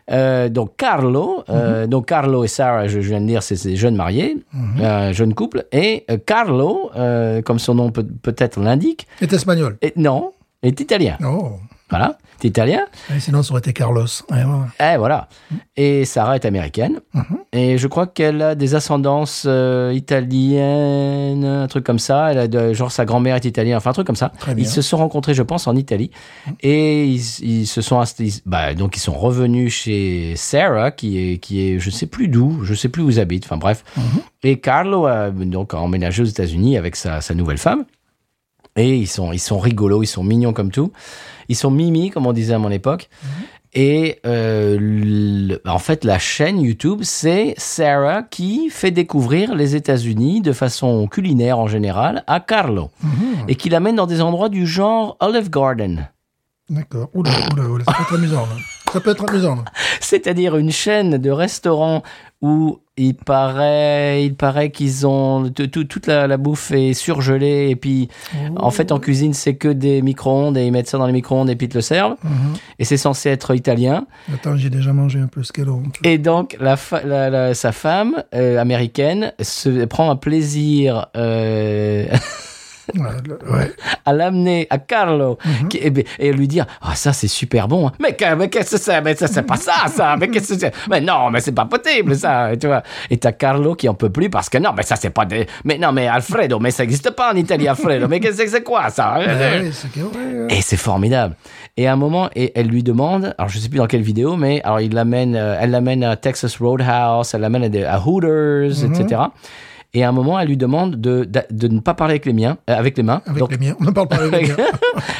B: Euh, donc Carlo, euh, donc Carlo et Sarah, je, je viens de dire, c'est c'est des jeunes mariés, euh, jeunes couples, et euh, Carlo, euh, comme son nom peut, peut-être l'indique,
C: Est espagnol.
B: est- non, est italien.
C: Oh.
B: Voilà, est italien.
C: Eh, Sinon, ça aurait été Carlos. Ouais, ouais.
B: Eh voilà. Et Sarah est américaine.
C: Mhm.
B: Et je crois qu'elle a des ascendances euh, italiennes, un truc comme ça. Elle a de- genre sa grand-mère est italienne, enfin un truc comme ça.
C: Très bien. Mhm.
B: Ils se sont rencontrés, je pense, en Italie. Et ils, ils se sont inst- ils- bah, donc ils sont revenus chez Sarah, qui est qui est je sais plus d'où, je sais plus où ils habitent. Enfin bref.
C: Mhm.
B: Et Carlo a donc a emménagé aux États-Unis avec sa, sa nouvelle femme. Et ils sont, ils sont rigolos, ils sont mignons comme tout. Ils sont mimi, comme on disait à mon époque. Et euh, le- en fait, la chaîne YouTube, c'est Sarah qui fait découvrir les États-Unis de façon culinaire en général à Carlo. Et qui l'amène dans des endroits du genre Olive Garden.
C: D'accord. Oula, oula, oula, ça peut être amusant. Là. Ça peut être amusant. Là.
B: C'est-à-dire une chaîne de restaurants où il paraît, il paraît qu'ils ont tout- tout- toute la, la bouffe est surgelée et puis en fait en cuisine c'est que des micro-ondes et ils mettent ça dans les micro-ondes et puis ils te le servent et c'est censé être italien
C: Attends, j'ai déjà mangé un peu ce qu'elle a.
B: et donc la, fa- la- la- sa femme euh, américaine se prend un plaisir euh, *laughs*
C: Ouais, le- ouais.
B: à l'amener à Carlo qui- et, ben- et lui dire ah ça c'est super bon hein. mais, que- mais qu'est-ce que c'est mais ça c'est pas ça ça mais qu'est-ce que c'est mais non mais c'est pas possible ça tu vois et t'as Carlo qui en peut plus parce que non mais ça c'est pas des mais non mais Alfredo mais ça existe pas en Italie Alfredo mais qu'est-ce que c'est quoi ça hein,
C: Ouais, ouais, c'est que- ouais, ouais.
B: et c'est formidable. Et à un moment, et elle lui demande, alors je sais plus dans quelle vidéo, mais alors il l'amène, euh, elle l'amène à Texas Roadhouse, elle l'amène à, des- à Hooters,
C: Mhm.
B: etc. Et à un moment, elle lui demande de, de, de ne pas parler avec les miens, euh, avec les mains.
C: Avec
B: Donc,
C: les miens. On ne parle pas avec les miens.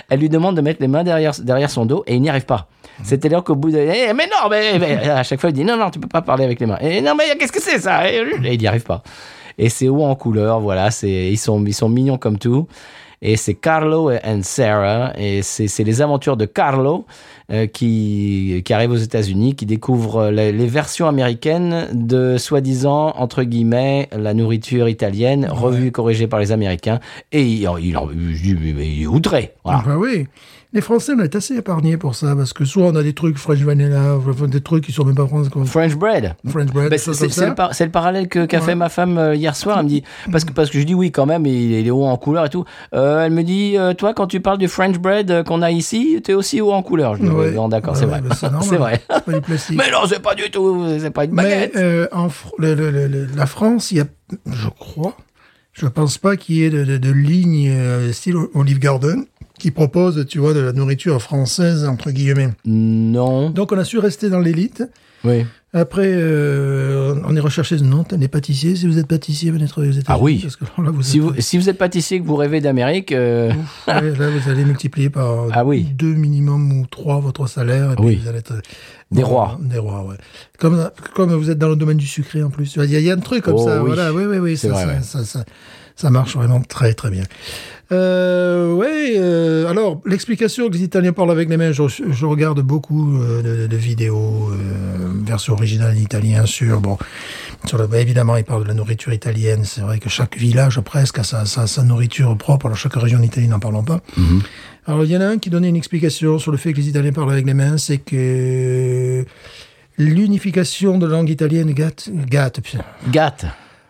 B: elle lui demande de mettre les mains derrière, derrière son dos et il n'y arrive pas. C'est-à-dire qu'au bout de. Eh, mais non, mais, mais- À chaque fois, il dit non, non, tu peux pas parler avec les mains. Et non, mais qu'est-ce que c'est ça Et il n'y arrive pas. Et c'est haut en couleur, voilà, c'est ils sont, ils sont mignons comme tout. Et c'est Carlo and Sarah. Et c'est c'est les aventures de Carlo euh, qui, qui arrive aux États-Unis, qui découvre les, les versions américaines de soi-disant, entre guillemets, la nourriture italienne, revue et corrigée par les Américains. Et il, en- il, en- je dis, mais- mais il est outré. *laughs* Voilà.
C: Bah oui. Les Français, on est assez épargnés pour ça, parce que soit on a des trucs French vanilla, enfin, des trucs qui sont même pas français, comme
B: French bread.
C: French
B: Ben,
C: bread, des
B: c'est
C: choses
B: c'est-
C: comme
B: c'est le,
C: ça.
B: par- c'est le parallèle que- qu'a fait ma femme euh, hier soir. Elle me dit parce que parce que je dis oui quand même, il, est- il est haut en couleur et tout. Euh, elle me dit euh, toi quand tu parles du French bread euh, qu'on a ici, t'es aussi haut en couleur. Je dis
C: Ouais.
B: oui, bon, d'accord, *laughs*
C: Ouais,
B: c'est
C: ouais,
B: vrai,
C: bah, c'est normal.
B: c'est vrai.
C: C'est pas du plastique.
B: Mais non, c'est pas du tout, c'est pas une
C: Mais
B: baguette.
C: euh, en Fr- le- le- le- le- la France, il y a, je crois, je pense pas qu'il y ait de, de- de ligne euh, style Olive Garden qui propose, tu vois, de la nourriture française, entre guillemets.
B: Non.
C: Donc on a su rester dans l'élite.
B: Oui.
C: Après, euh, on est recherché, non, t'as des pâtissiers. Si vous êtes pâtissier, venez travailler aux États-Unis.
B: Ah oui.
C: Parce que là, vous,
B: Si
C: êtes-
B: vous si vous êtes pâtissier et que vous rêvez d'Amérique, euh,
C: Ouais, là, vous allez multiplier par
B: *laughs* Ah oui.
C: deux minimum ou trois votre salaire. Et puis
B: Oui.
C: vous allez être euh,
B: Des rois.
C: Des rois, ouais. Comme, comme vous êtes dans le domaine du sucré en plus. Il y a, il y a un truc comme
B: Oh
C: ça.
B: oui.
C: Voilà, oui, oui, oui.
B: C'est
C: Ça,
B: vrai,
C: ça,
B: ouais.
C: ça, ça- ça marche vraiment très, très bien. Euh, ouais, euh, alors, l'explication que les Italiens parlent avec les mains, je, je regarde beaucoup euh, de, de vidéos, euh, version originale en italien sur, bon, sur le- bah, évidemment, ils parlent de la nourriture italienne. C'est vrai que chaque village, presque, a sa, sa- sa nourriture propre. Alors, chaque région d'Italie, n'en parlons pas.
B: Mhm.
C: Alors, il y en a un qui donnait une explication sur le fait que les Italiens parlent avec les mains, c'est que l'unification de la langue italienne gâte, gâte, putain,
B: gâte,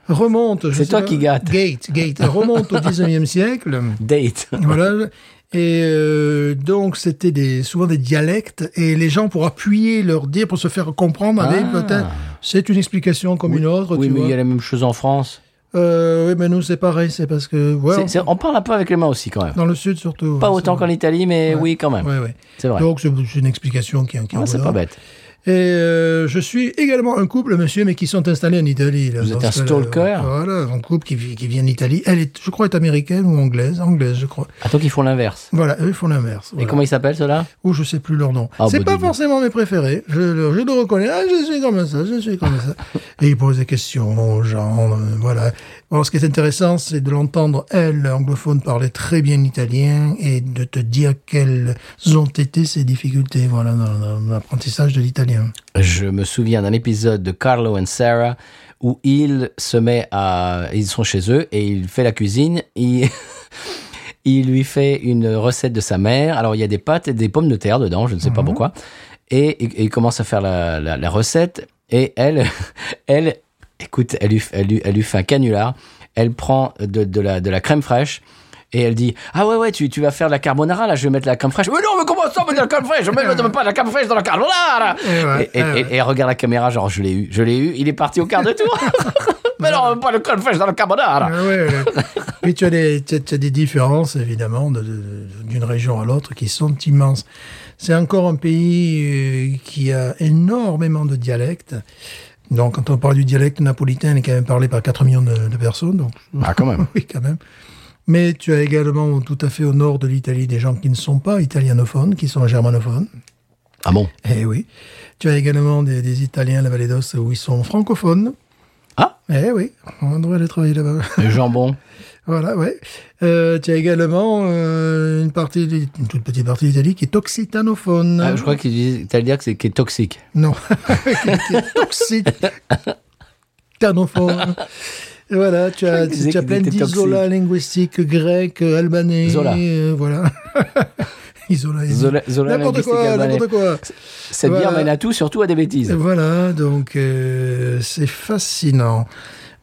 C: remonte. je
B: C'est
C: sais
B: toi
C: pas,
B: qui gâte.
C: Gate, gate, remonte au
B: *laughs*
C: 19e siècle.
B: date.
C: Voilà. Et euh, donc, c'était des, souvent des dialectes, et les gens, pour appuyer leur dire, pour se faire comprendre, avaient
B: Ah.
C: peut-être. C'est une explication comme une autre.
B: Oui,
C: tu
B: mais
C: vois.
B: il y a la même chose en France.
C: Euh, oui, mais nous, c'est pareil, c'est parce que. ouais,
B: C'est- c'est- on parle un peu avec les mains aussi quand même.
C: Dans le sud, surtout.
B: Pas
C: ouais,
B: autant
C: c'est-
B: qu'en Italie, mais
C: Ouais.
B: oui quand même.
C: Ouais, ouais.
B: C'est vrai.
C: Donc, c'est c'est une explication qui, qui en
B: Ouais, Ah, c'est pas
C: vaut l'or.
B: bête.
C: Et euh, je suis également un couple, monsieur, mais qui sont installés en Italie. là,
B: Vous êtes
C: dans ce
B: un
C: cas-là.
B: stalker
C: Voilà, un couple qui, vit- qui vient d'Italie. Elle est, je crois, est américaine ou anglaise, anglaise, je crois.
B: Attends qu'ils font l'inverse.
C: Voilà, eux, ils font l'inverse.
B: Et
C: Voilà.
B: comment ils s'appellent ceux-là
C: Ou je sais plus leur nom.
B: Ah,
C: c'est
B: bah,
C: pas
B: dis donc.
C: forcément mes préférés. Je, le- je le reconnais. Ah, je suis comme ça, je suis comme ça.
B: *laughs*
C: Et il pose des questions aux gens. euh, voilà. Alors, ce qui est intéressant, c'est de l'entendre, elle, anglophone, parler très bien italien et de te dire quelles ont été ses difficultés, voilà, dans, dans l'apprentissage de l'italien.
B: Je me souviens d'un épisode de Carlo and Sarah où il se met à. Ils sont chez eux et il fait la cuisine. Il, il lui fait une recette de sa mère. Alors il y a des pâtes et des pommes de terre dedans, je ne sais
C: Mhm.
B: pas pourquoi. Et, et- et il commence à faire la, la- la recette. Et elle, *laughs* elle écoute, elle lui, elle, lui, elle lui fait un canular. Elle prend de, de la, de la crème fraîche. Et elle dit Ah ouais, ouais, tu, tu vas faire de la carbonara, là, je vais mettre la crème fraîche. Mais non, mais comment ça, mettre de la crème fraîche Je ne mets pas de la crème fraîche dans la carbonara
C: Et Eh ouais,
B: et, et-
C: et ouais.
B: et- et regarde la caméra, genre je l'ai eu, je l'ai eu, il est parti au quart de
C: *laughs*
B: tour. *laughs* Mais non, pas le col fraîche dans le carbonara.
C: Ah ouais, ouais. *laughs* Puis tu as des, tu as- tu as des différences, évidemment, de- de- de- d'une région à l'autre qui sont immenses. C'est encore un pays euh, qui a énormément de dialectes. Donc, quand on parle du dialecte napolitain, il est quand même parlé par 4 millions de, de personnes. Donc,
B: Ah, quand même.
C: *laughs* oui, quand même. Mais tu as également tout à fait au nord de l'Italie des gens qui ne sont pas italianophones, qui sont germanophones.
B: Ah bon
C: Eh oui. Tu as également des, des Italiens à la Vallée d'Os où ils sont francophones.
B: Ah.
C: Eh oui, on devrait aller travailler là-bas.
B: Le jambon.
C: Voilà, ouais. Euh, tu as également euh, une partie, de- une toute petite partie d'Italie qui est occitanophone.
B: Ah, je crois qu'il disait italien que c'est qui est toxique.
C: Non, *laughs* qui, est- qui est toxitanophone. Et Voilà, tu as,
B: Je disais
C: tu as
B: qu'il
C: plein
B: était
C: d'isola linguistiques grecs, euh, albanais.
B: Zola.
C: euh, voilà. *laughs* isola.
B: Zola- Zola
C: Mmh. n'importe
B: linguistique
C: quoi,
B: albanais.
C: n'importe quoi.
B: Cette
C: Voilà. Mmh.
B: bière mène à tout, surtout à des
C: Et
B: bêtises.
C: Voilà, donc euh, c'est fascinant.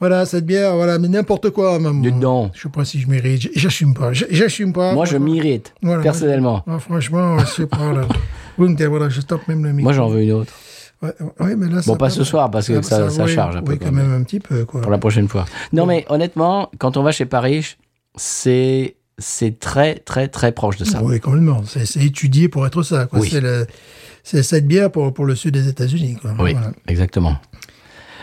C: Voilà, cette bière, voilà, mais n'importe quoi, maman.
B: Dites donc.
C: Je sais pas si je mérite, j- j'assume pas, j- j'assume pas.
B: Moi, je
C: Franchement,
B: m'irrite,
C: Mmh. Voilà,
B: personnellement.
C: Ah, franchement, je sais pas, là. Gunther, voilà, je tape même le micro.
B: Moi, j'en veux une autre.
C: Ouais, ouais, mais là,
B: Bon, pas ce soir, parce
C: Ah,
B: que ça- ça charge un peu,
C: Oui,
B: quand
C: quand même un petit peu, quoi.
B: pour la prochaine fois. Non, mais honnêtement, quand on va chez Paris, c'est c'est très, très, très proche de ça.
C: Oui, complètement. C'est c'est étudié pour être ça, quoi.
B: Oui.
C: C'est le- C'est cette bière pour, pour le sud des États-Unis, quoi.
B: Oui,
C: Voilà.
B: exactement.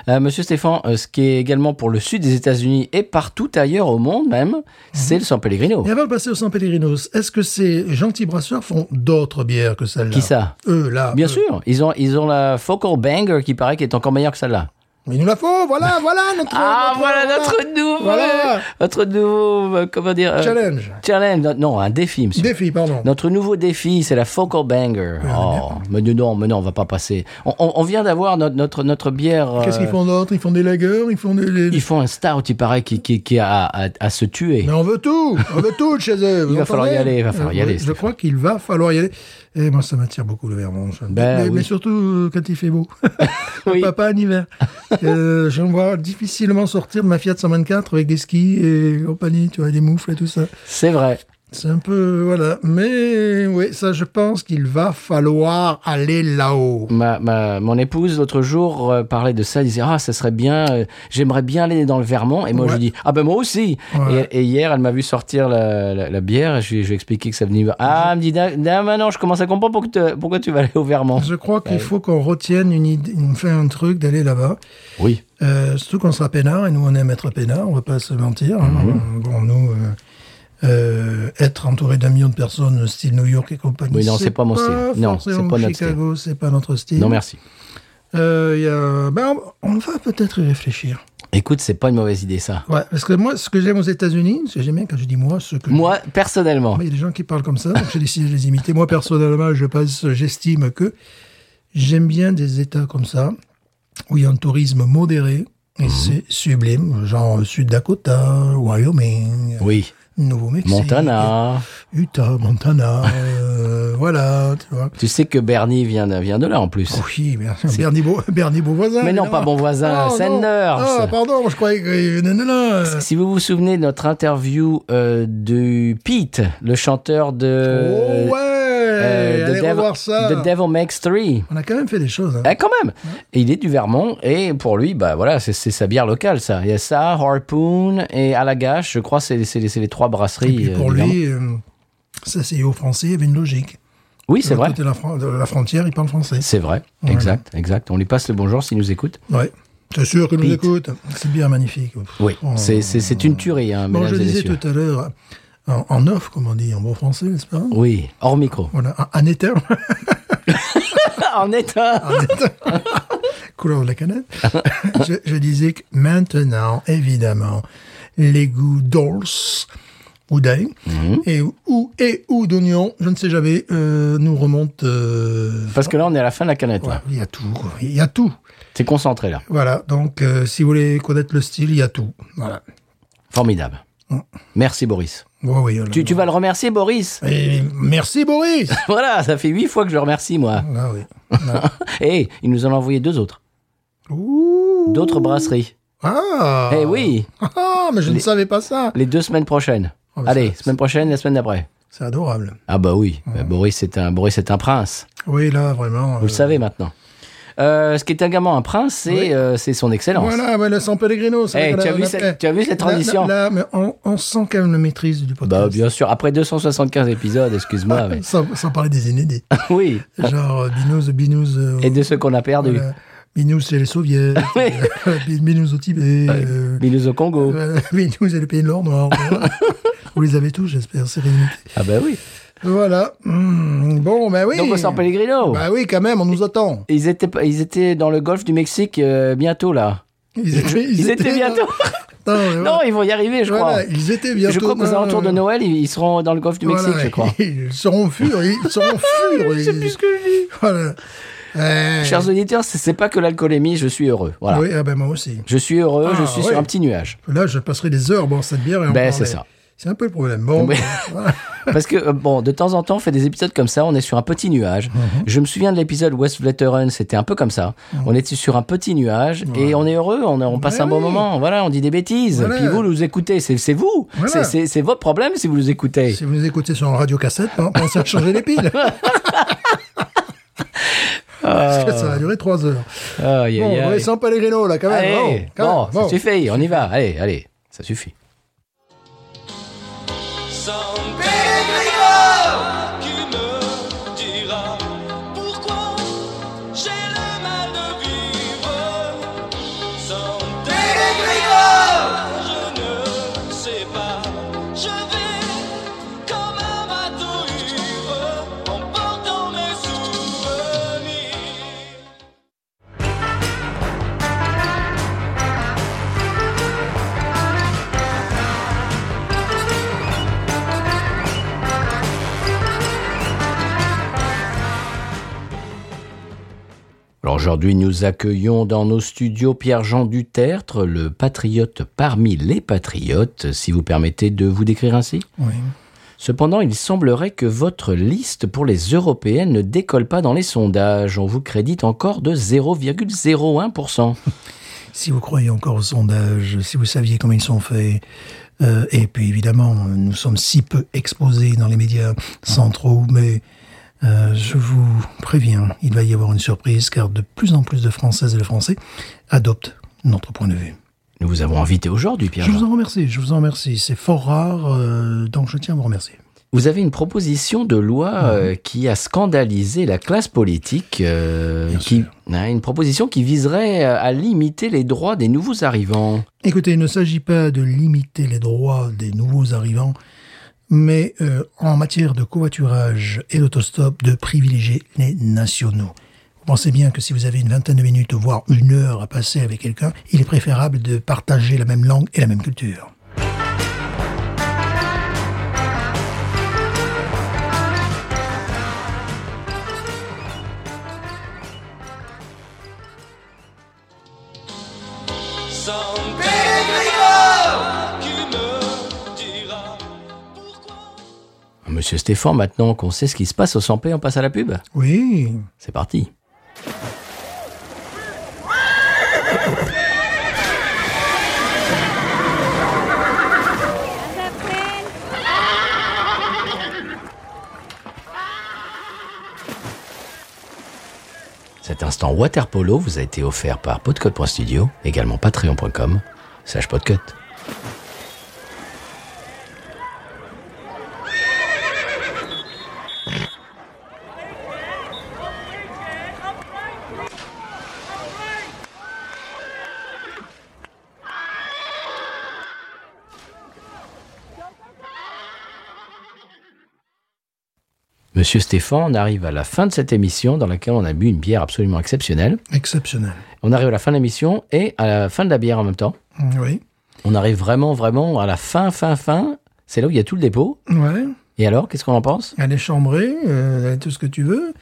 B: Euh, Monsieur Stéphane, euh, ce qui est également pour le sud des États-Unis et partout ailleurs au monde même,
C: Mmh.
B: c'est le San Pellegrino.
C: Et avant de passer au San Pellegrinos, est-ce que ces gentils brasseurs font d'autres bières que celle-là
B: Qui ça
C: Eux, là.
B: Ah, Bien
C: eux.
B: sûr, ils ont, ils ont la Focal Banger qui paraît qui est encore meilleure que celle-là.
C: Mais il nous la faut,
B: *laughs*
C: voilà, voilà notre.
B: Ah, voilà *laughs* notre nouveau,
C: Voilà.
B: notre nouveau, euh, comment dire, euh,
C: Challenge.
B: challenge, non, non, un défi, monsieur.
C: Défi, pardon.
B: Notre nouveau défi, c'est la Focal Banger.
C: Ah,
B: Oh, mais non, mais non, on va pas passer. On, on- on vient d'avoir notre, notre, notre bière. euh,
C: Qu'est-ce qu'ils font d'autre Ils font des lagers, ils font des. des-
B: Ils font un stout, il paraît, qui, qui, qui a à, à se tuer.
C: Mais on veut tout, on veut tout de chez eux. vous
B: Il va falloir
C: entendez
B: y aller, il va falloir y
C: Euh,
B: aller,
C: Je
B: Stéphane.
C: crois qu'il va falloir y aller. Et moi, ça m'attire beaucoup le Vermont. ça.
B: Ben
C: mais,
B: oui.
C: mais surtout euh, quand il fait beau.
B: *laughs* Oui.
C: *laughs* Pas, pas
B: *laughs*
C: en hiver. euh, je me vois difficilement sortir de ma Fiat 124 avec des skis et compagnie, tu vois, des moufles et tout ça.
B: C'est vrai.
C: C'est un peu, voilà. Mais oui, ça, je pense qu'il va falloir aller là-haut.
B: Ma, ma- mon épouse, l'autre jour, euh, parlait de ça. Elle disait Ah, ça serait bien, euh, j'aimerais bien aller dans le Vermont. Et moi,
C: Ouais.
B: je lui dis Ah, ben moi aussi.
C: Ouais.
B: Et, et hier, elle m'a vu sortir la, la, la bière. Et je, lui- je lui ai expliqué que ça venait. Ah, elle me dit Non, non, maintenant, je commence à comprendre pourquoi, te- pourquoi tu vas aller au Vermont.
C: Je crois qu'il faut qu'on retienne une idée, on fait un truc d'aller là-bas.
B: Oui.
C: Euh, surtout qu'on sera peinard, et nous on aime être peinard, on va pas se mentir. hein.
B: Mhm.
C: Bon, nous, euh, euh, être entouré d'un million de personnes, style New York et compagnie.
B: Oui, non, c'est pas mon style. Non,
C: forcément
B: c'est pas notre
C: Chicago, c'est pas notre style.
B: Non, merci.
C: Euh, il y a- ben, on on va peut-être y réfléchir.
B: Écoute, c'est pas une mauvaise idée, ça.
C: Ouais, parce que moi, ce que j'aime aux États-Unis, ce que j'aime bien quand je dis moi, ce que.
B: Moi, personnellement.
C: Mais Il y a des gens qui parlent comme ça, donc j'ai décidé de les imiter. Moi, personnellement, je passe, j'estime que j'aime bien des États comme ça, où il y a un tourisme modéré,
B: Mhm.
C: et c'est sublime, genre euh, Sud Dakota, Wyoming,
B: Oui.
C: Nouveau-Mexique,
B: Montana.
C: Utah, Montana,
B: *laughs*
C: euh, voilà, tu vois.
B: Tu sais que Bernie vient de, vient de là, en plus.
C: Oui, bien sûr, Bernie, Beau, *laughs* Bernie Beauvoisin.
B: Mais non,
C: évidemment.
B: pas bon voisin,
C: non.
B: Sanders.
C: Ah, pardon, je croyais que... euh, Non, non, non.
B: Si vous vous souvenez de notre interview euh, de Pete, le chanteur de,
C: oh, ouais,
B: euh, de
C: allez
B: Dev-
C: revoir ça.
B: The Devil Makes Three.
C: On a quand même fait des choses. hein.
B: Eh, quand même. Et il est du Vermont et pour lui, bah voilà, c'est c'est sa bière locale ça. Il y a ça, Harpoon et Alagash, je crois, c'est c'est les, c'est les trois
C: Et
B: brasseries.
C: puis pour
B: euh, du Vermont.
C: lui, euh, ça c'est aux Français, il y avait une logique.
B: oui,
C: De
B: c'est
C: l'autre
B: vrai,
C: côté de la, Fran- de la frontière, il parle français.
B: c'est vrai, exact, exact. On lui passe le bonjour s'il nous écoute.
C: Ouais. C'est sûr que nous
B: Pete.
C: écoute. C'est bien magnifique.
B: Oui,
C: Oh.
B: c'est c'est- c'est une tuerie, hein,
C: Bon,
B: mesdames
C: je
B: et
C: disais
B: messieurs.
C: tout à l'heure, en, en off, comme on dit en bon français, n'est-ce pas
B: Oui, hors
C: *laughs*
B: micro.
C: Voilà, en, en éteint,
B: en état.
C: couleur de
B: *laughs*
C: la canette. je, je disais que maintenant, évidemment, les goûts d'ors ou d'ail,
B: Mhm.
C: et, ou, et ou d'oignon, je ne sais jamais, euh, nous remontent... euh,
B: Parce que là, on est à la fin de la canette.
C: ouais,
B: là.
C: il y a tout, quoi. il y a tout.
B: C'est concentré là.
C: Voilà, donc euh, si vous voulez connaître le style, il y a tout. Voilà.
B: Formidable. Merci Boris.
C: Ouais, oui, voilà.
B: Tu, tu vas le remercier Boris
C: Et merci Boris
B: *laughs* Voilà, ça fait huit fois que je le remercie moi.
C: Ah oui. Voilà.
B: Et il nous en a envoyé deux autres.
C: Ouh.
B: D'autres brasseries.
C: Ah
B: Eh oui,
C: *laughs* Ah, mais je ne savais pas ça
B: les deux semaines prochaines.
C: Oh, mais
B: Allez,
C: ça-
B: semaine prochaine, la semaine d'après.
C: C'est adorable.
B: Ah bah oui, bah, Boris est un Boris est un prince.
C: Oui, là, vraiment.
B: Vous le savez maintenant. Euh, ce qui est également un prince, c'est
C: Oui.
B: euh, c'est son excellence.
C: Voilà, voilà, sans Pellegrino. c'est
B: Eh,
C: vrai
B: tu as
C: qu'on a-
B: vu
C: on a
B: cette-
C: fait-
B: tu as vu cette
C: Là,
B: transition
C: Là, là, mais on, on sent quand même la maîtrise du podcast.
B: Bah bien sûr. Après 275 épisodes, excuse-moi. mais-
C: *laughs* sans, sans parler des inédits.
B: *laughs* Oui.
C: Genre euh, Binous, Binous... euh,
B: Et de ceux qu'on a perdus.
C: voilà. Binous, c'est
B: *laughs*
C: les soviets. euh, *laughs* Binous au Tibet. euh,
B: Minus au Congo.
C: Euh, *laughs* Oui, nous, et le pays de l'or noir. Voilà. Vous les avez tous, j'espère, c'est réuni.
B: Ah bah oui.
C: Voilà. Hmm, bon, ben oui.
B: Donc on sort Pellegrino.
C: Ben oui, quand même, on nous attend.
B: Ils étaient, pas- ils étaient dans le golfe du Mexique euh, bientôt là.
C: Ils étaient,
B: Ils étaient bientôt. *laughs*
C: Non, mais voilà.
B: non, ils vont y arriver, je crois.
C: Voilà, ils étaient bientôt.
B: je crois qu'aux
C: Non,
B: alentours de
C: non,
B: Noël, ils ils seront dans le golfe du
C: voilà,
B: Mexique, je
C: *laughs*
B: crois.
C: Ils seront furs, ils seront furs.
B: *laughs* Je sais plus ce que je dis.
C: Voilà. Euh,
B: Chers auditeurs, c'est c'est pas que l'alcoolémie, je suis heureux. Voilà.
C: Oui, ah ben moi aussi.
B: Je suis heureux, je
C: Ah,
B: suis
C: oui.
B: sur un petit
C: *laughs*
B: nuage.
C: Là, je passerai des heures à boire cette bière et en
B: Ben,
C: parler.
B: c'est ça.
C: C'est un peu le
B: *laughs*
C: problème. Bon,
B: Oui.
C: voilà.
B: Parce que, euh, bon, de temps en temps, on fait des épisodes comme ça, on est sur un petit nuage.
C: Mhm.
B: Je me souviens de l'épisode West Veteran, c'était un peu comme ça. On était sur un petit nuage et on est heureux, on, on passe
C: Ben
B: un bon
C: oui.
B: moment. Voilà, on dit des bêtises.
C: Voilà.
B: Puis vous, nous écoutez, c'est c'est vous.
C: Voilà.
B: C'est- C'est c'est votre problème si vous nous écoutez.
C: si vous nous écoutez sur un radio cassette, hein, pensez à changer
B: *laughs*
C: les piles.
B: Ah.
C: Parce que ça va durer trois heures.
B: Aïe,
C: Bon,
B: aïe,
C: on
B: aïe.
C: va sans Pellegrino, là, quand même.
B: Allez,
C: bon, quand
B: bon,
C: même,
B: ça
C: bon.
B: suffit, on y va. Allez, allez, ça suffit.
D: San Pellegrino qui me dira pourquoi j'ai le mal de vivre. San Pellegrino, je ne sais pas, je vais comme un bateau ivre en portant mes souvenirs.
B: Alors aujourd'hui, nous accueillons dans nos studios Pierre-Jean Dutertre, le patriote parmi les patriotes, si vous permettez de vous décrire ainsi.
C: Oui.
B: Cependant, il semblerait que votre liste pour les européennes ne décolle pas dans les sondages. On vous crédite encore de 0,01%.
C: Si vous croyez encore aux sondages, si vous saviez comment ils sont faits, euh, et puis évidemment, nous sommes si peu exposés dans les médias centraux, mais euh, je vous préviens, il va y avoir une surprise, car de plus en plus de Françaises et de Français adoptent notre point de vue.
B: Nous vous avons invité aujourd'hui, pierre
C: Je vous en remercie, je vous en remercie. C'est fort rare, euh, donc je tiens à vous remercier.
B: Vous avez une proposition de loi
C: Mhm.
B: euh, qui a scandalisé la classe politique, euh,
C: Bien
B: qui,
C: sûr.
B: hein, une proposition qui viserait euh, à limiter les droits des nouveaux arrivants.
C: Écoutez, il ne s'agit pas de limiter les droits des nouveaux arrivants, mais euh, en matière de covoiturage et d'autostop, de privilégier les nationaux. Vous pensez bien que si vous avez une vingtaine de minutes, voire une heure à passer avec quelqu'un, il est préférable de partager la même langue et la même culture.
D: Sans Grégoire qui me dira pourquoi.
B: Monsieur Stéphane, maintenant qu'on sait ce qui se passe au 100p, on passe à la pub
C: Oui,
B: C'est parti. Cet instant waterpolo vous a été offert par podcut.studio, également patreon.com, slash podcut. Monsieur Stéphane, on arrive à la fin de cette émission dans laquelle on a bu une bière absolument exceptionnelle.
C: exceptionnel.
B: On arrive à la fin de l'émission et à la fin de la bière en même temps.
C: Oui,
B: On arrive vraiment, vraiment à la fin, fin, fin. C'est là où il y a tout le dépôt.
C: ouais.
B: Et alors, qu'est-ce qu'on en pense
C: Elle est chambrée, euh, elle est tout ce que tu veux,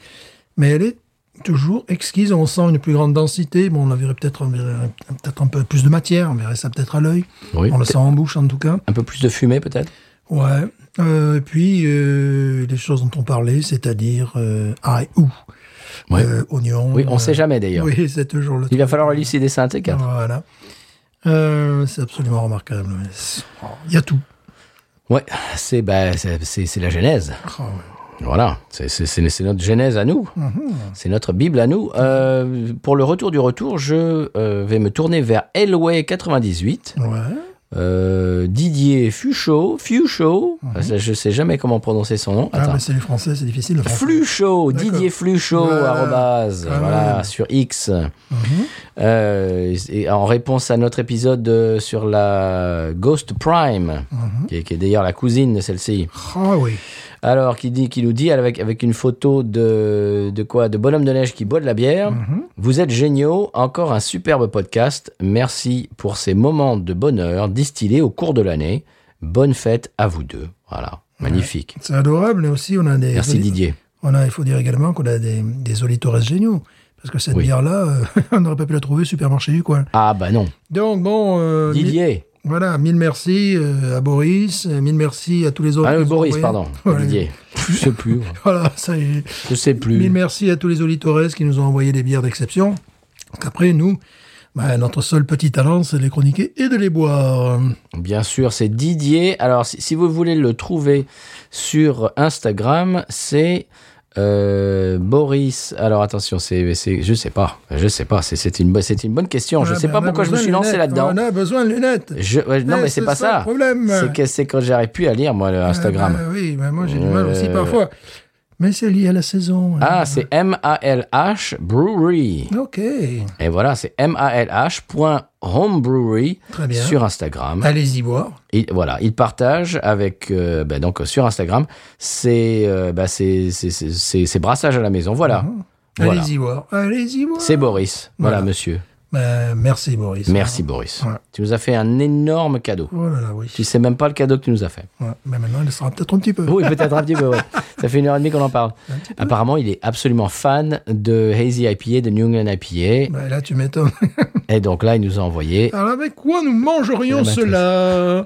C: mais elle est toujours exquise. On sent une plus grande densité. Bon, on la verrait peut-être peut un peu plus de matière, on verrait ça peut-être à l'œil.
B: Oui,
C: on le
B: peut-être.
C: sent en bouche en tout cas.
B: Un peu plus de fumée, peut-être
C: Ouais. Euh, et puis euh, les choses dont on parlait, c'est-à-dire euh, ah et où,
B: Ouais.
C: Euh, oignon.
B: Oui, on
C: euh,
B: sait jamais, d'ailleurs.
C: Oui, *laughs* c'est toujours le.
B: Il va
C: truc.
B: falloir élucider ça, un T4.
C: Voilà. Euh, c'est absolument remarquable. mais c'est- oh, Il y a tout.
B: Ouais, c'est bah, c'est- c'est- c'est la genèse.
C: Oh, ouais.
B: Voilà, c'est- c'est c'est- c'est notre genèse à nous.
C: Mhm.
B: C'est notre Bible à nous. Euh, pour le retour du retour, je euh, vais me tourner vers Elway98.
C: Ouais.
B: Euh, Didier Fuchot, Fuchot, Ah, ça, je sais jamais comment prononcer son nom.
C: Mhm. Ah,
B: Attends.
C: mais c'est du français, c'est difficile. le français.
B: Fluchot,
C: D'accord.
B: Didier Fluchot,
C: Voilà. Mhm.
B: arrobase,
C: Ah,
B: voilà,
C: ouais.
B: sur X. Euh, et en réponse à notre épisode euh, sur la Ghost Prime,
C: Mhm.
B: qui est, qui est d'ailleurs la cousine de celle-ci.
C: Ah oui.
B: Alors, qui, dit, qui nous dit avec, avec une photo de, de quoi De bonhomme de neige qui boit de la bière.
C: Mhm.
B: Vous êtes géniaux, encore un superbe podcast. Merci pour ces moments de bonheur distillés au cours de l'année. Bonne fête à vous deux. Voilà, magnifique.
C: C'est adorable, mais aussi on a des.
B: Merci
C: auditeurs-
B: Didier.
C: On a, il faut dire également qu'on a des, des auditeurs géniaux. Parce que cette
B: Oui.
C: bière-là, euh, *laughs* on n'aurait pas pu la trouver au supermarché du coin.
B: Ah bah non,
C: Donc bon, euh,
B: Didier.
C: mille- voilà, mille merci euh, à Boris, euh, mille merci à tous les autres.
B: Ah
C: qui
B: oui,
C: nous ont
B: Boris,
C: envoyé.
B: pardon.
C: Voilà.
B: Didier. Euh. Je sais plus.
C: *laughs* Voilà, ça y est.
B: Je sais plus.
C: Mille merci à tous les auditeurs qui nous ont envoyé des bières d'exception. Après, nous, bah, notre seul petit talent, c'est de les chroniquer et de les boire.
B: Bien sûr, c'est Didier. Alors, si, si vous voulez le trouver sur Instagram, c'est euh, Boris. Alors, attention, c'est, c'est- je sais pas, je sais pas. C'est, c'est une, bo- c'est une bonne question. je
C: Voilà,
B: sais
C: ben,
B: pas
C: on a
B: pourquoi je me
C: besoin
B: suis
C: de
B: lancé
C: lunettes.
B: là-dedans.
C: On a besoin de lunettes.
B: Je- ouais, non,
C: Eh,
B: mais c'est
C: c'est
B: pas
C: ça
B: ça.
C: le problème.
B: C'est que c'est quand j'arrive plus à lire moi le Instagram.
C: Ah, bah, oui, mais moi j'ai du mal aussi
B: Euh.
C: parfois. Mais c'est lié à la saison. hein.
B: Ah, c'est M-A-L-H Brewery.
C: Ok.
B: Et voilà, c'est M-A-L-H.homebrewery
C: Très bien.
B: sur Instagram.
C: Allez-y boire.
B: Et voilà, il partage avec euh, ben donc euh, sur Instagram ses, euh, bah, ses- ses- ses- ses- ses brassages à la maison. Voilà, Voilà.
C: Allez-y boire. Allez-y boire.
B: c'est Boris. Voilà,
C: Mhm. Voilà.
B: monsieur.
C: Ben, merci, Boris.
B: Merci Boris.
C: Ouais.
B: Tu nous as fait un énorme cadeau.
C: Oh là là, oui.
B: Tu sais même pas le cadeau que tu nous as fait.
C: Ouais. Mais maintenant, il sera peut-être un petit peu.
B: Oui, peut-être un petit peu,
C: *laughs*
B: ouais. Ça fait une heure et demie qu'on en parle. Apparemment, il est absolument fan de Hazy IPA, de New England IPA.
C: Ben, là, tu m'étonnes. *laughs*
B: Et donc là, il nous a envoyé.
C: Alors, avec quoi nous mangerions
B: C'est la
C: cela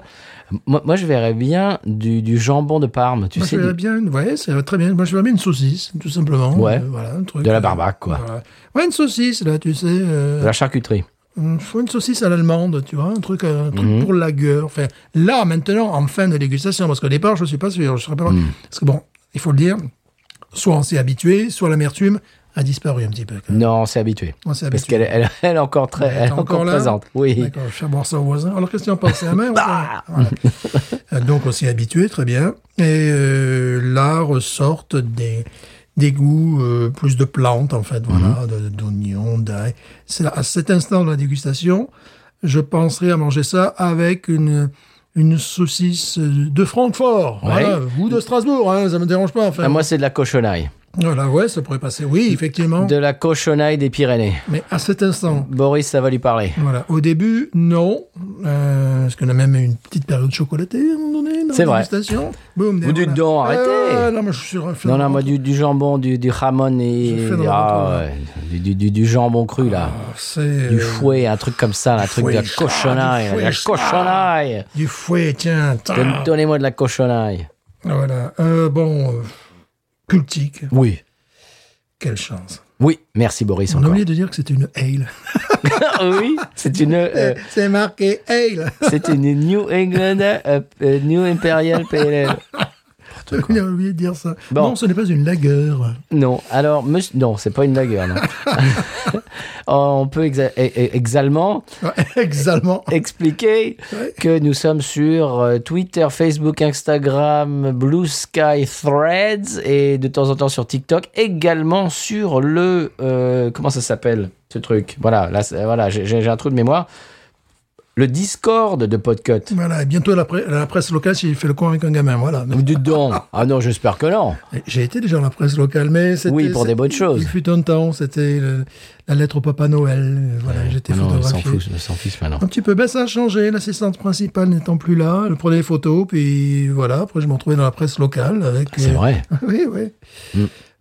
B: Moi, moi, je verrais bien du, du jambon de Parme, tu
C: Moi,
B: sais.
C: je verrais
B: du-
C: bien, une- ouais, c'est très bien. Moi, je verrais bien une saucisse, tout simplement.
B: Ouais.
C: voilà, un truc,
B: De la
C: euh,
B: barbaque, quoi.
C: voilà. Ouais, une saucisse, là, tu sais. euh,
B: De la charcuterie.
C: Hum, faut une saucisse à l'allemande, tu vois, un truc, euh, un truc pour la gueule. Enfin, là, maintenant, en fin de dégustation, parce qu'au départ, je suis pas sûr, je serais pas. Parce que bon, il faut le dire, soit on s'est habitué, soit l'amertume a disparu un petit peu. quand même.
B: Non, c'est habitué.
C: On s'est
B: Parce
C: habitué.
B: qu'elle elle, elle est encore, très, elle est
C: T'es
B: encore
C: là
B: présente. Oui.
C: D'accord, je vais boire ça au voisin. Alors, Christian, pense à
B: *laughs*
C: la main.
B: Bah!
C: Voilà. Euh, Donc, on s'y est habitué, très bien. Et euh, là ressortent des, des goûts euh, plus de plantes, en fait,
B: Mm-hmm.
C: voilà, de- de- d'oignons, d'ail. C'est là, À cet instant de la dégustation, je penserais à manger ça avec une. Une saucisse euh, de Francfort,
B: Ouais.
C: voilà, ou de Strasbourg, hein, ça me dérange pas. Enfin,
B: Ah, moi, c'est de la cochonaille.
C: voilà, ouais, ça pourrait passer. Oui, effectivement.
B: De la cochonaille des Pyrénées.
C: Mais à cet instant,
B: Boris, ça va lui parler.
C: Voilà. Au début, non. Euh, parce qu'on a même eu une petite période chocolatée à un moment donné. dans
B: C'est
C: la
B: vrai.
C: dégustation. Boum,
B: Vous dites
C: voilà.
B: donc, arrêtez.
C: Euh, non, moi, je suis un fan
B: Non,
C: de
B: non, moi, du, du jambon, du, du jamon et.
C: Je fais dans
B: Ah,
C: le
B: ouais. du, du- du- du jambon cru, là.
C: C'est
B: Du
C: euh,
B: fouet, un truc comme ça, un truc de la
C: fouet,
B: cochonaille.
C: ah, du
B: de la
C: fouet, ah.
B: cochonaille.
C: du fouet, tiens. tiens.
B: Donne- Donnez-moi de la cochonaille.
C: Voilà. Euh, bon, euh, cultique.
B: Oui.
C: Quelle chance.
B: Oui, merci Boris
C: On a
B: encore.
C: oublié de dire que c'était une ale.
B: *laughs* oui, c'est une, euh,
C: *laughs* C'est marqué ale.
B: c'est une New England euh, euh, New Imperial PLL.
C: On a oublié de dire ça.
B: Bon.
C: Non, ce n'est pas une lagueur. *laughs*
B: Non, alors monsieur, non, c'est pas une lagueur. non. *laughs* Oh, on peut exa- e- e- exalement
C: Exalement.
B: expliquer que nous sommes sur euh, Twitter, Facebook, Instagram, Blue Sky Threads et de temps en temps sur TikTok, également sur le euh, comment ça s'appelle ce truc. Voilà, là, c'est- voilà, j'ai j'ai- j'ai un trou de mémoire. Le Discord de Podcut.
C: Voilà. Et bientôt, la, pre- la presse locale, s'il fait le con avec un gamin. Voilà.
B: Vous dites donc Ah non, j'espère que non.
C: J'ai été déjà dans la presse locale, mais c'était.
B: Oui, pour des bonnes choses.
C: Il fut un temps, c'était le- la lettre au Papa Noël. euh, Voilà, j'étais
B: Ah non, ils s'en
C: photographié.
B: fichent, ils s'en fichent maintenant.
C: Un petit peu, ben ça a changé, l'assistante principale n'étant plus là, elle prenait les photos, puis voilà, après je me retrouvais dans la presse locale avec...
B: C'est
C: euh,
B: vrai.
C: *laughs* Oui, oui.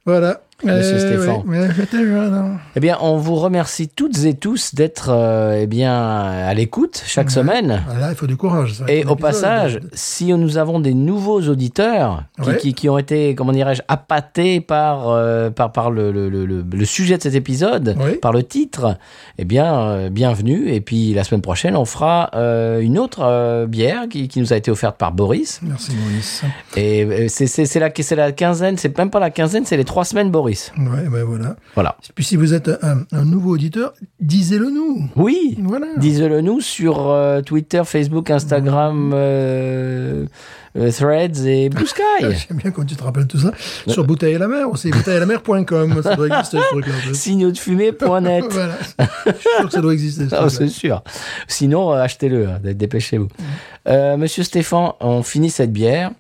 C: Voilà.
B: Monsieur Stéphane.
C: oui, mais j'étais jeune, hein.
B: Eh bien, on vous remercie toutes et tous d'être euh, eh bien à l'écoute chaque semaine.
C: Ah, Là, il faut du courage. ça va
B: Et
C: être un
B: au
C: épisode.
B: passage, si nous avons des nouveaux auditeurs qui,
C: Ouais.
B: qui- qui ont été, comment dirais-je, appâtés par, euh, par, par le, le- le- le- le sujet de cet épisode,
C: Oui.
B: par le titre, eh bien, euh, bienvenue. Et puis la semaine prochaine, on fera euh, une autre euh, bière qui, qui nous a été offerte par Boris.
C: Merci, Maurice.
B: Et euh, c'est c'est- c'est la, c'est la quinzaine, c'est même pas la quinzaine, c'est les trois semaines, Boris.
C: Ouais, ben voilà.
B: Voilà.
C: Puis si vous êtes un, un nouveau auditeur, disez-le nous.
B: Oui
C: Voilà.
B: Disez-le nous sur euh, Twitter, Facebook, Instagram, euh, euh, Threads et Blue Sky.
C: J'aime bien quand tu te rappelles tout ça. Sur Bouteille à la mer aussi, bouteille à la mer.com, ça doit exister ce truc-là.
B: *laughs*
C: en fait.
B: Signaux de
C: *laughs*
B: fumée.net.
C: Voilà. Je suis sûr que ça doit exister. ce
B: Ah,
C: truc-là.
B: c'est sûr. Sinon, euh, achetez-le, hein, dé- dépêchez-vous. Euh, Monsieur Stéphane, on finit cette bière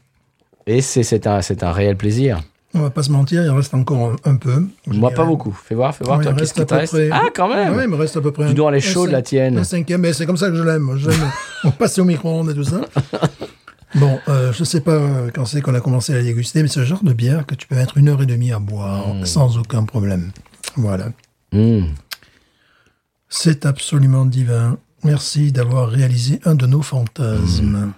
B: et c'est c'est un, c'est un réel plaisir.
C: On va pas se mentir, il en reste encore un, un peu. Je
B: Moi,
C: dirais.
B: pas beaucoup. Fais voir, fais voir,
C: Ouais,
B: toi,
C: il
B: qu'est-ce
C: reste
B: qui
C: à
B: te
C: peu
B: reste
C: près-
B: Ah, quand même
C: Ouais, il me reste à peu près.
B: Dis donc, elle est
C: un
B: chaude,
C: cin-
B: la tienne.
C: Un cinquième, mais c'est comme ça que je l'aime. Moi, J'aime
B: *laughs*
C: on passe au micro-ondes et tout ça. Bon, euh, je sais pas euh, quand c'est qu'on a commencé à la déguster, mais c'est le genre de bière que tu peux mettre une heure et demie à boire sans aucun problème. Voilà.
B: Hmm.
C: C'est absolument divin. Merci d'avoir réalisé un de nos fantasmes.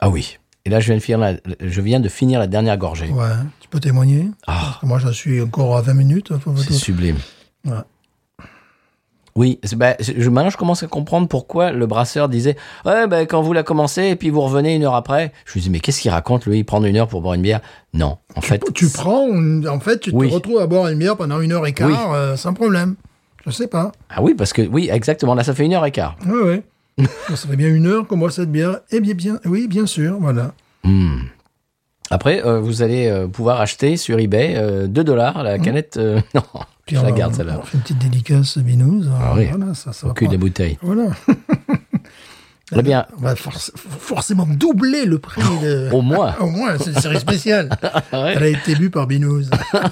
B: Ah oui. Et là, je viens, de finir la, je viens de finir la dernière gorgée.
C: Ouais, tu peux témoigner
B: Ah,
C: Moi, je suis encore à 20 minutes. Faut- faut-
B: c'est sublime.
C: Ouais.
B: Oui, c'est- bah, c'est- je, maintenant je commence à comprendre pourquoi le brasseur disait Ouais, bah, quand vous la commencez et puis vous revenez une heure après. Je me dis Mais qu'est-ce qu'il raconte, lui, prendre une heure pour boire une bière Non, en fait.
C: Tu prends, une- en fait, tu
B: Oui.
C: te retrouves à boire une bière pendant une heure et quart
B: Oui.
C: euh, sans problème. Je sais pas.
B: Ah oui, parce que, oui, exactement, là ça fait une heure et quart.
C: Ouais,
B: *laughs*
C: ouais. ça fait bien une heure qu'on boit cette bière. Eh bien, bien, oui, bien sûr, voilà.
B: Après, euh, vous allez euh, pouvoir acheter sur eBay euh, 2 dollars la canette. euh, *laughs* non, je
C: on
B: la
C: va-
B: garde celle-là.
C: Mhm. On fait une petite dédicace binouze.
B: Ah oui.
C: Voilà, ça, ça
B: Au
C: va
B: cul
C: pas-
B: des bouteilles.
C: Voilà.
B: *laughs* Eh bien,
C: On va forc- forcément doubler
B: *laughs*
C: le prix. de- *laughs*
B: au moins. *laughs*
C: Ah Au moins, c'est une série spéciale.
B: ouais.
C: Elle a été bue par Binouze.
B: Ah,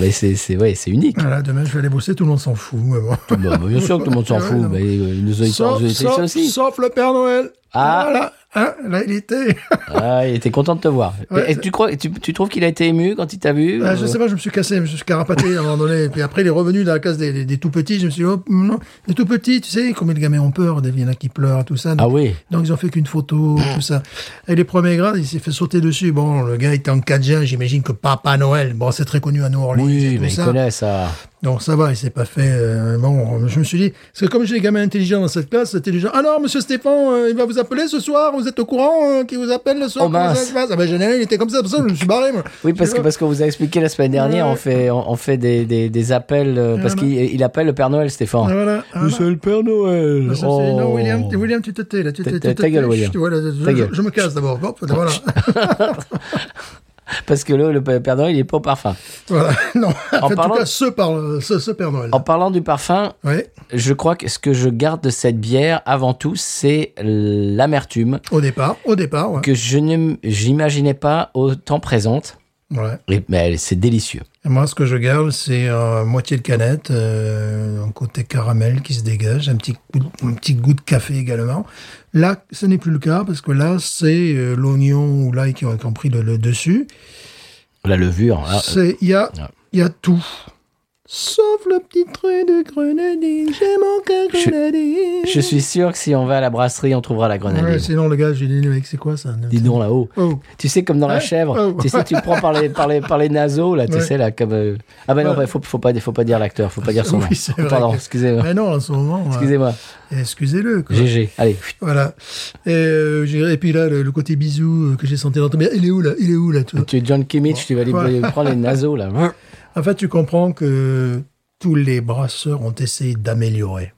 B: Mais c'est, c'est, ouais, c'est unique.
C: Voilà, demain, je vais aller bosser, tout le monde s'en fout. mais bon.
B: Bah, bah, bien sûr que tout le monde s'en
C: Ah Ouais,
B: fout,
C: non.
B: mais euh, nous sommes
C: Sauf, sauf-
B: aussi.
C: sauf le Père Noël.
B: Ah.
C: Voilà, hein, là, il était.
B: Ah, il était content de te voir.
C: Ouais,
B: Et tu, crois, tu, tu trouves qu'il a été ému quand il t'a vu
C: Ah, je
B: euh,
C: sais pas, je me suis cassé, je me suis carapaté à un moment donné. Et puis après, il est revenu dans la classe des, des- des tout petits. Je me suis dit, oh, non, les tout petits, tu sais, combien de gamins ont peur, des- il y en a qui pleurent, tout ça.
B: Ah
C: Donc,
B: oui.
C: donc ils ont fait qu'une photo, tout ça. Et les premiers grades, il s'est fait sauter dessus. Bon, le gars était en 4G, j'imagine que Papa Noël, bon, c'est très connu à New Orleans. et
B: Oui,
C: tout
B: mais il
C: ça.
B: connaît ça.
C: Donc ça va, il s'est pas fait. euh, bon, je me suis dit, parce que comme j'ai des gamins intelligents dans cette classe, c'était gens. Alors, Monsieur Stéphane, euh, il va vous appeler ce soir. Vous êtes au courant euh, qu'il vous appelle le soir
B: Oh,
C: Comment ça
B: mince.
C: se passe Ah ben génial, il était comme ça, pour ça je me suis barré. Moi.
B: Oui, parce
C: Tu
B: que
C: vois
B: parce qu'on vous a expliqué la semaine dernière, on fait on, on fait des, des, des appels euh, parce qu'il il appelle le Père Noël, Stéphane.
C: Ah, voilà, voilà.
B: C'est le Père Noël.
C: Ça, c'est- Non, William, t'es- William, tu te tais, là. Tu
B: Oh. Ta-
C: te-
B: ta-
C: tu te
B: ta gueule,
C: tais.
B: William.
C: Tu vois, là, je,
B: Ta
C: je-
B: gueule.
C: je me casse d'abord.
B: *laughs*
C: Hop, Voilà. *laughs*
B: Parce que là, le Père Noël, il est pas au parfum.
C: voilà. Non. *laughs* En, tout
B: parlant-
C: cas, ce, par- ce, ce Père Noël.
B: En parlant du parfum,
C: Ouais.
B: je crois que ce que je garde de cette bière, avant tout, c'est l'amertume
C: Au départ, au départ, ouais.
B: que je ne j'imaginais pas autant présente.
C: Ouais.
B: Et, mais elle- c'est délicieux.
C: Et moi, ce que je garde, c'est euh, moitié de canette, euh, un côté caramel qui se dégage, un petit, goût, un petit goût de café également. Là, ce n'est plus le cas parce que là, c'est euh, l'oignon ou l'ail qui ont qui ont pris le, le dessus.
B: La levure. là, euh,
C: C'est il y a,
B: Ah.
C: il y a tout. Sauf le petit trait de grenadine, j'ai manqué
B: Je-
C: grenadine.
B: je suis sûr que si on va à la brasserie, on trouvera la grenadine.
C: Ouais, sinon le gars, j'ai dit, mec, c'est quoi ça
B: Dis donc là-haut.
C: Oh.
B: Tu sais, comme dans la
C: Ouais.
B: chèvre,
C: Oh.
B: tu sais, tu le prends par les, par les, par les naseaux, là, tu
C: Ouais.
B: sais, là, comme. euh, Ah, ben non,
C: Ouais.
B: bah, faut, faut, pas, faut pas dire l'acteur, faut pas dire son
C: Oui,
B: nom.
C: c'est vrai
B: Pardon,
C: que-
B: excusez-moi.
C: Mais non, en ce moment, euh,
B: Excusez-moi.
C: excusez-le. quoi.
B: GG. Allez.
C: Voilà. Et, euh, j'ai- et puis là, le, le côté bisou euh, que j'ai senti dans ton bien, il est où là Il est où là tu vois
B: Tu es John Kimmich, tu vas aller
C: Ouais.
B: *laughs* prendre les naseaux, là. hein.
C: En fait, tu comprends que tous les brasseurs ont essayé d'améliorer,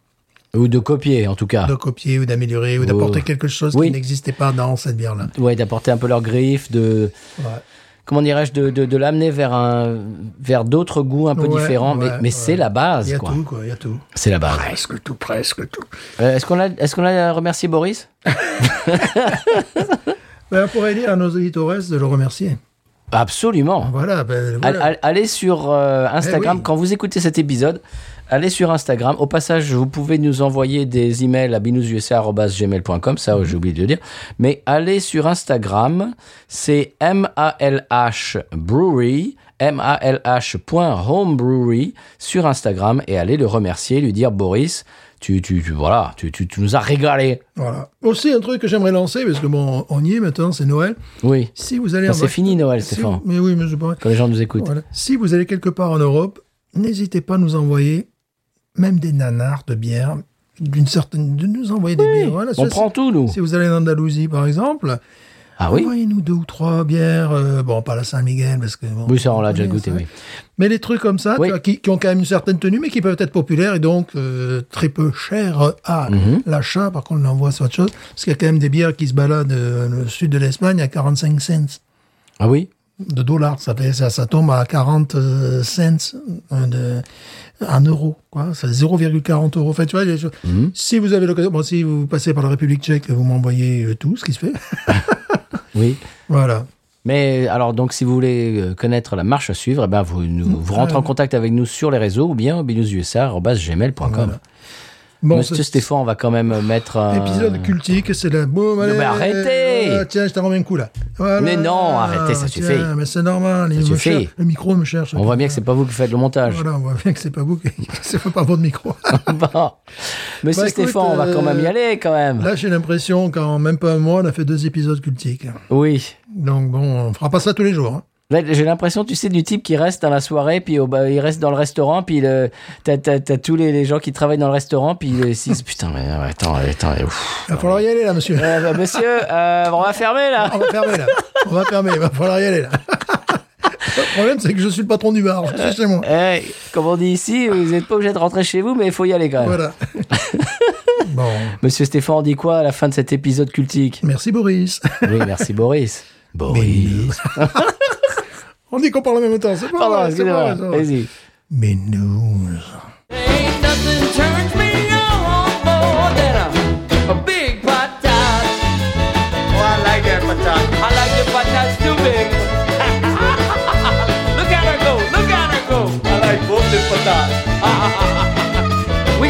B: Ou de copier, en tout cas.
C: de copier ou d'améliorer ou d'apporter quelque chose
B: Ah. Oui.
C: qui n'existait pas dans cette bière-là.
B: Ouais, d'apporter un peu leur griffe, de.
C: Ouais.
B: Comment dirais-je, de, de, de l'amener vers, un- vers d'autres goûts un peu
C: Ouais,
B: différents. mais
C: ouais,
B: mais
C: ouais.
B: c'est la
C: Il y
B: base,
C: a
B: quoi.
C: tout, quoi. Il y a tout.
B: C'est la base.
C: Presque tout, presque tout.
B: Euh, Est-ce qu'on a, est qu'on a remercié Boris
C: Ben, on pourrait dire à nos auditeurs de le remercier.
B: Absolument.
C: Voilà. Ben,
B: Allez-
C: voilà.
B: allez- Allez sur euh, Instagram,
C: Eh oui.
B: quand vous écoutez cet épisode, allez sur Instagram. Au passage, vous pouvez nous envoyer des emails à binoususa.gmail.com, ça j'ai oublié de le dire. Mais allez sur Instagram, c'est MALH Brewery, MALH.homebrewery sur Instagram et allez le remercier, lui dire Boris, tu, tu, tu- voilà, tu, tu- tu nous as régalé.
C: Voilà. Aussi, un truc que j'aimerais lancer, parce que bon, on y est maintenant, c'est Noël.
B: Oui,
C: Si vous allez
B: Bon,
C: en
B: Ben, c'est
C: vac-
B: fini, Noël,
C: Si
B: Stéphane.
C: vous- Mais oui, mais je pourrais.
B: quand les gens nous écoutent.
C: Voilà. Si vous allez quelque part en Europe, n'hésitez pas à nous envoyer même des nanars de bière, d'une certaine, de nous envoyer des bières. Voilà,
B: On
C: ça,
B: prend
C: si-
B: tout, nous.
C: Si vous allez en Andalousie, par exemple,
B: Ah oui
C: envoyez-nous deux ou trois bières. euh, bon, pas la Saint-Miguel, parce que. bon,
B: Oui, ça, on l'a déjà
C: connaît,
B: goûté,
C: ça.
B: oui.
C: Mais les trucs comme ça, tu
B: Oui.
C: vois, qui, qui ont quand même une certaine tenue, mais qui peuvent être populaires et donc euh, très peu chères à
B: Mhm.
C: l'achat. Par contre, on envoie sur autre chose. Parce qu'il y a quand même des bières qui se baladent euh, le sud de l'Espagne à 45 cents
B: Ah oui
C: de dollars. Ça, fait, ça, ça tombe à 40 euh, cents euh, de, en euros. Quoi. C'est 0,40 euros. Enfin, tu vois, les choses-
B: Mhm.
C: Si vous avez l'occasion, bon, si vous passez par la République tchèque, vous m'envoyez euh, tout ce qui se fait. *laughs*
B: Oui.
C: voilà.
B: Mais alors, donc, si vous voulez euh, connaître la marche à suivre, eh ben, vous,
C: Mm.
B: nous, vous rentrez en contact avec nous sur les réseaux ou bien au binoususa.gmail.com.
C: Bon,
B: Monsieur
C: c'est-
B: Stéphane, on va quand même mettre un...
C: Épisode cultique, c'est la boum. allez,
B: mais arrêtez
C: voilà, Tiens, je t'en remets un coup là. Voilà,
B: Mais non, arrêtez, ça
C: tiens,
B: suffit.
C: Mais c'est normal. il
B: Ça
C: me
B: suffit.
C: cherche- le micro me cherche.
B: On voit bien que c'est pas Ah. vous qui faites le montage.
C: Voilà, on voit bien que c'est pas vous, qui- *laughs* c'est pas votre micro.
B: *laughs* Bon. Monsieur
C: Bah, écoute,
B: Stéphane, on va quand même y
C: euh,
B: aller, quand même.
C: Là, j'ai l'impression qu'en même pas un mois, on a fait deux épisodes cultiques.
B: Oui.
C: Donc bon, on fera pas ça tous les jours. hein.
B: Là, j'ai l'impression, tu sais, du type qui reste dans la soirée, puis au- bah, il reste dans le restaurant, puis le- t'as, t'as- t'as tous les, les gens qui travaillent dans le restaurant, puis ils se disent, Putain, mais attends, attends,
C: *laughs*
B: ouf.
C: Il va falloir y aller là, monsieur.
B: Euh, bah, monsieur, euh, on va fermer, là
C: On va fermer là. On va fermer, il va falloir y aller là. Le problème, c'est que je suis le patron du bar. Je suis chez moi.
B: Eh, comme on dit ici, vous n'êtes pas obligé de rentrer chez vous, mais il faut y aller quand même.
C: Voilà. Bon.
B: Monsieur Stéphane, on dit quoi à la fin de cet épisode cultique *laughs*
C: Merci Boris.
B: Oui, merci Boris. Boris.
C: On dit qu'on parle en même temps. C'est pas
B: Pardon,
C: vrai, c'est pas
B: excusez-moi.
C: vrai, c'est vrai.
B: Vas-y.
C: Mais nous.
D: Ain't nothing turns me on more than a, a big patat. Oh, I like that patat. I like the patats too big. look at her go, look at her go.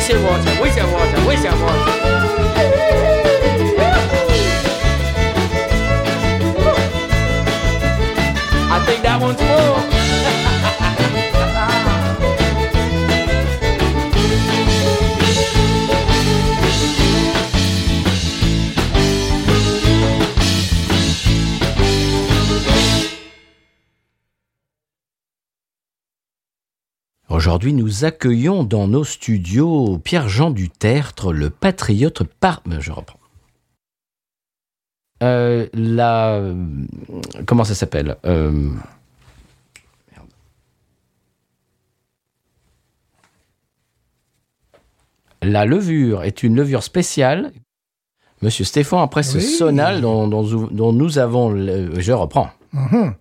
D: should watch it. We should watch it. We should watch it. I think that one's full.
B: Aujourd'hui, nous accueillons dans nos studios Pierre-Jean Dutertre, le patriote par... Je reprends. Euh, la... Comment ça s'appelle Euh, merde. La levure est une levure spéciale. Monsieur Stéphane, après ce
C: Oui.
B: sonal dont, dont- dont nous avons... le- Je reprends.
C: Mhm.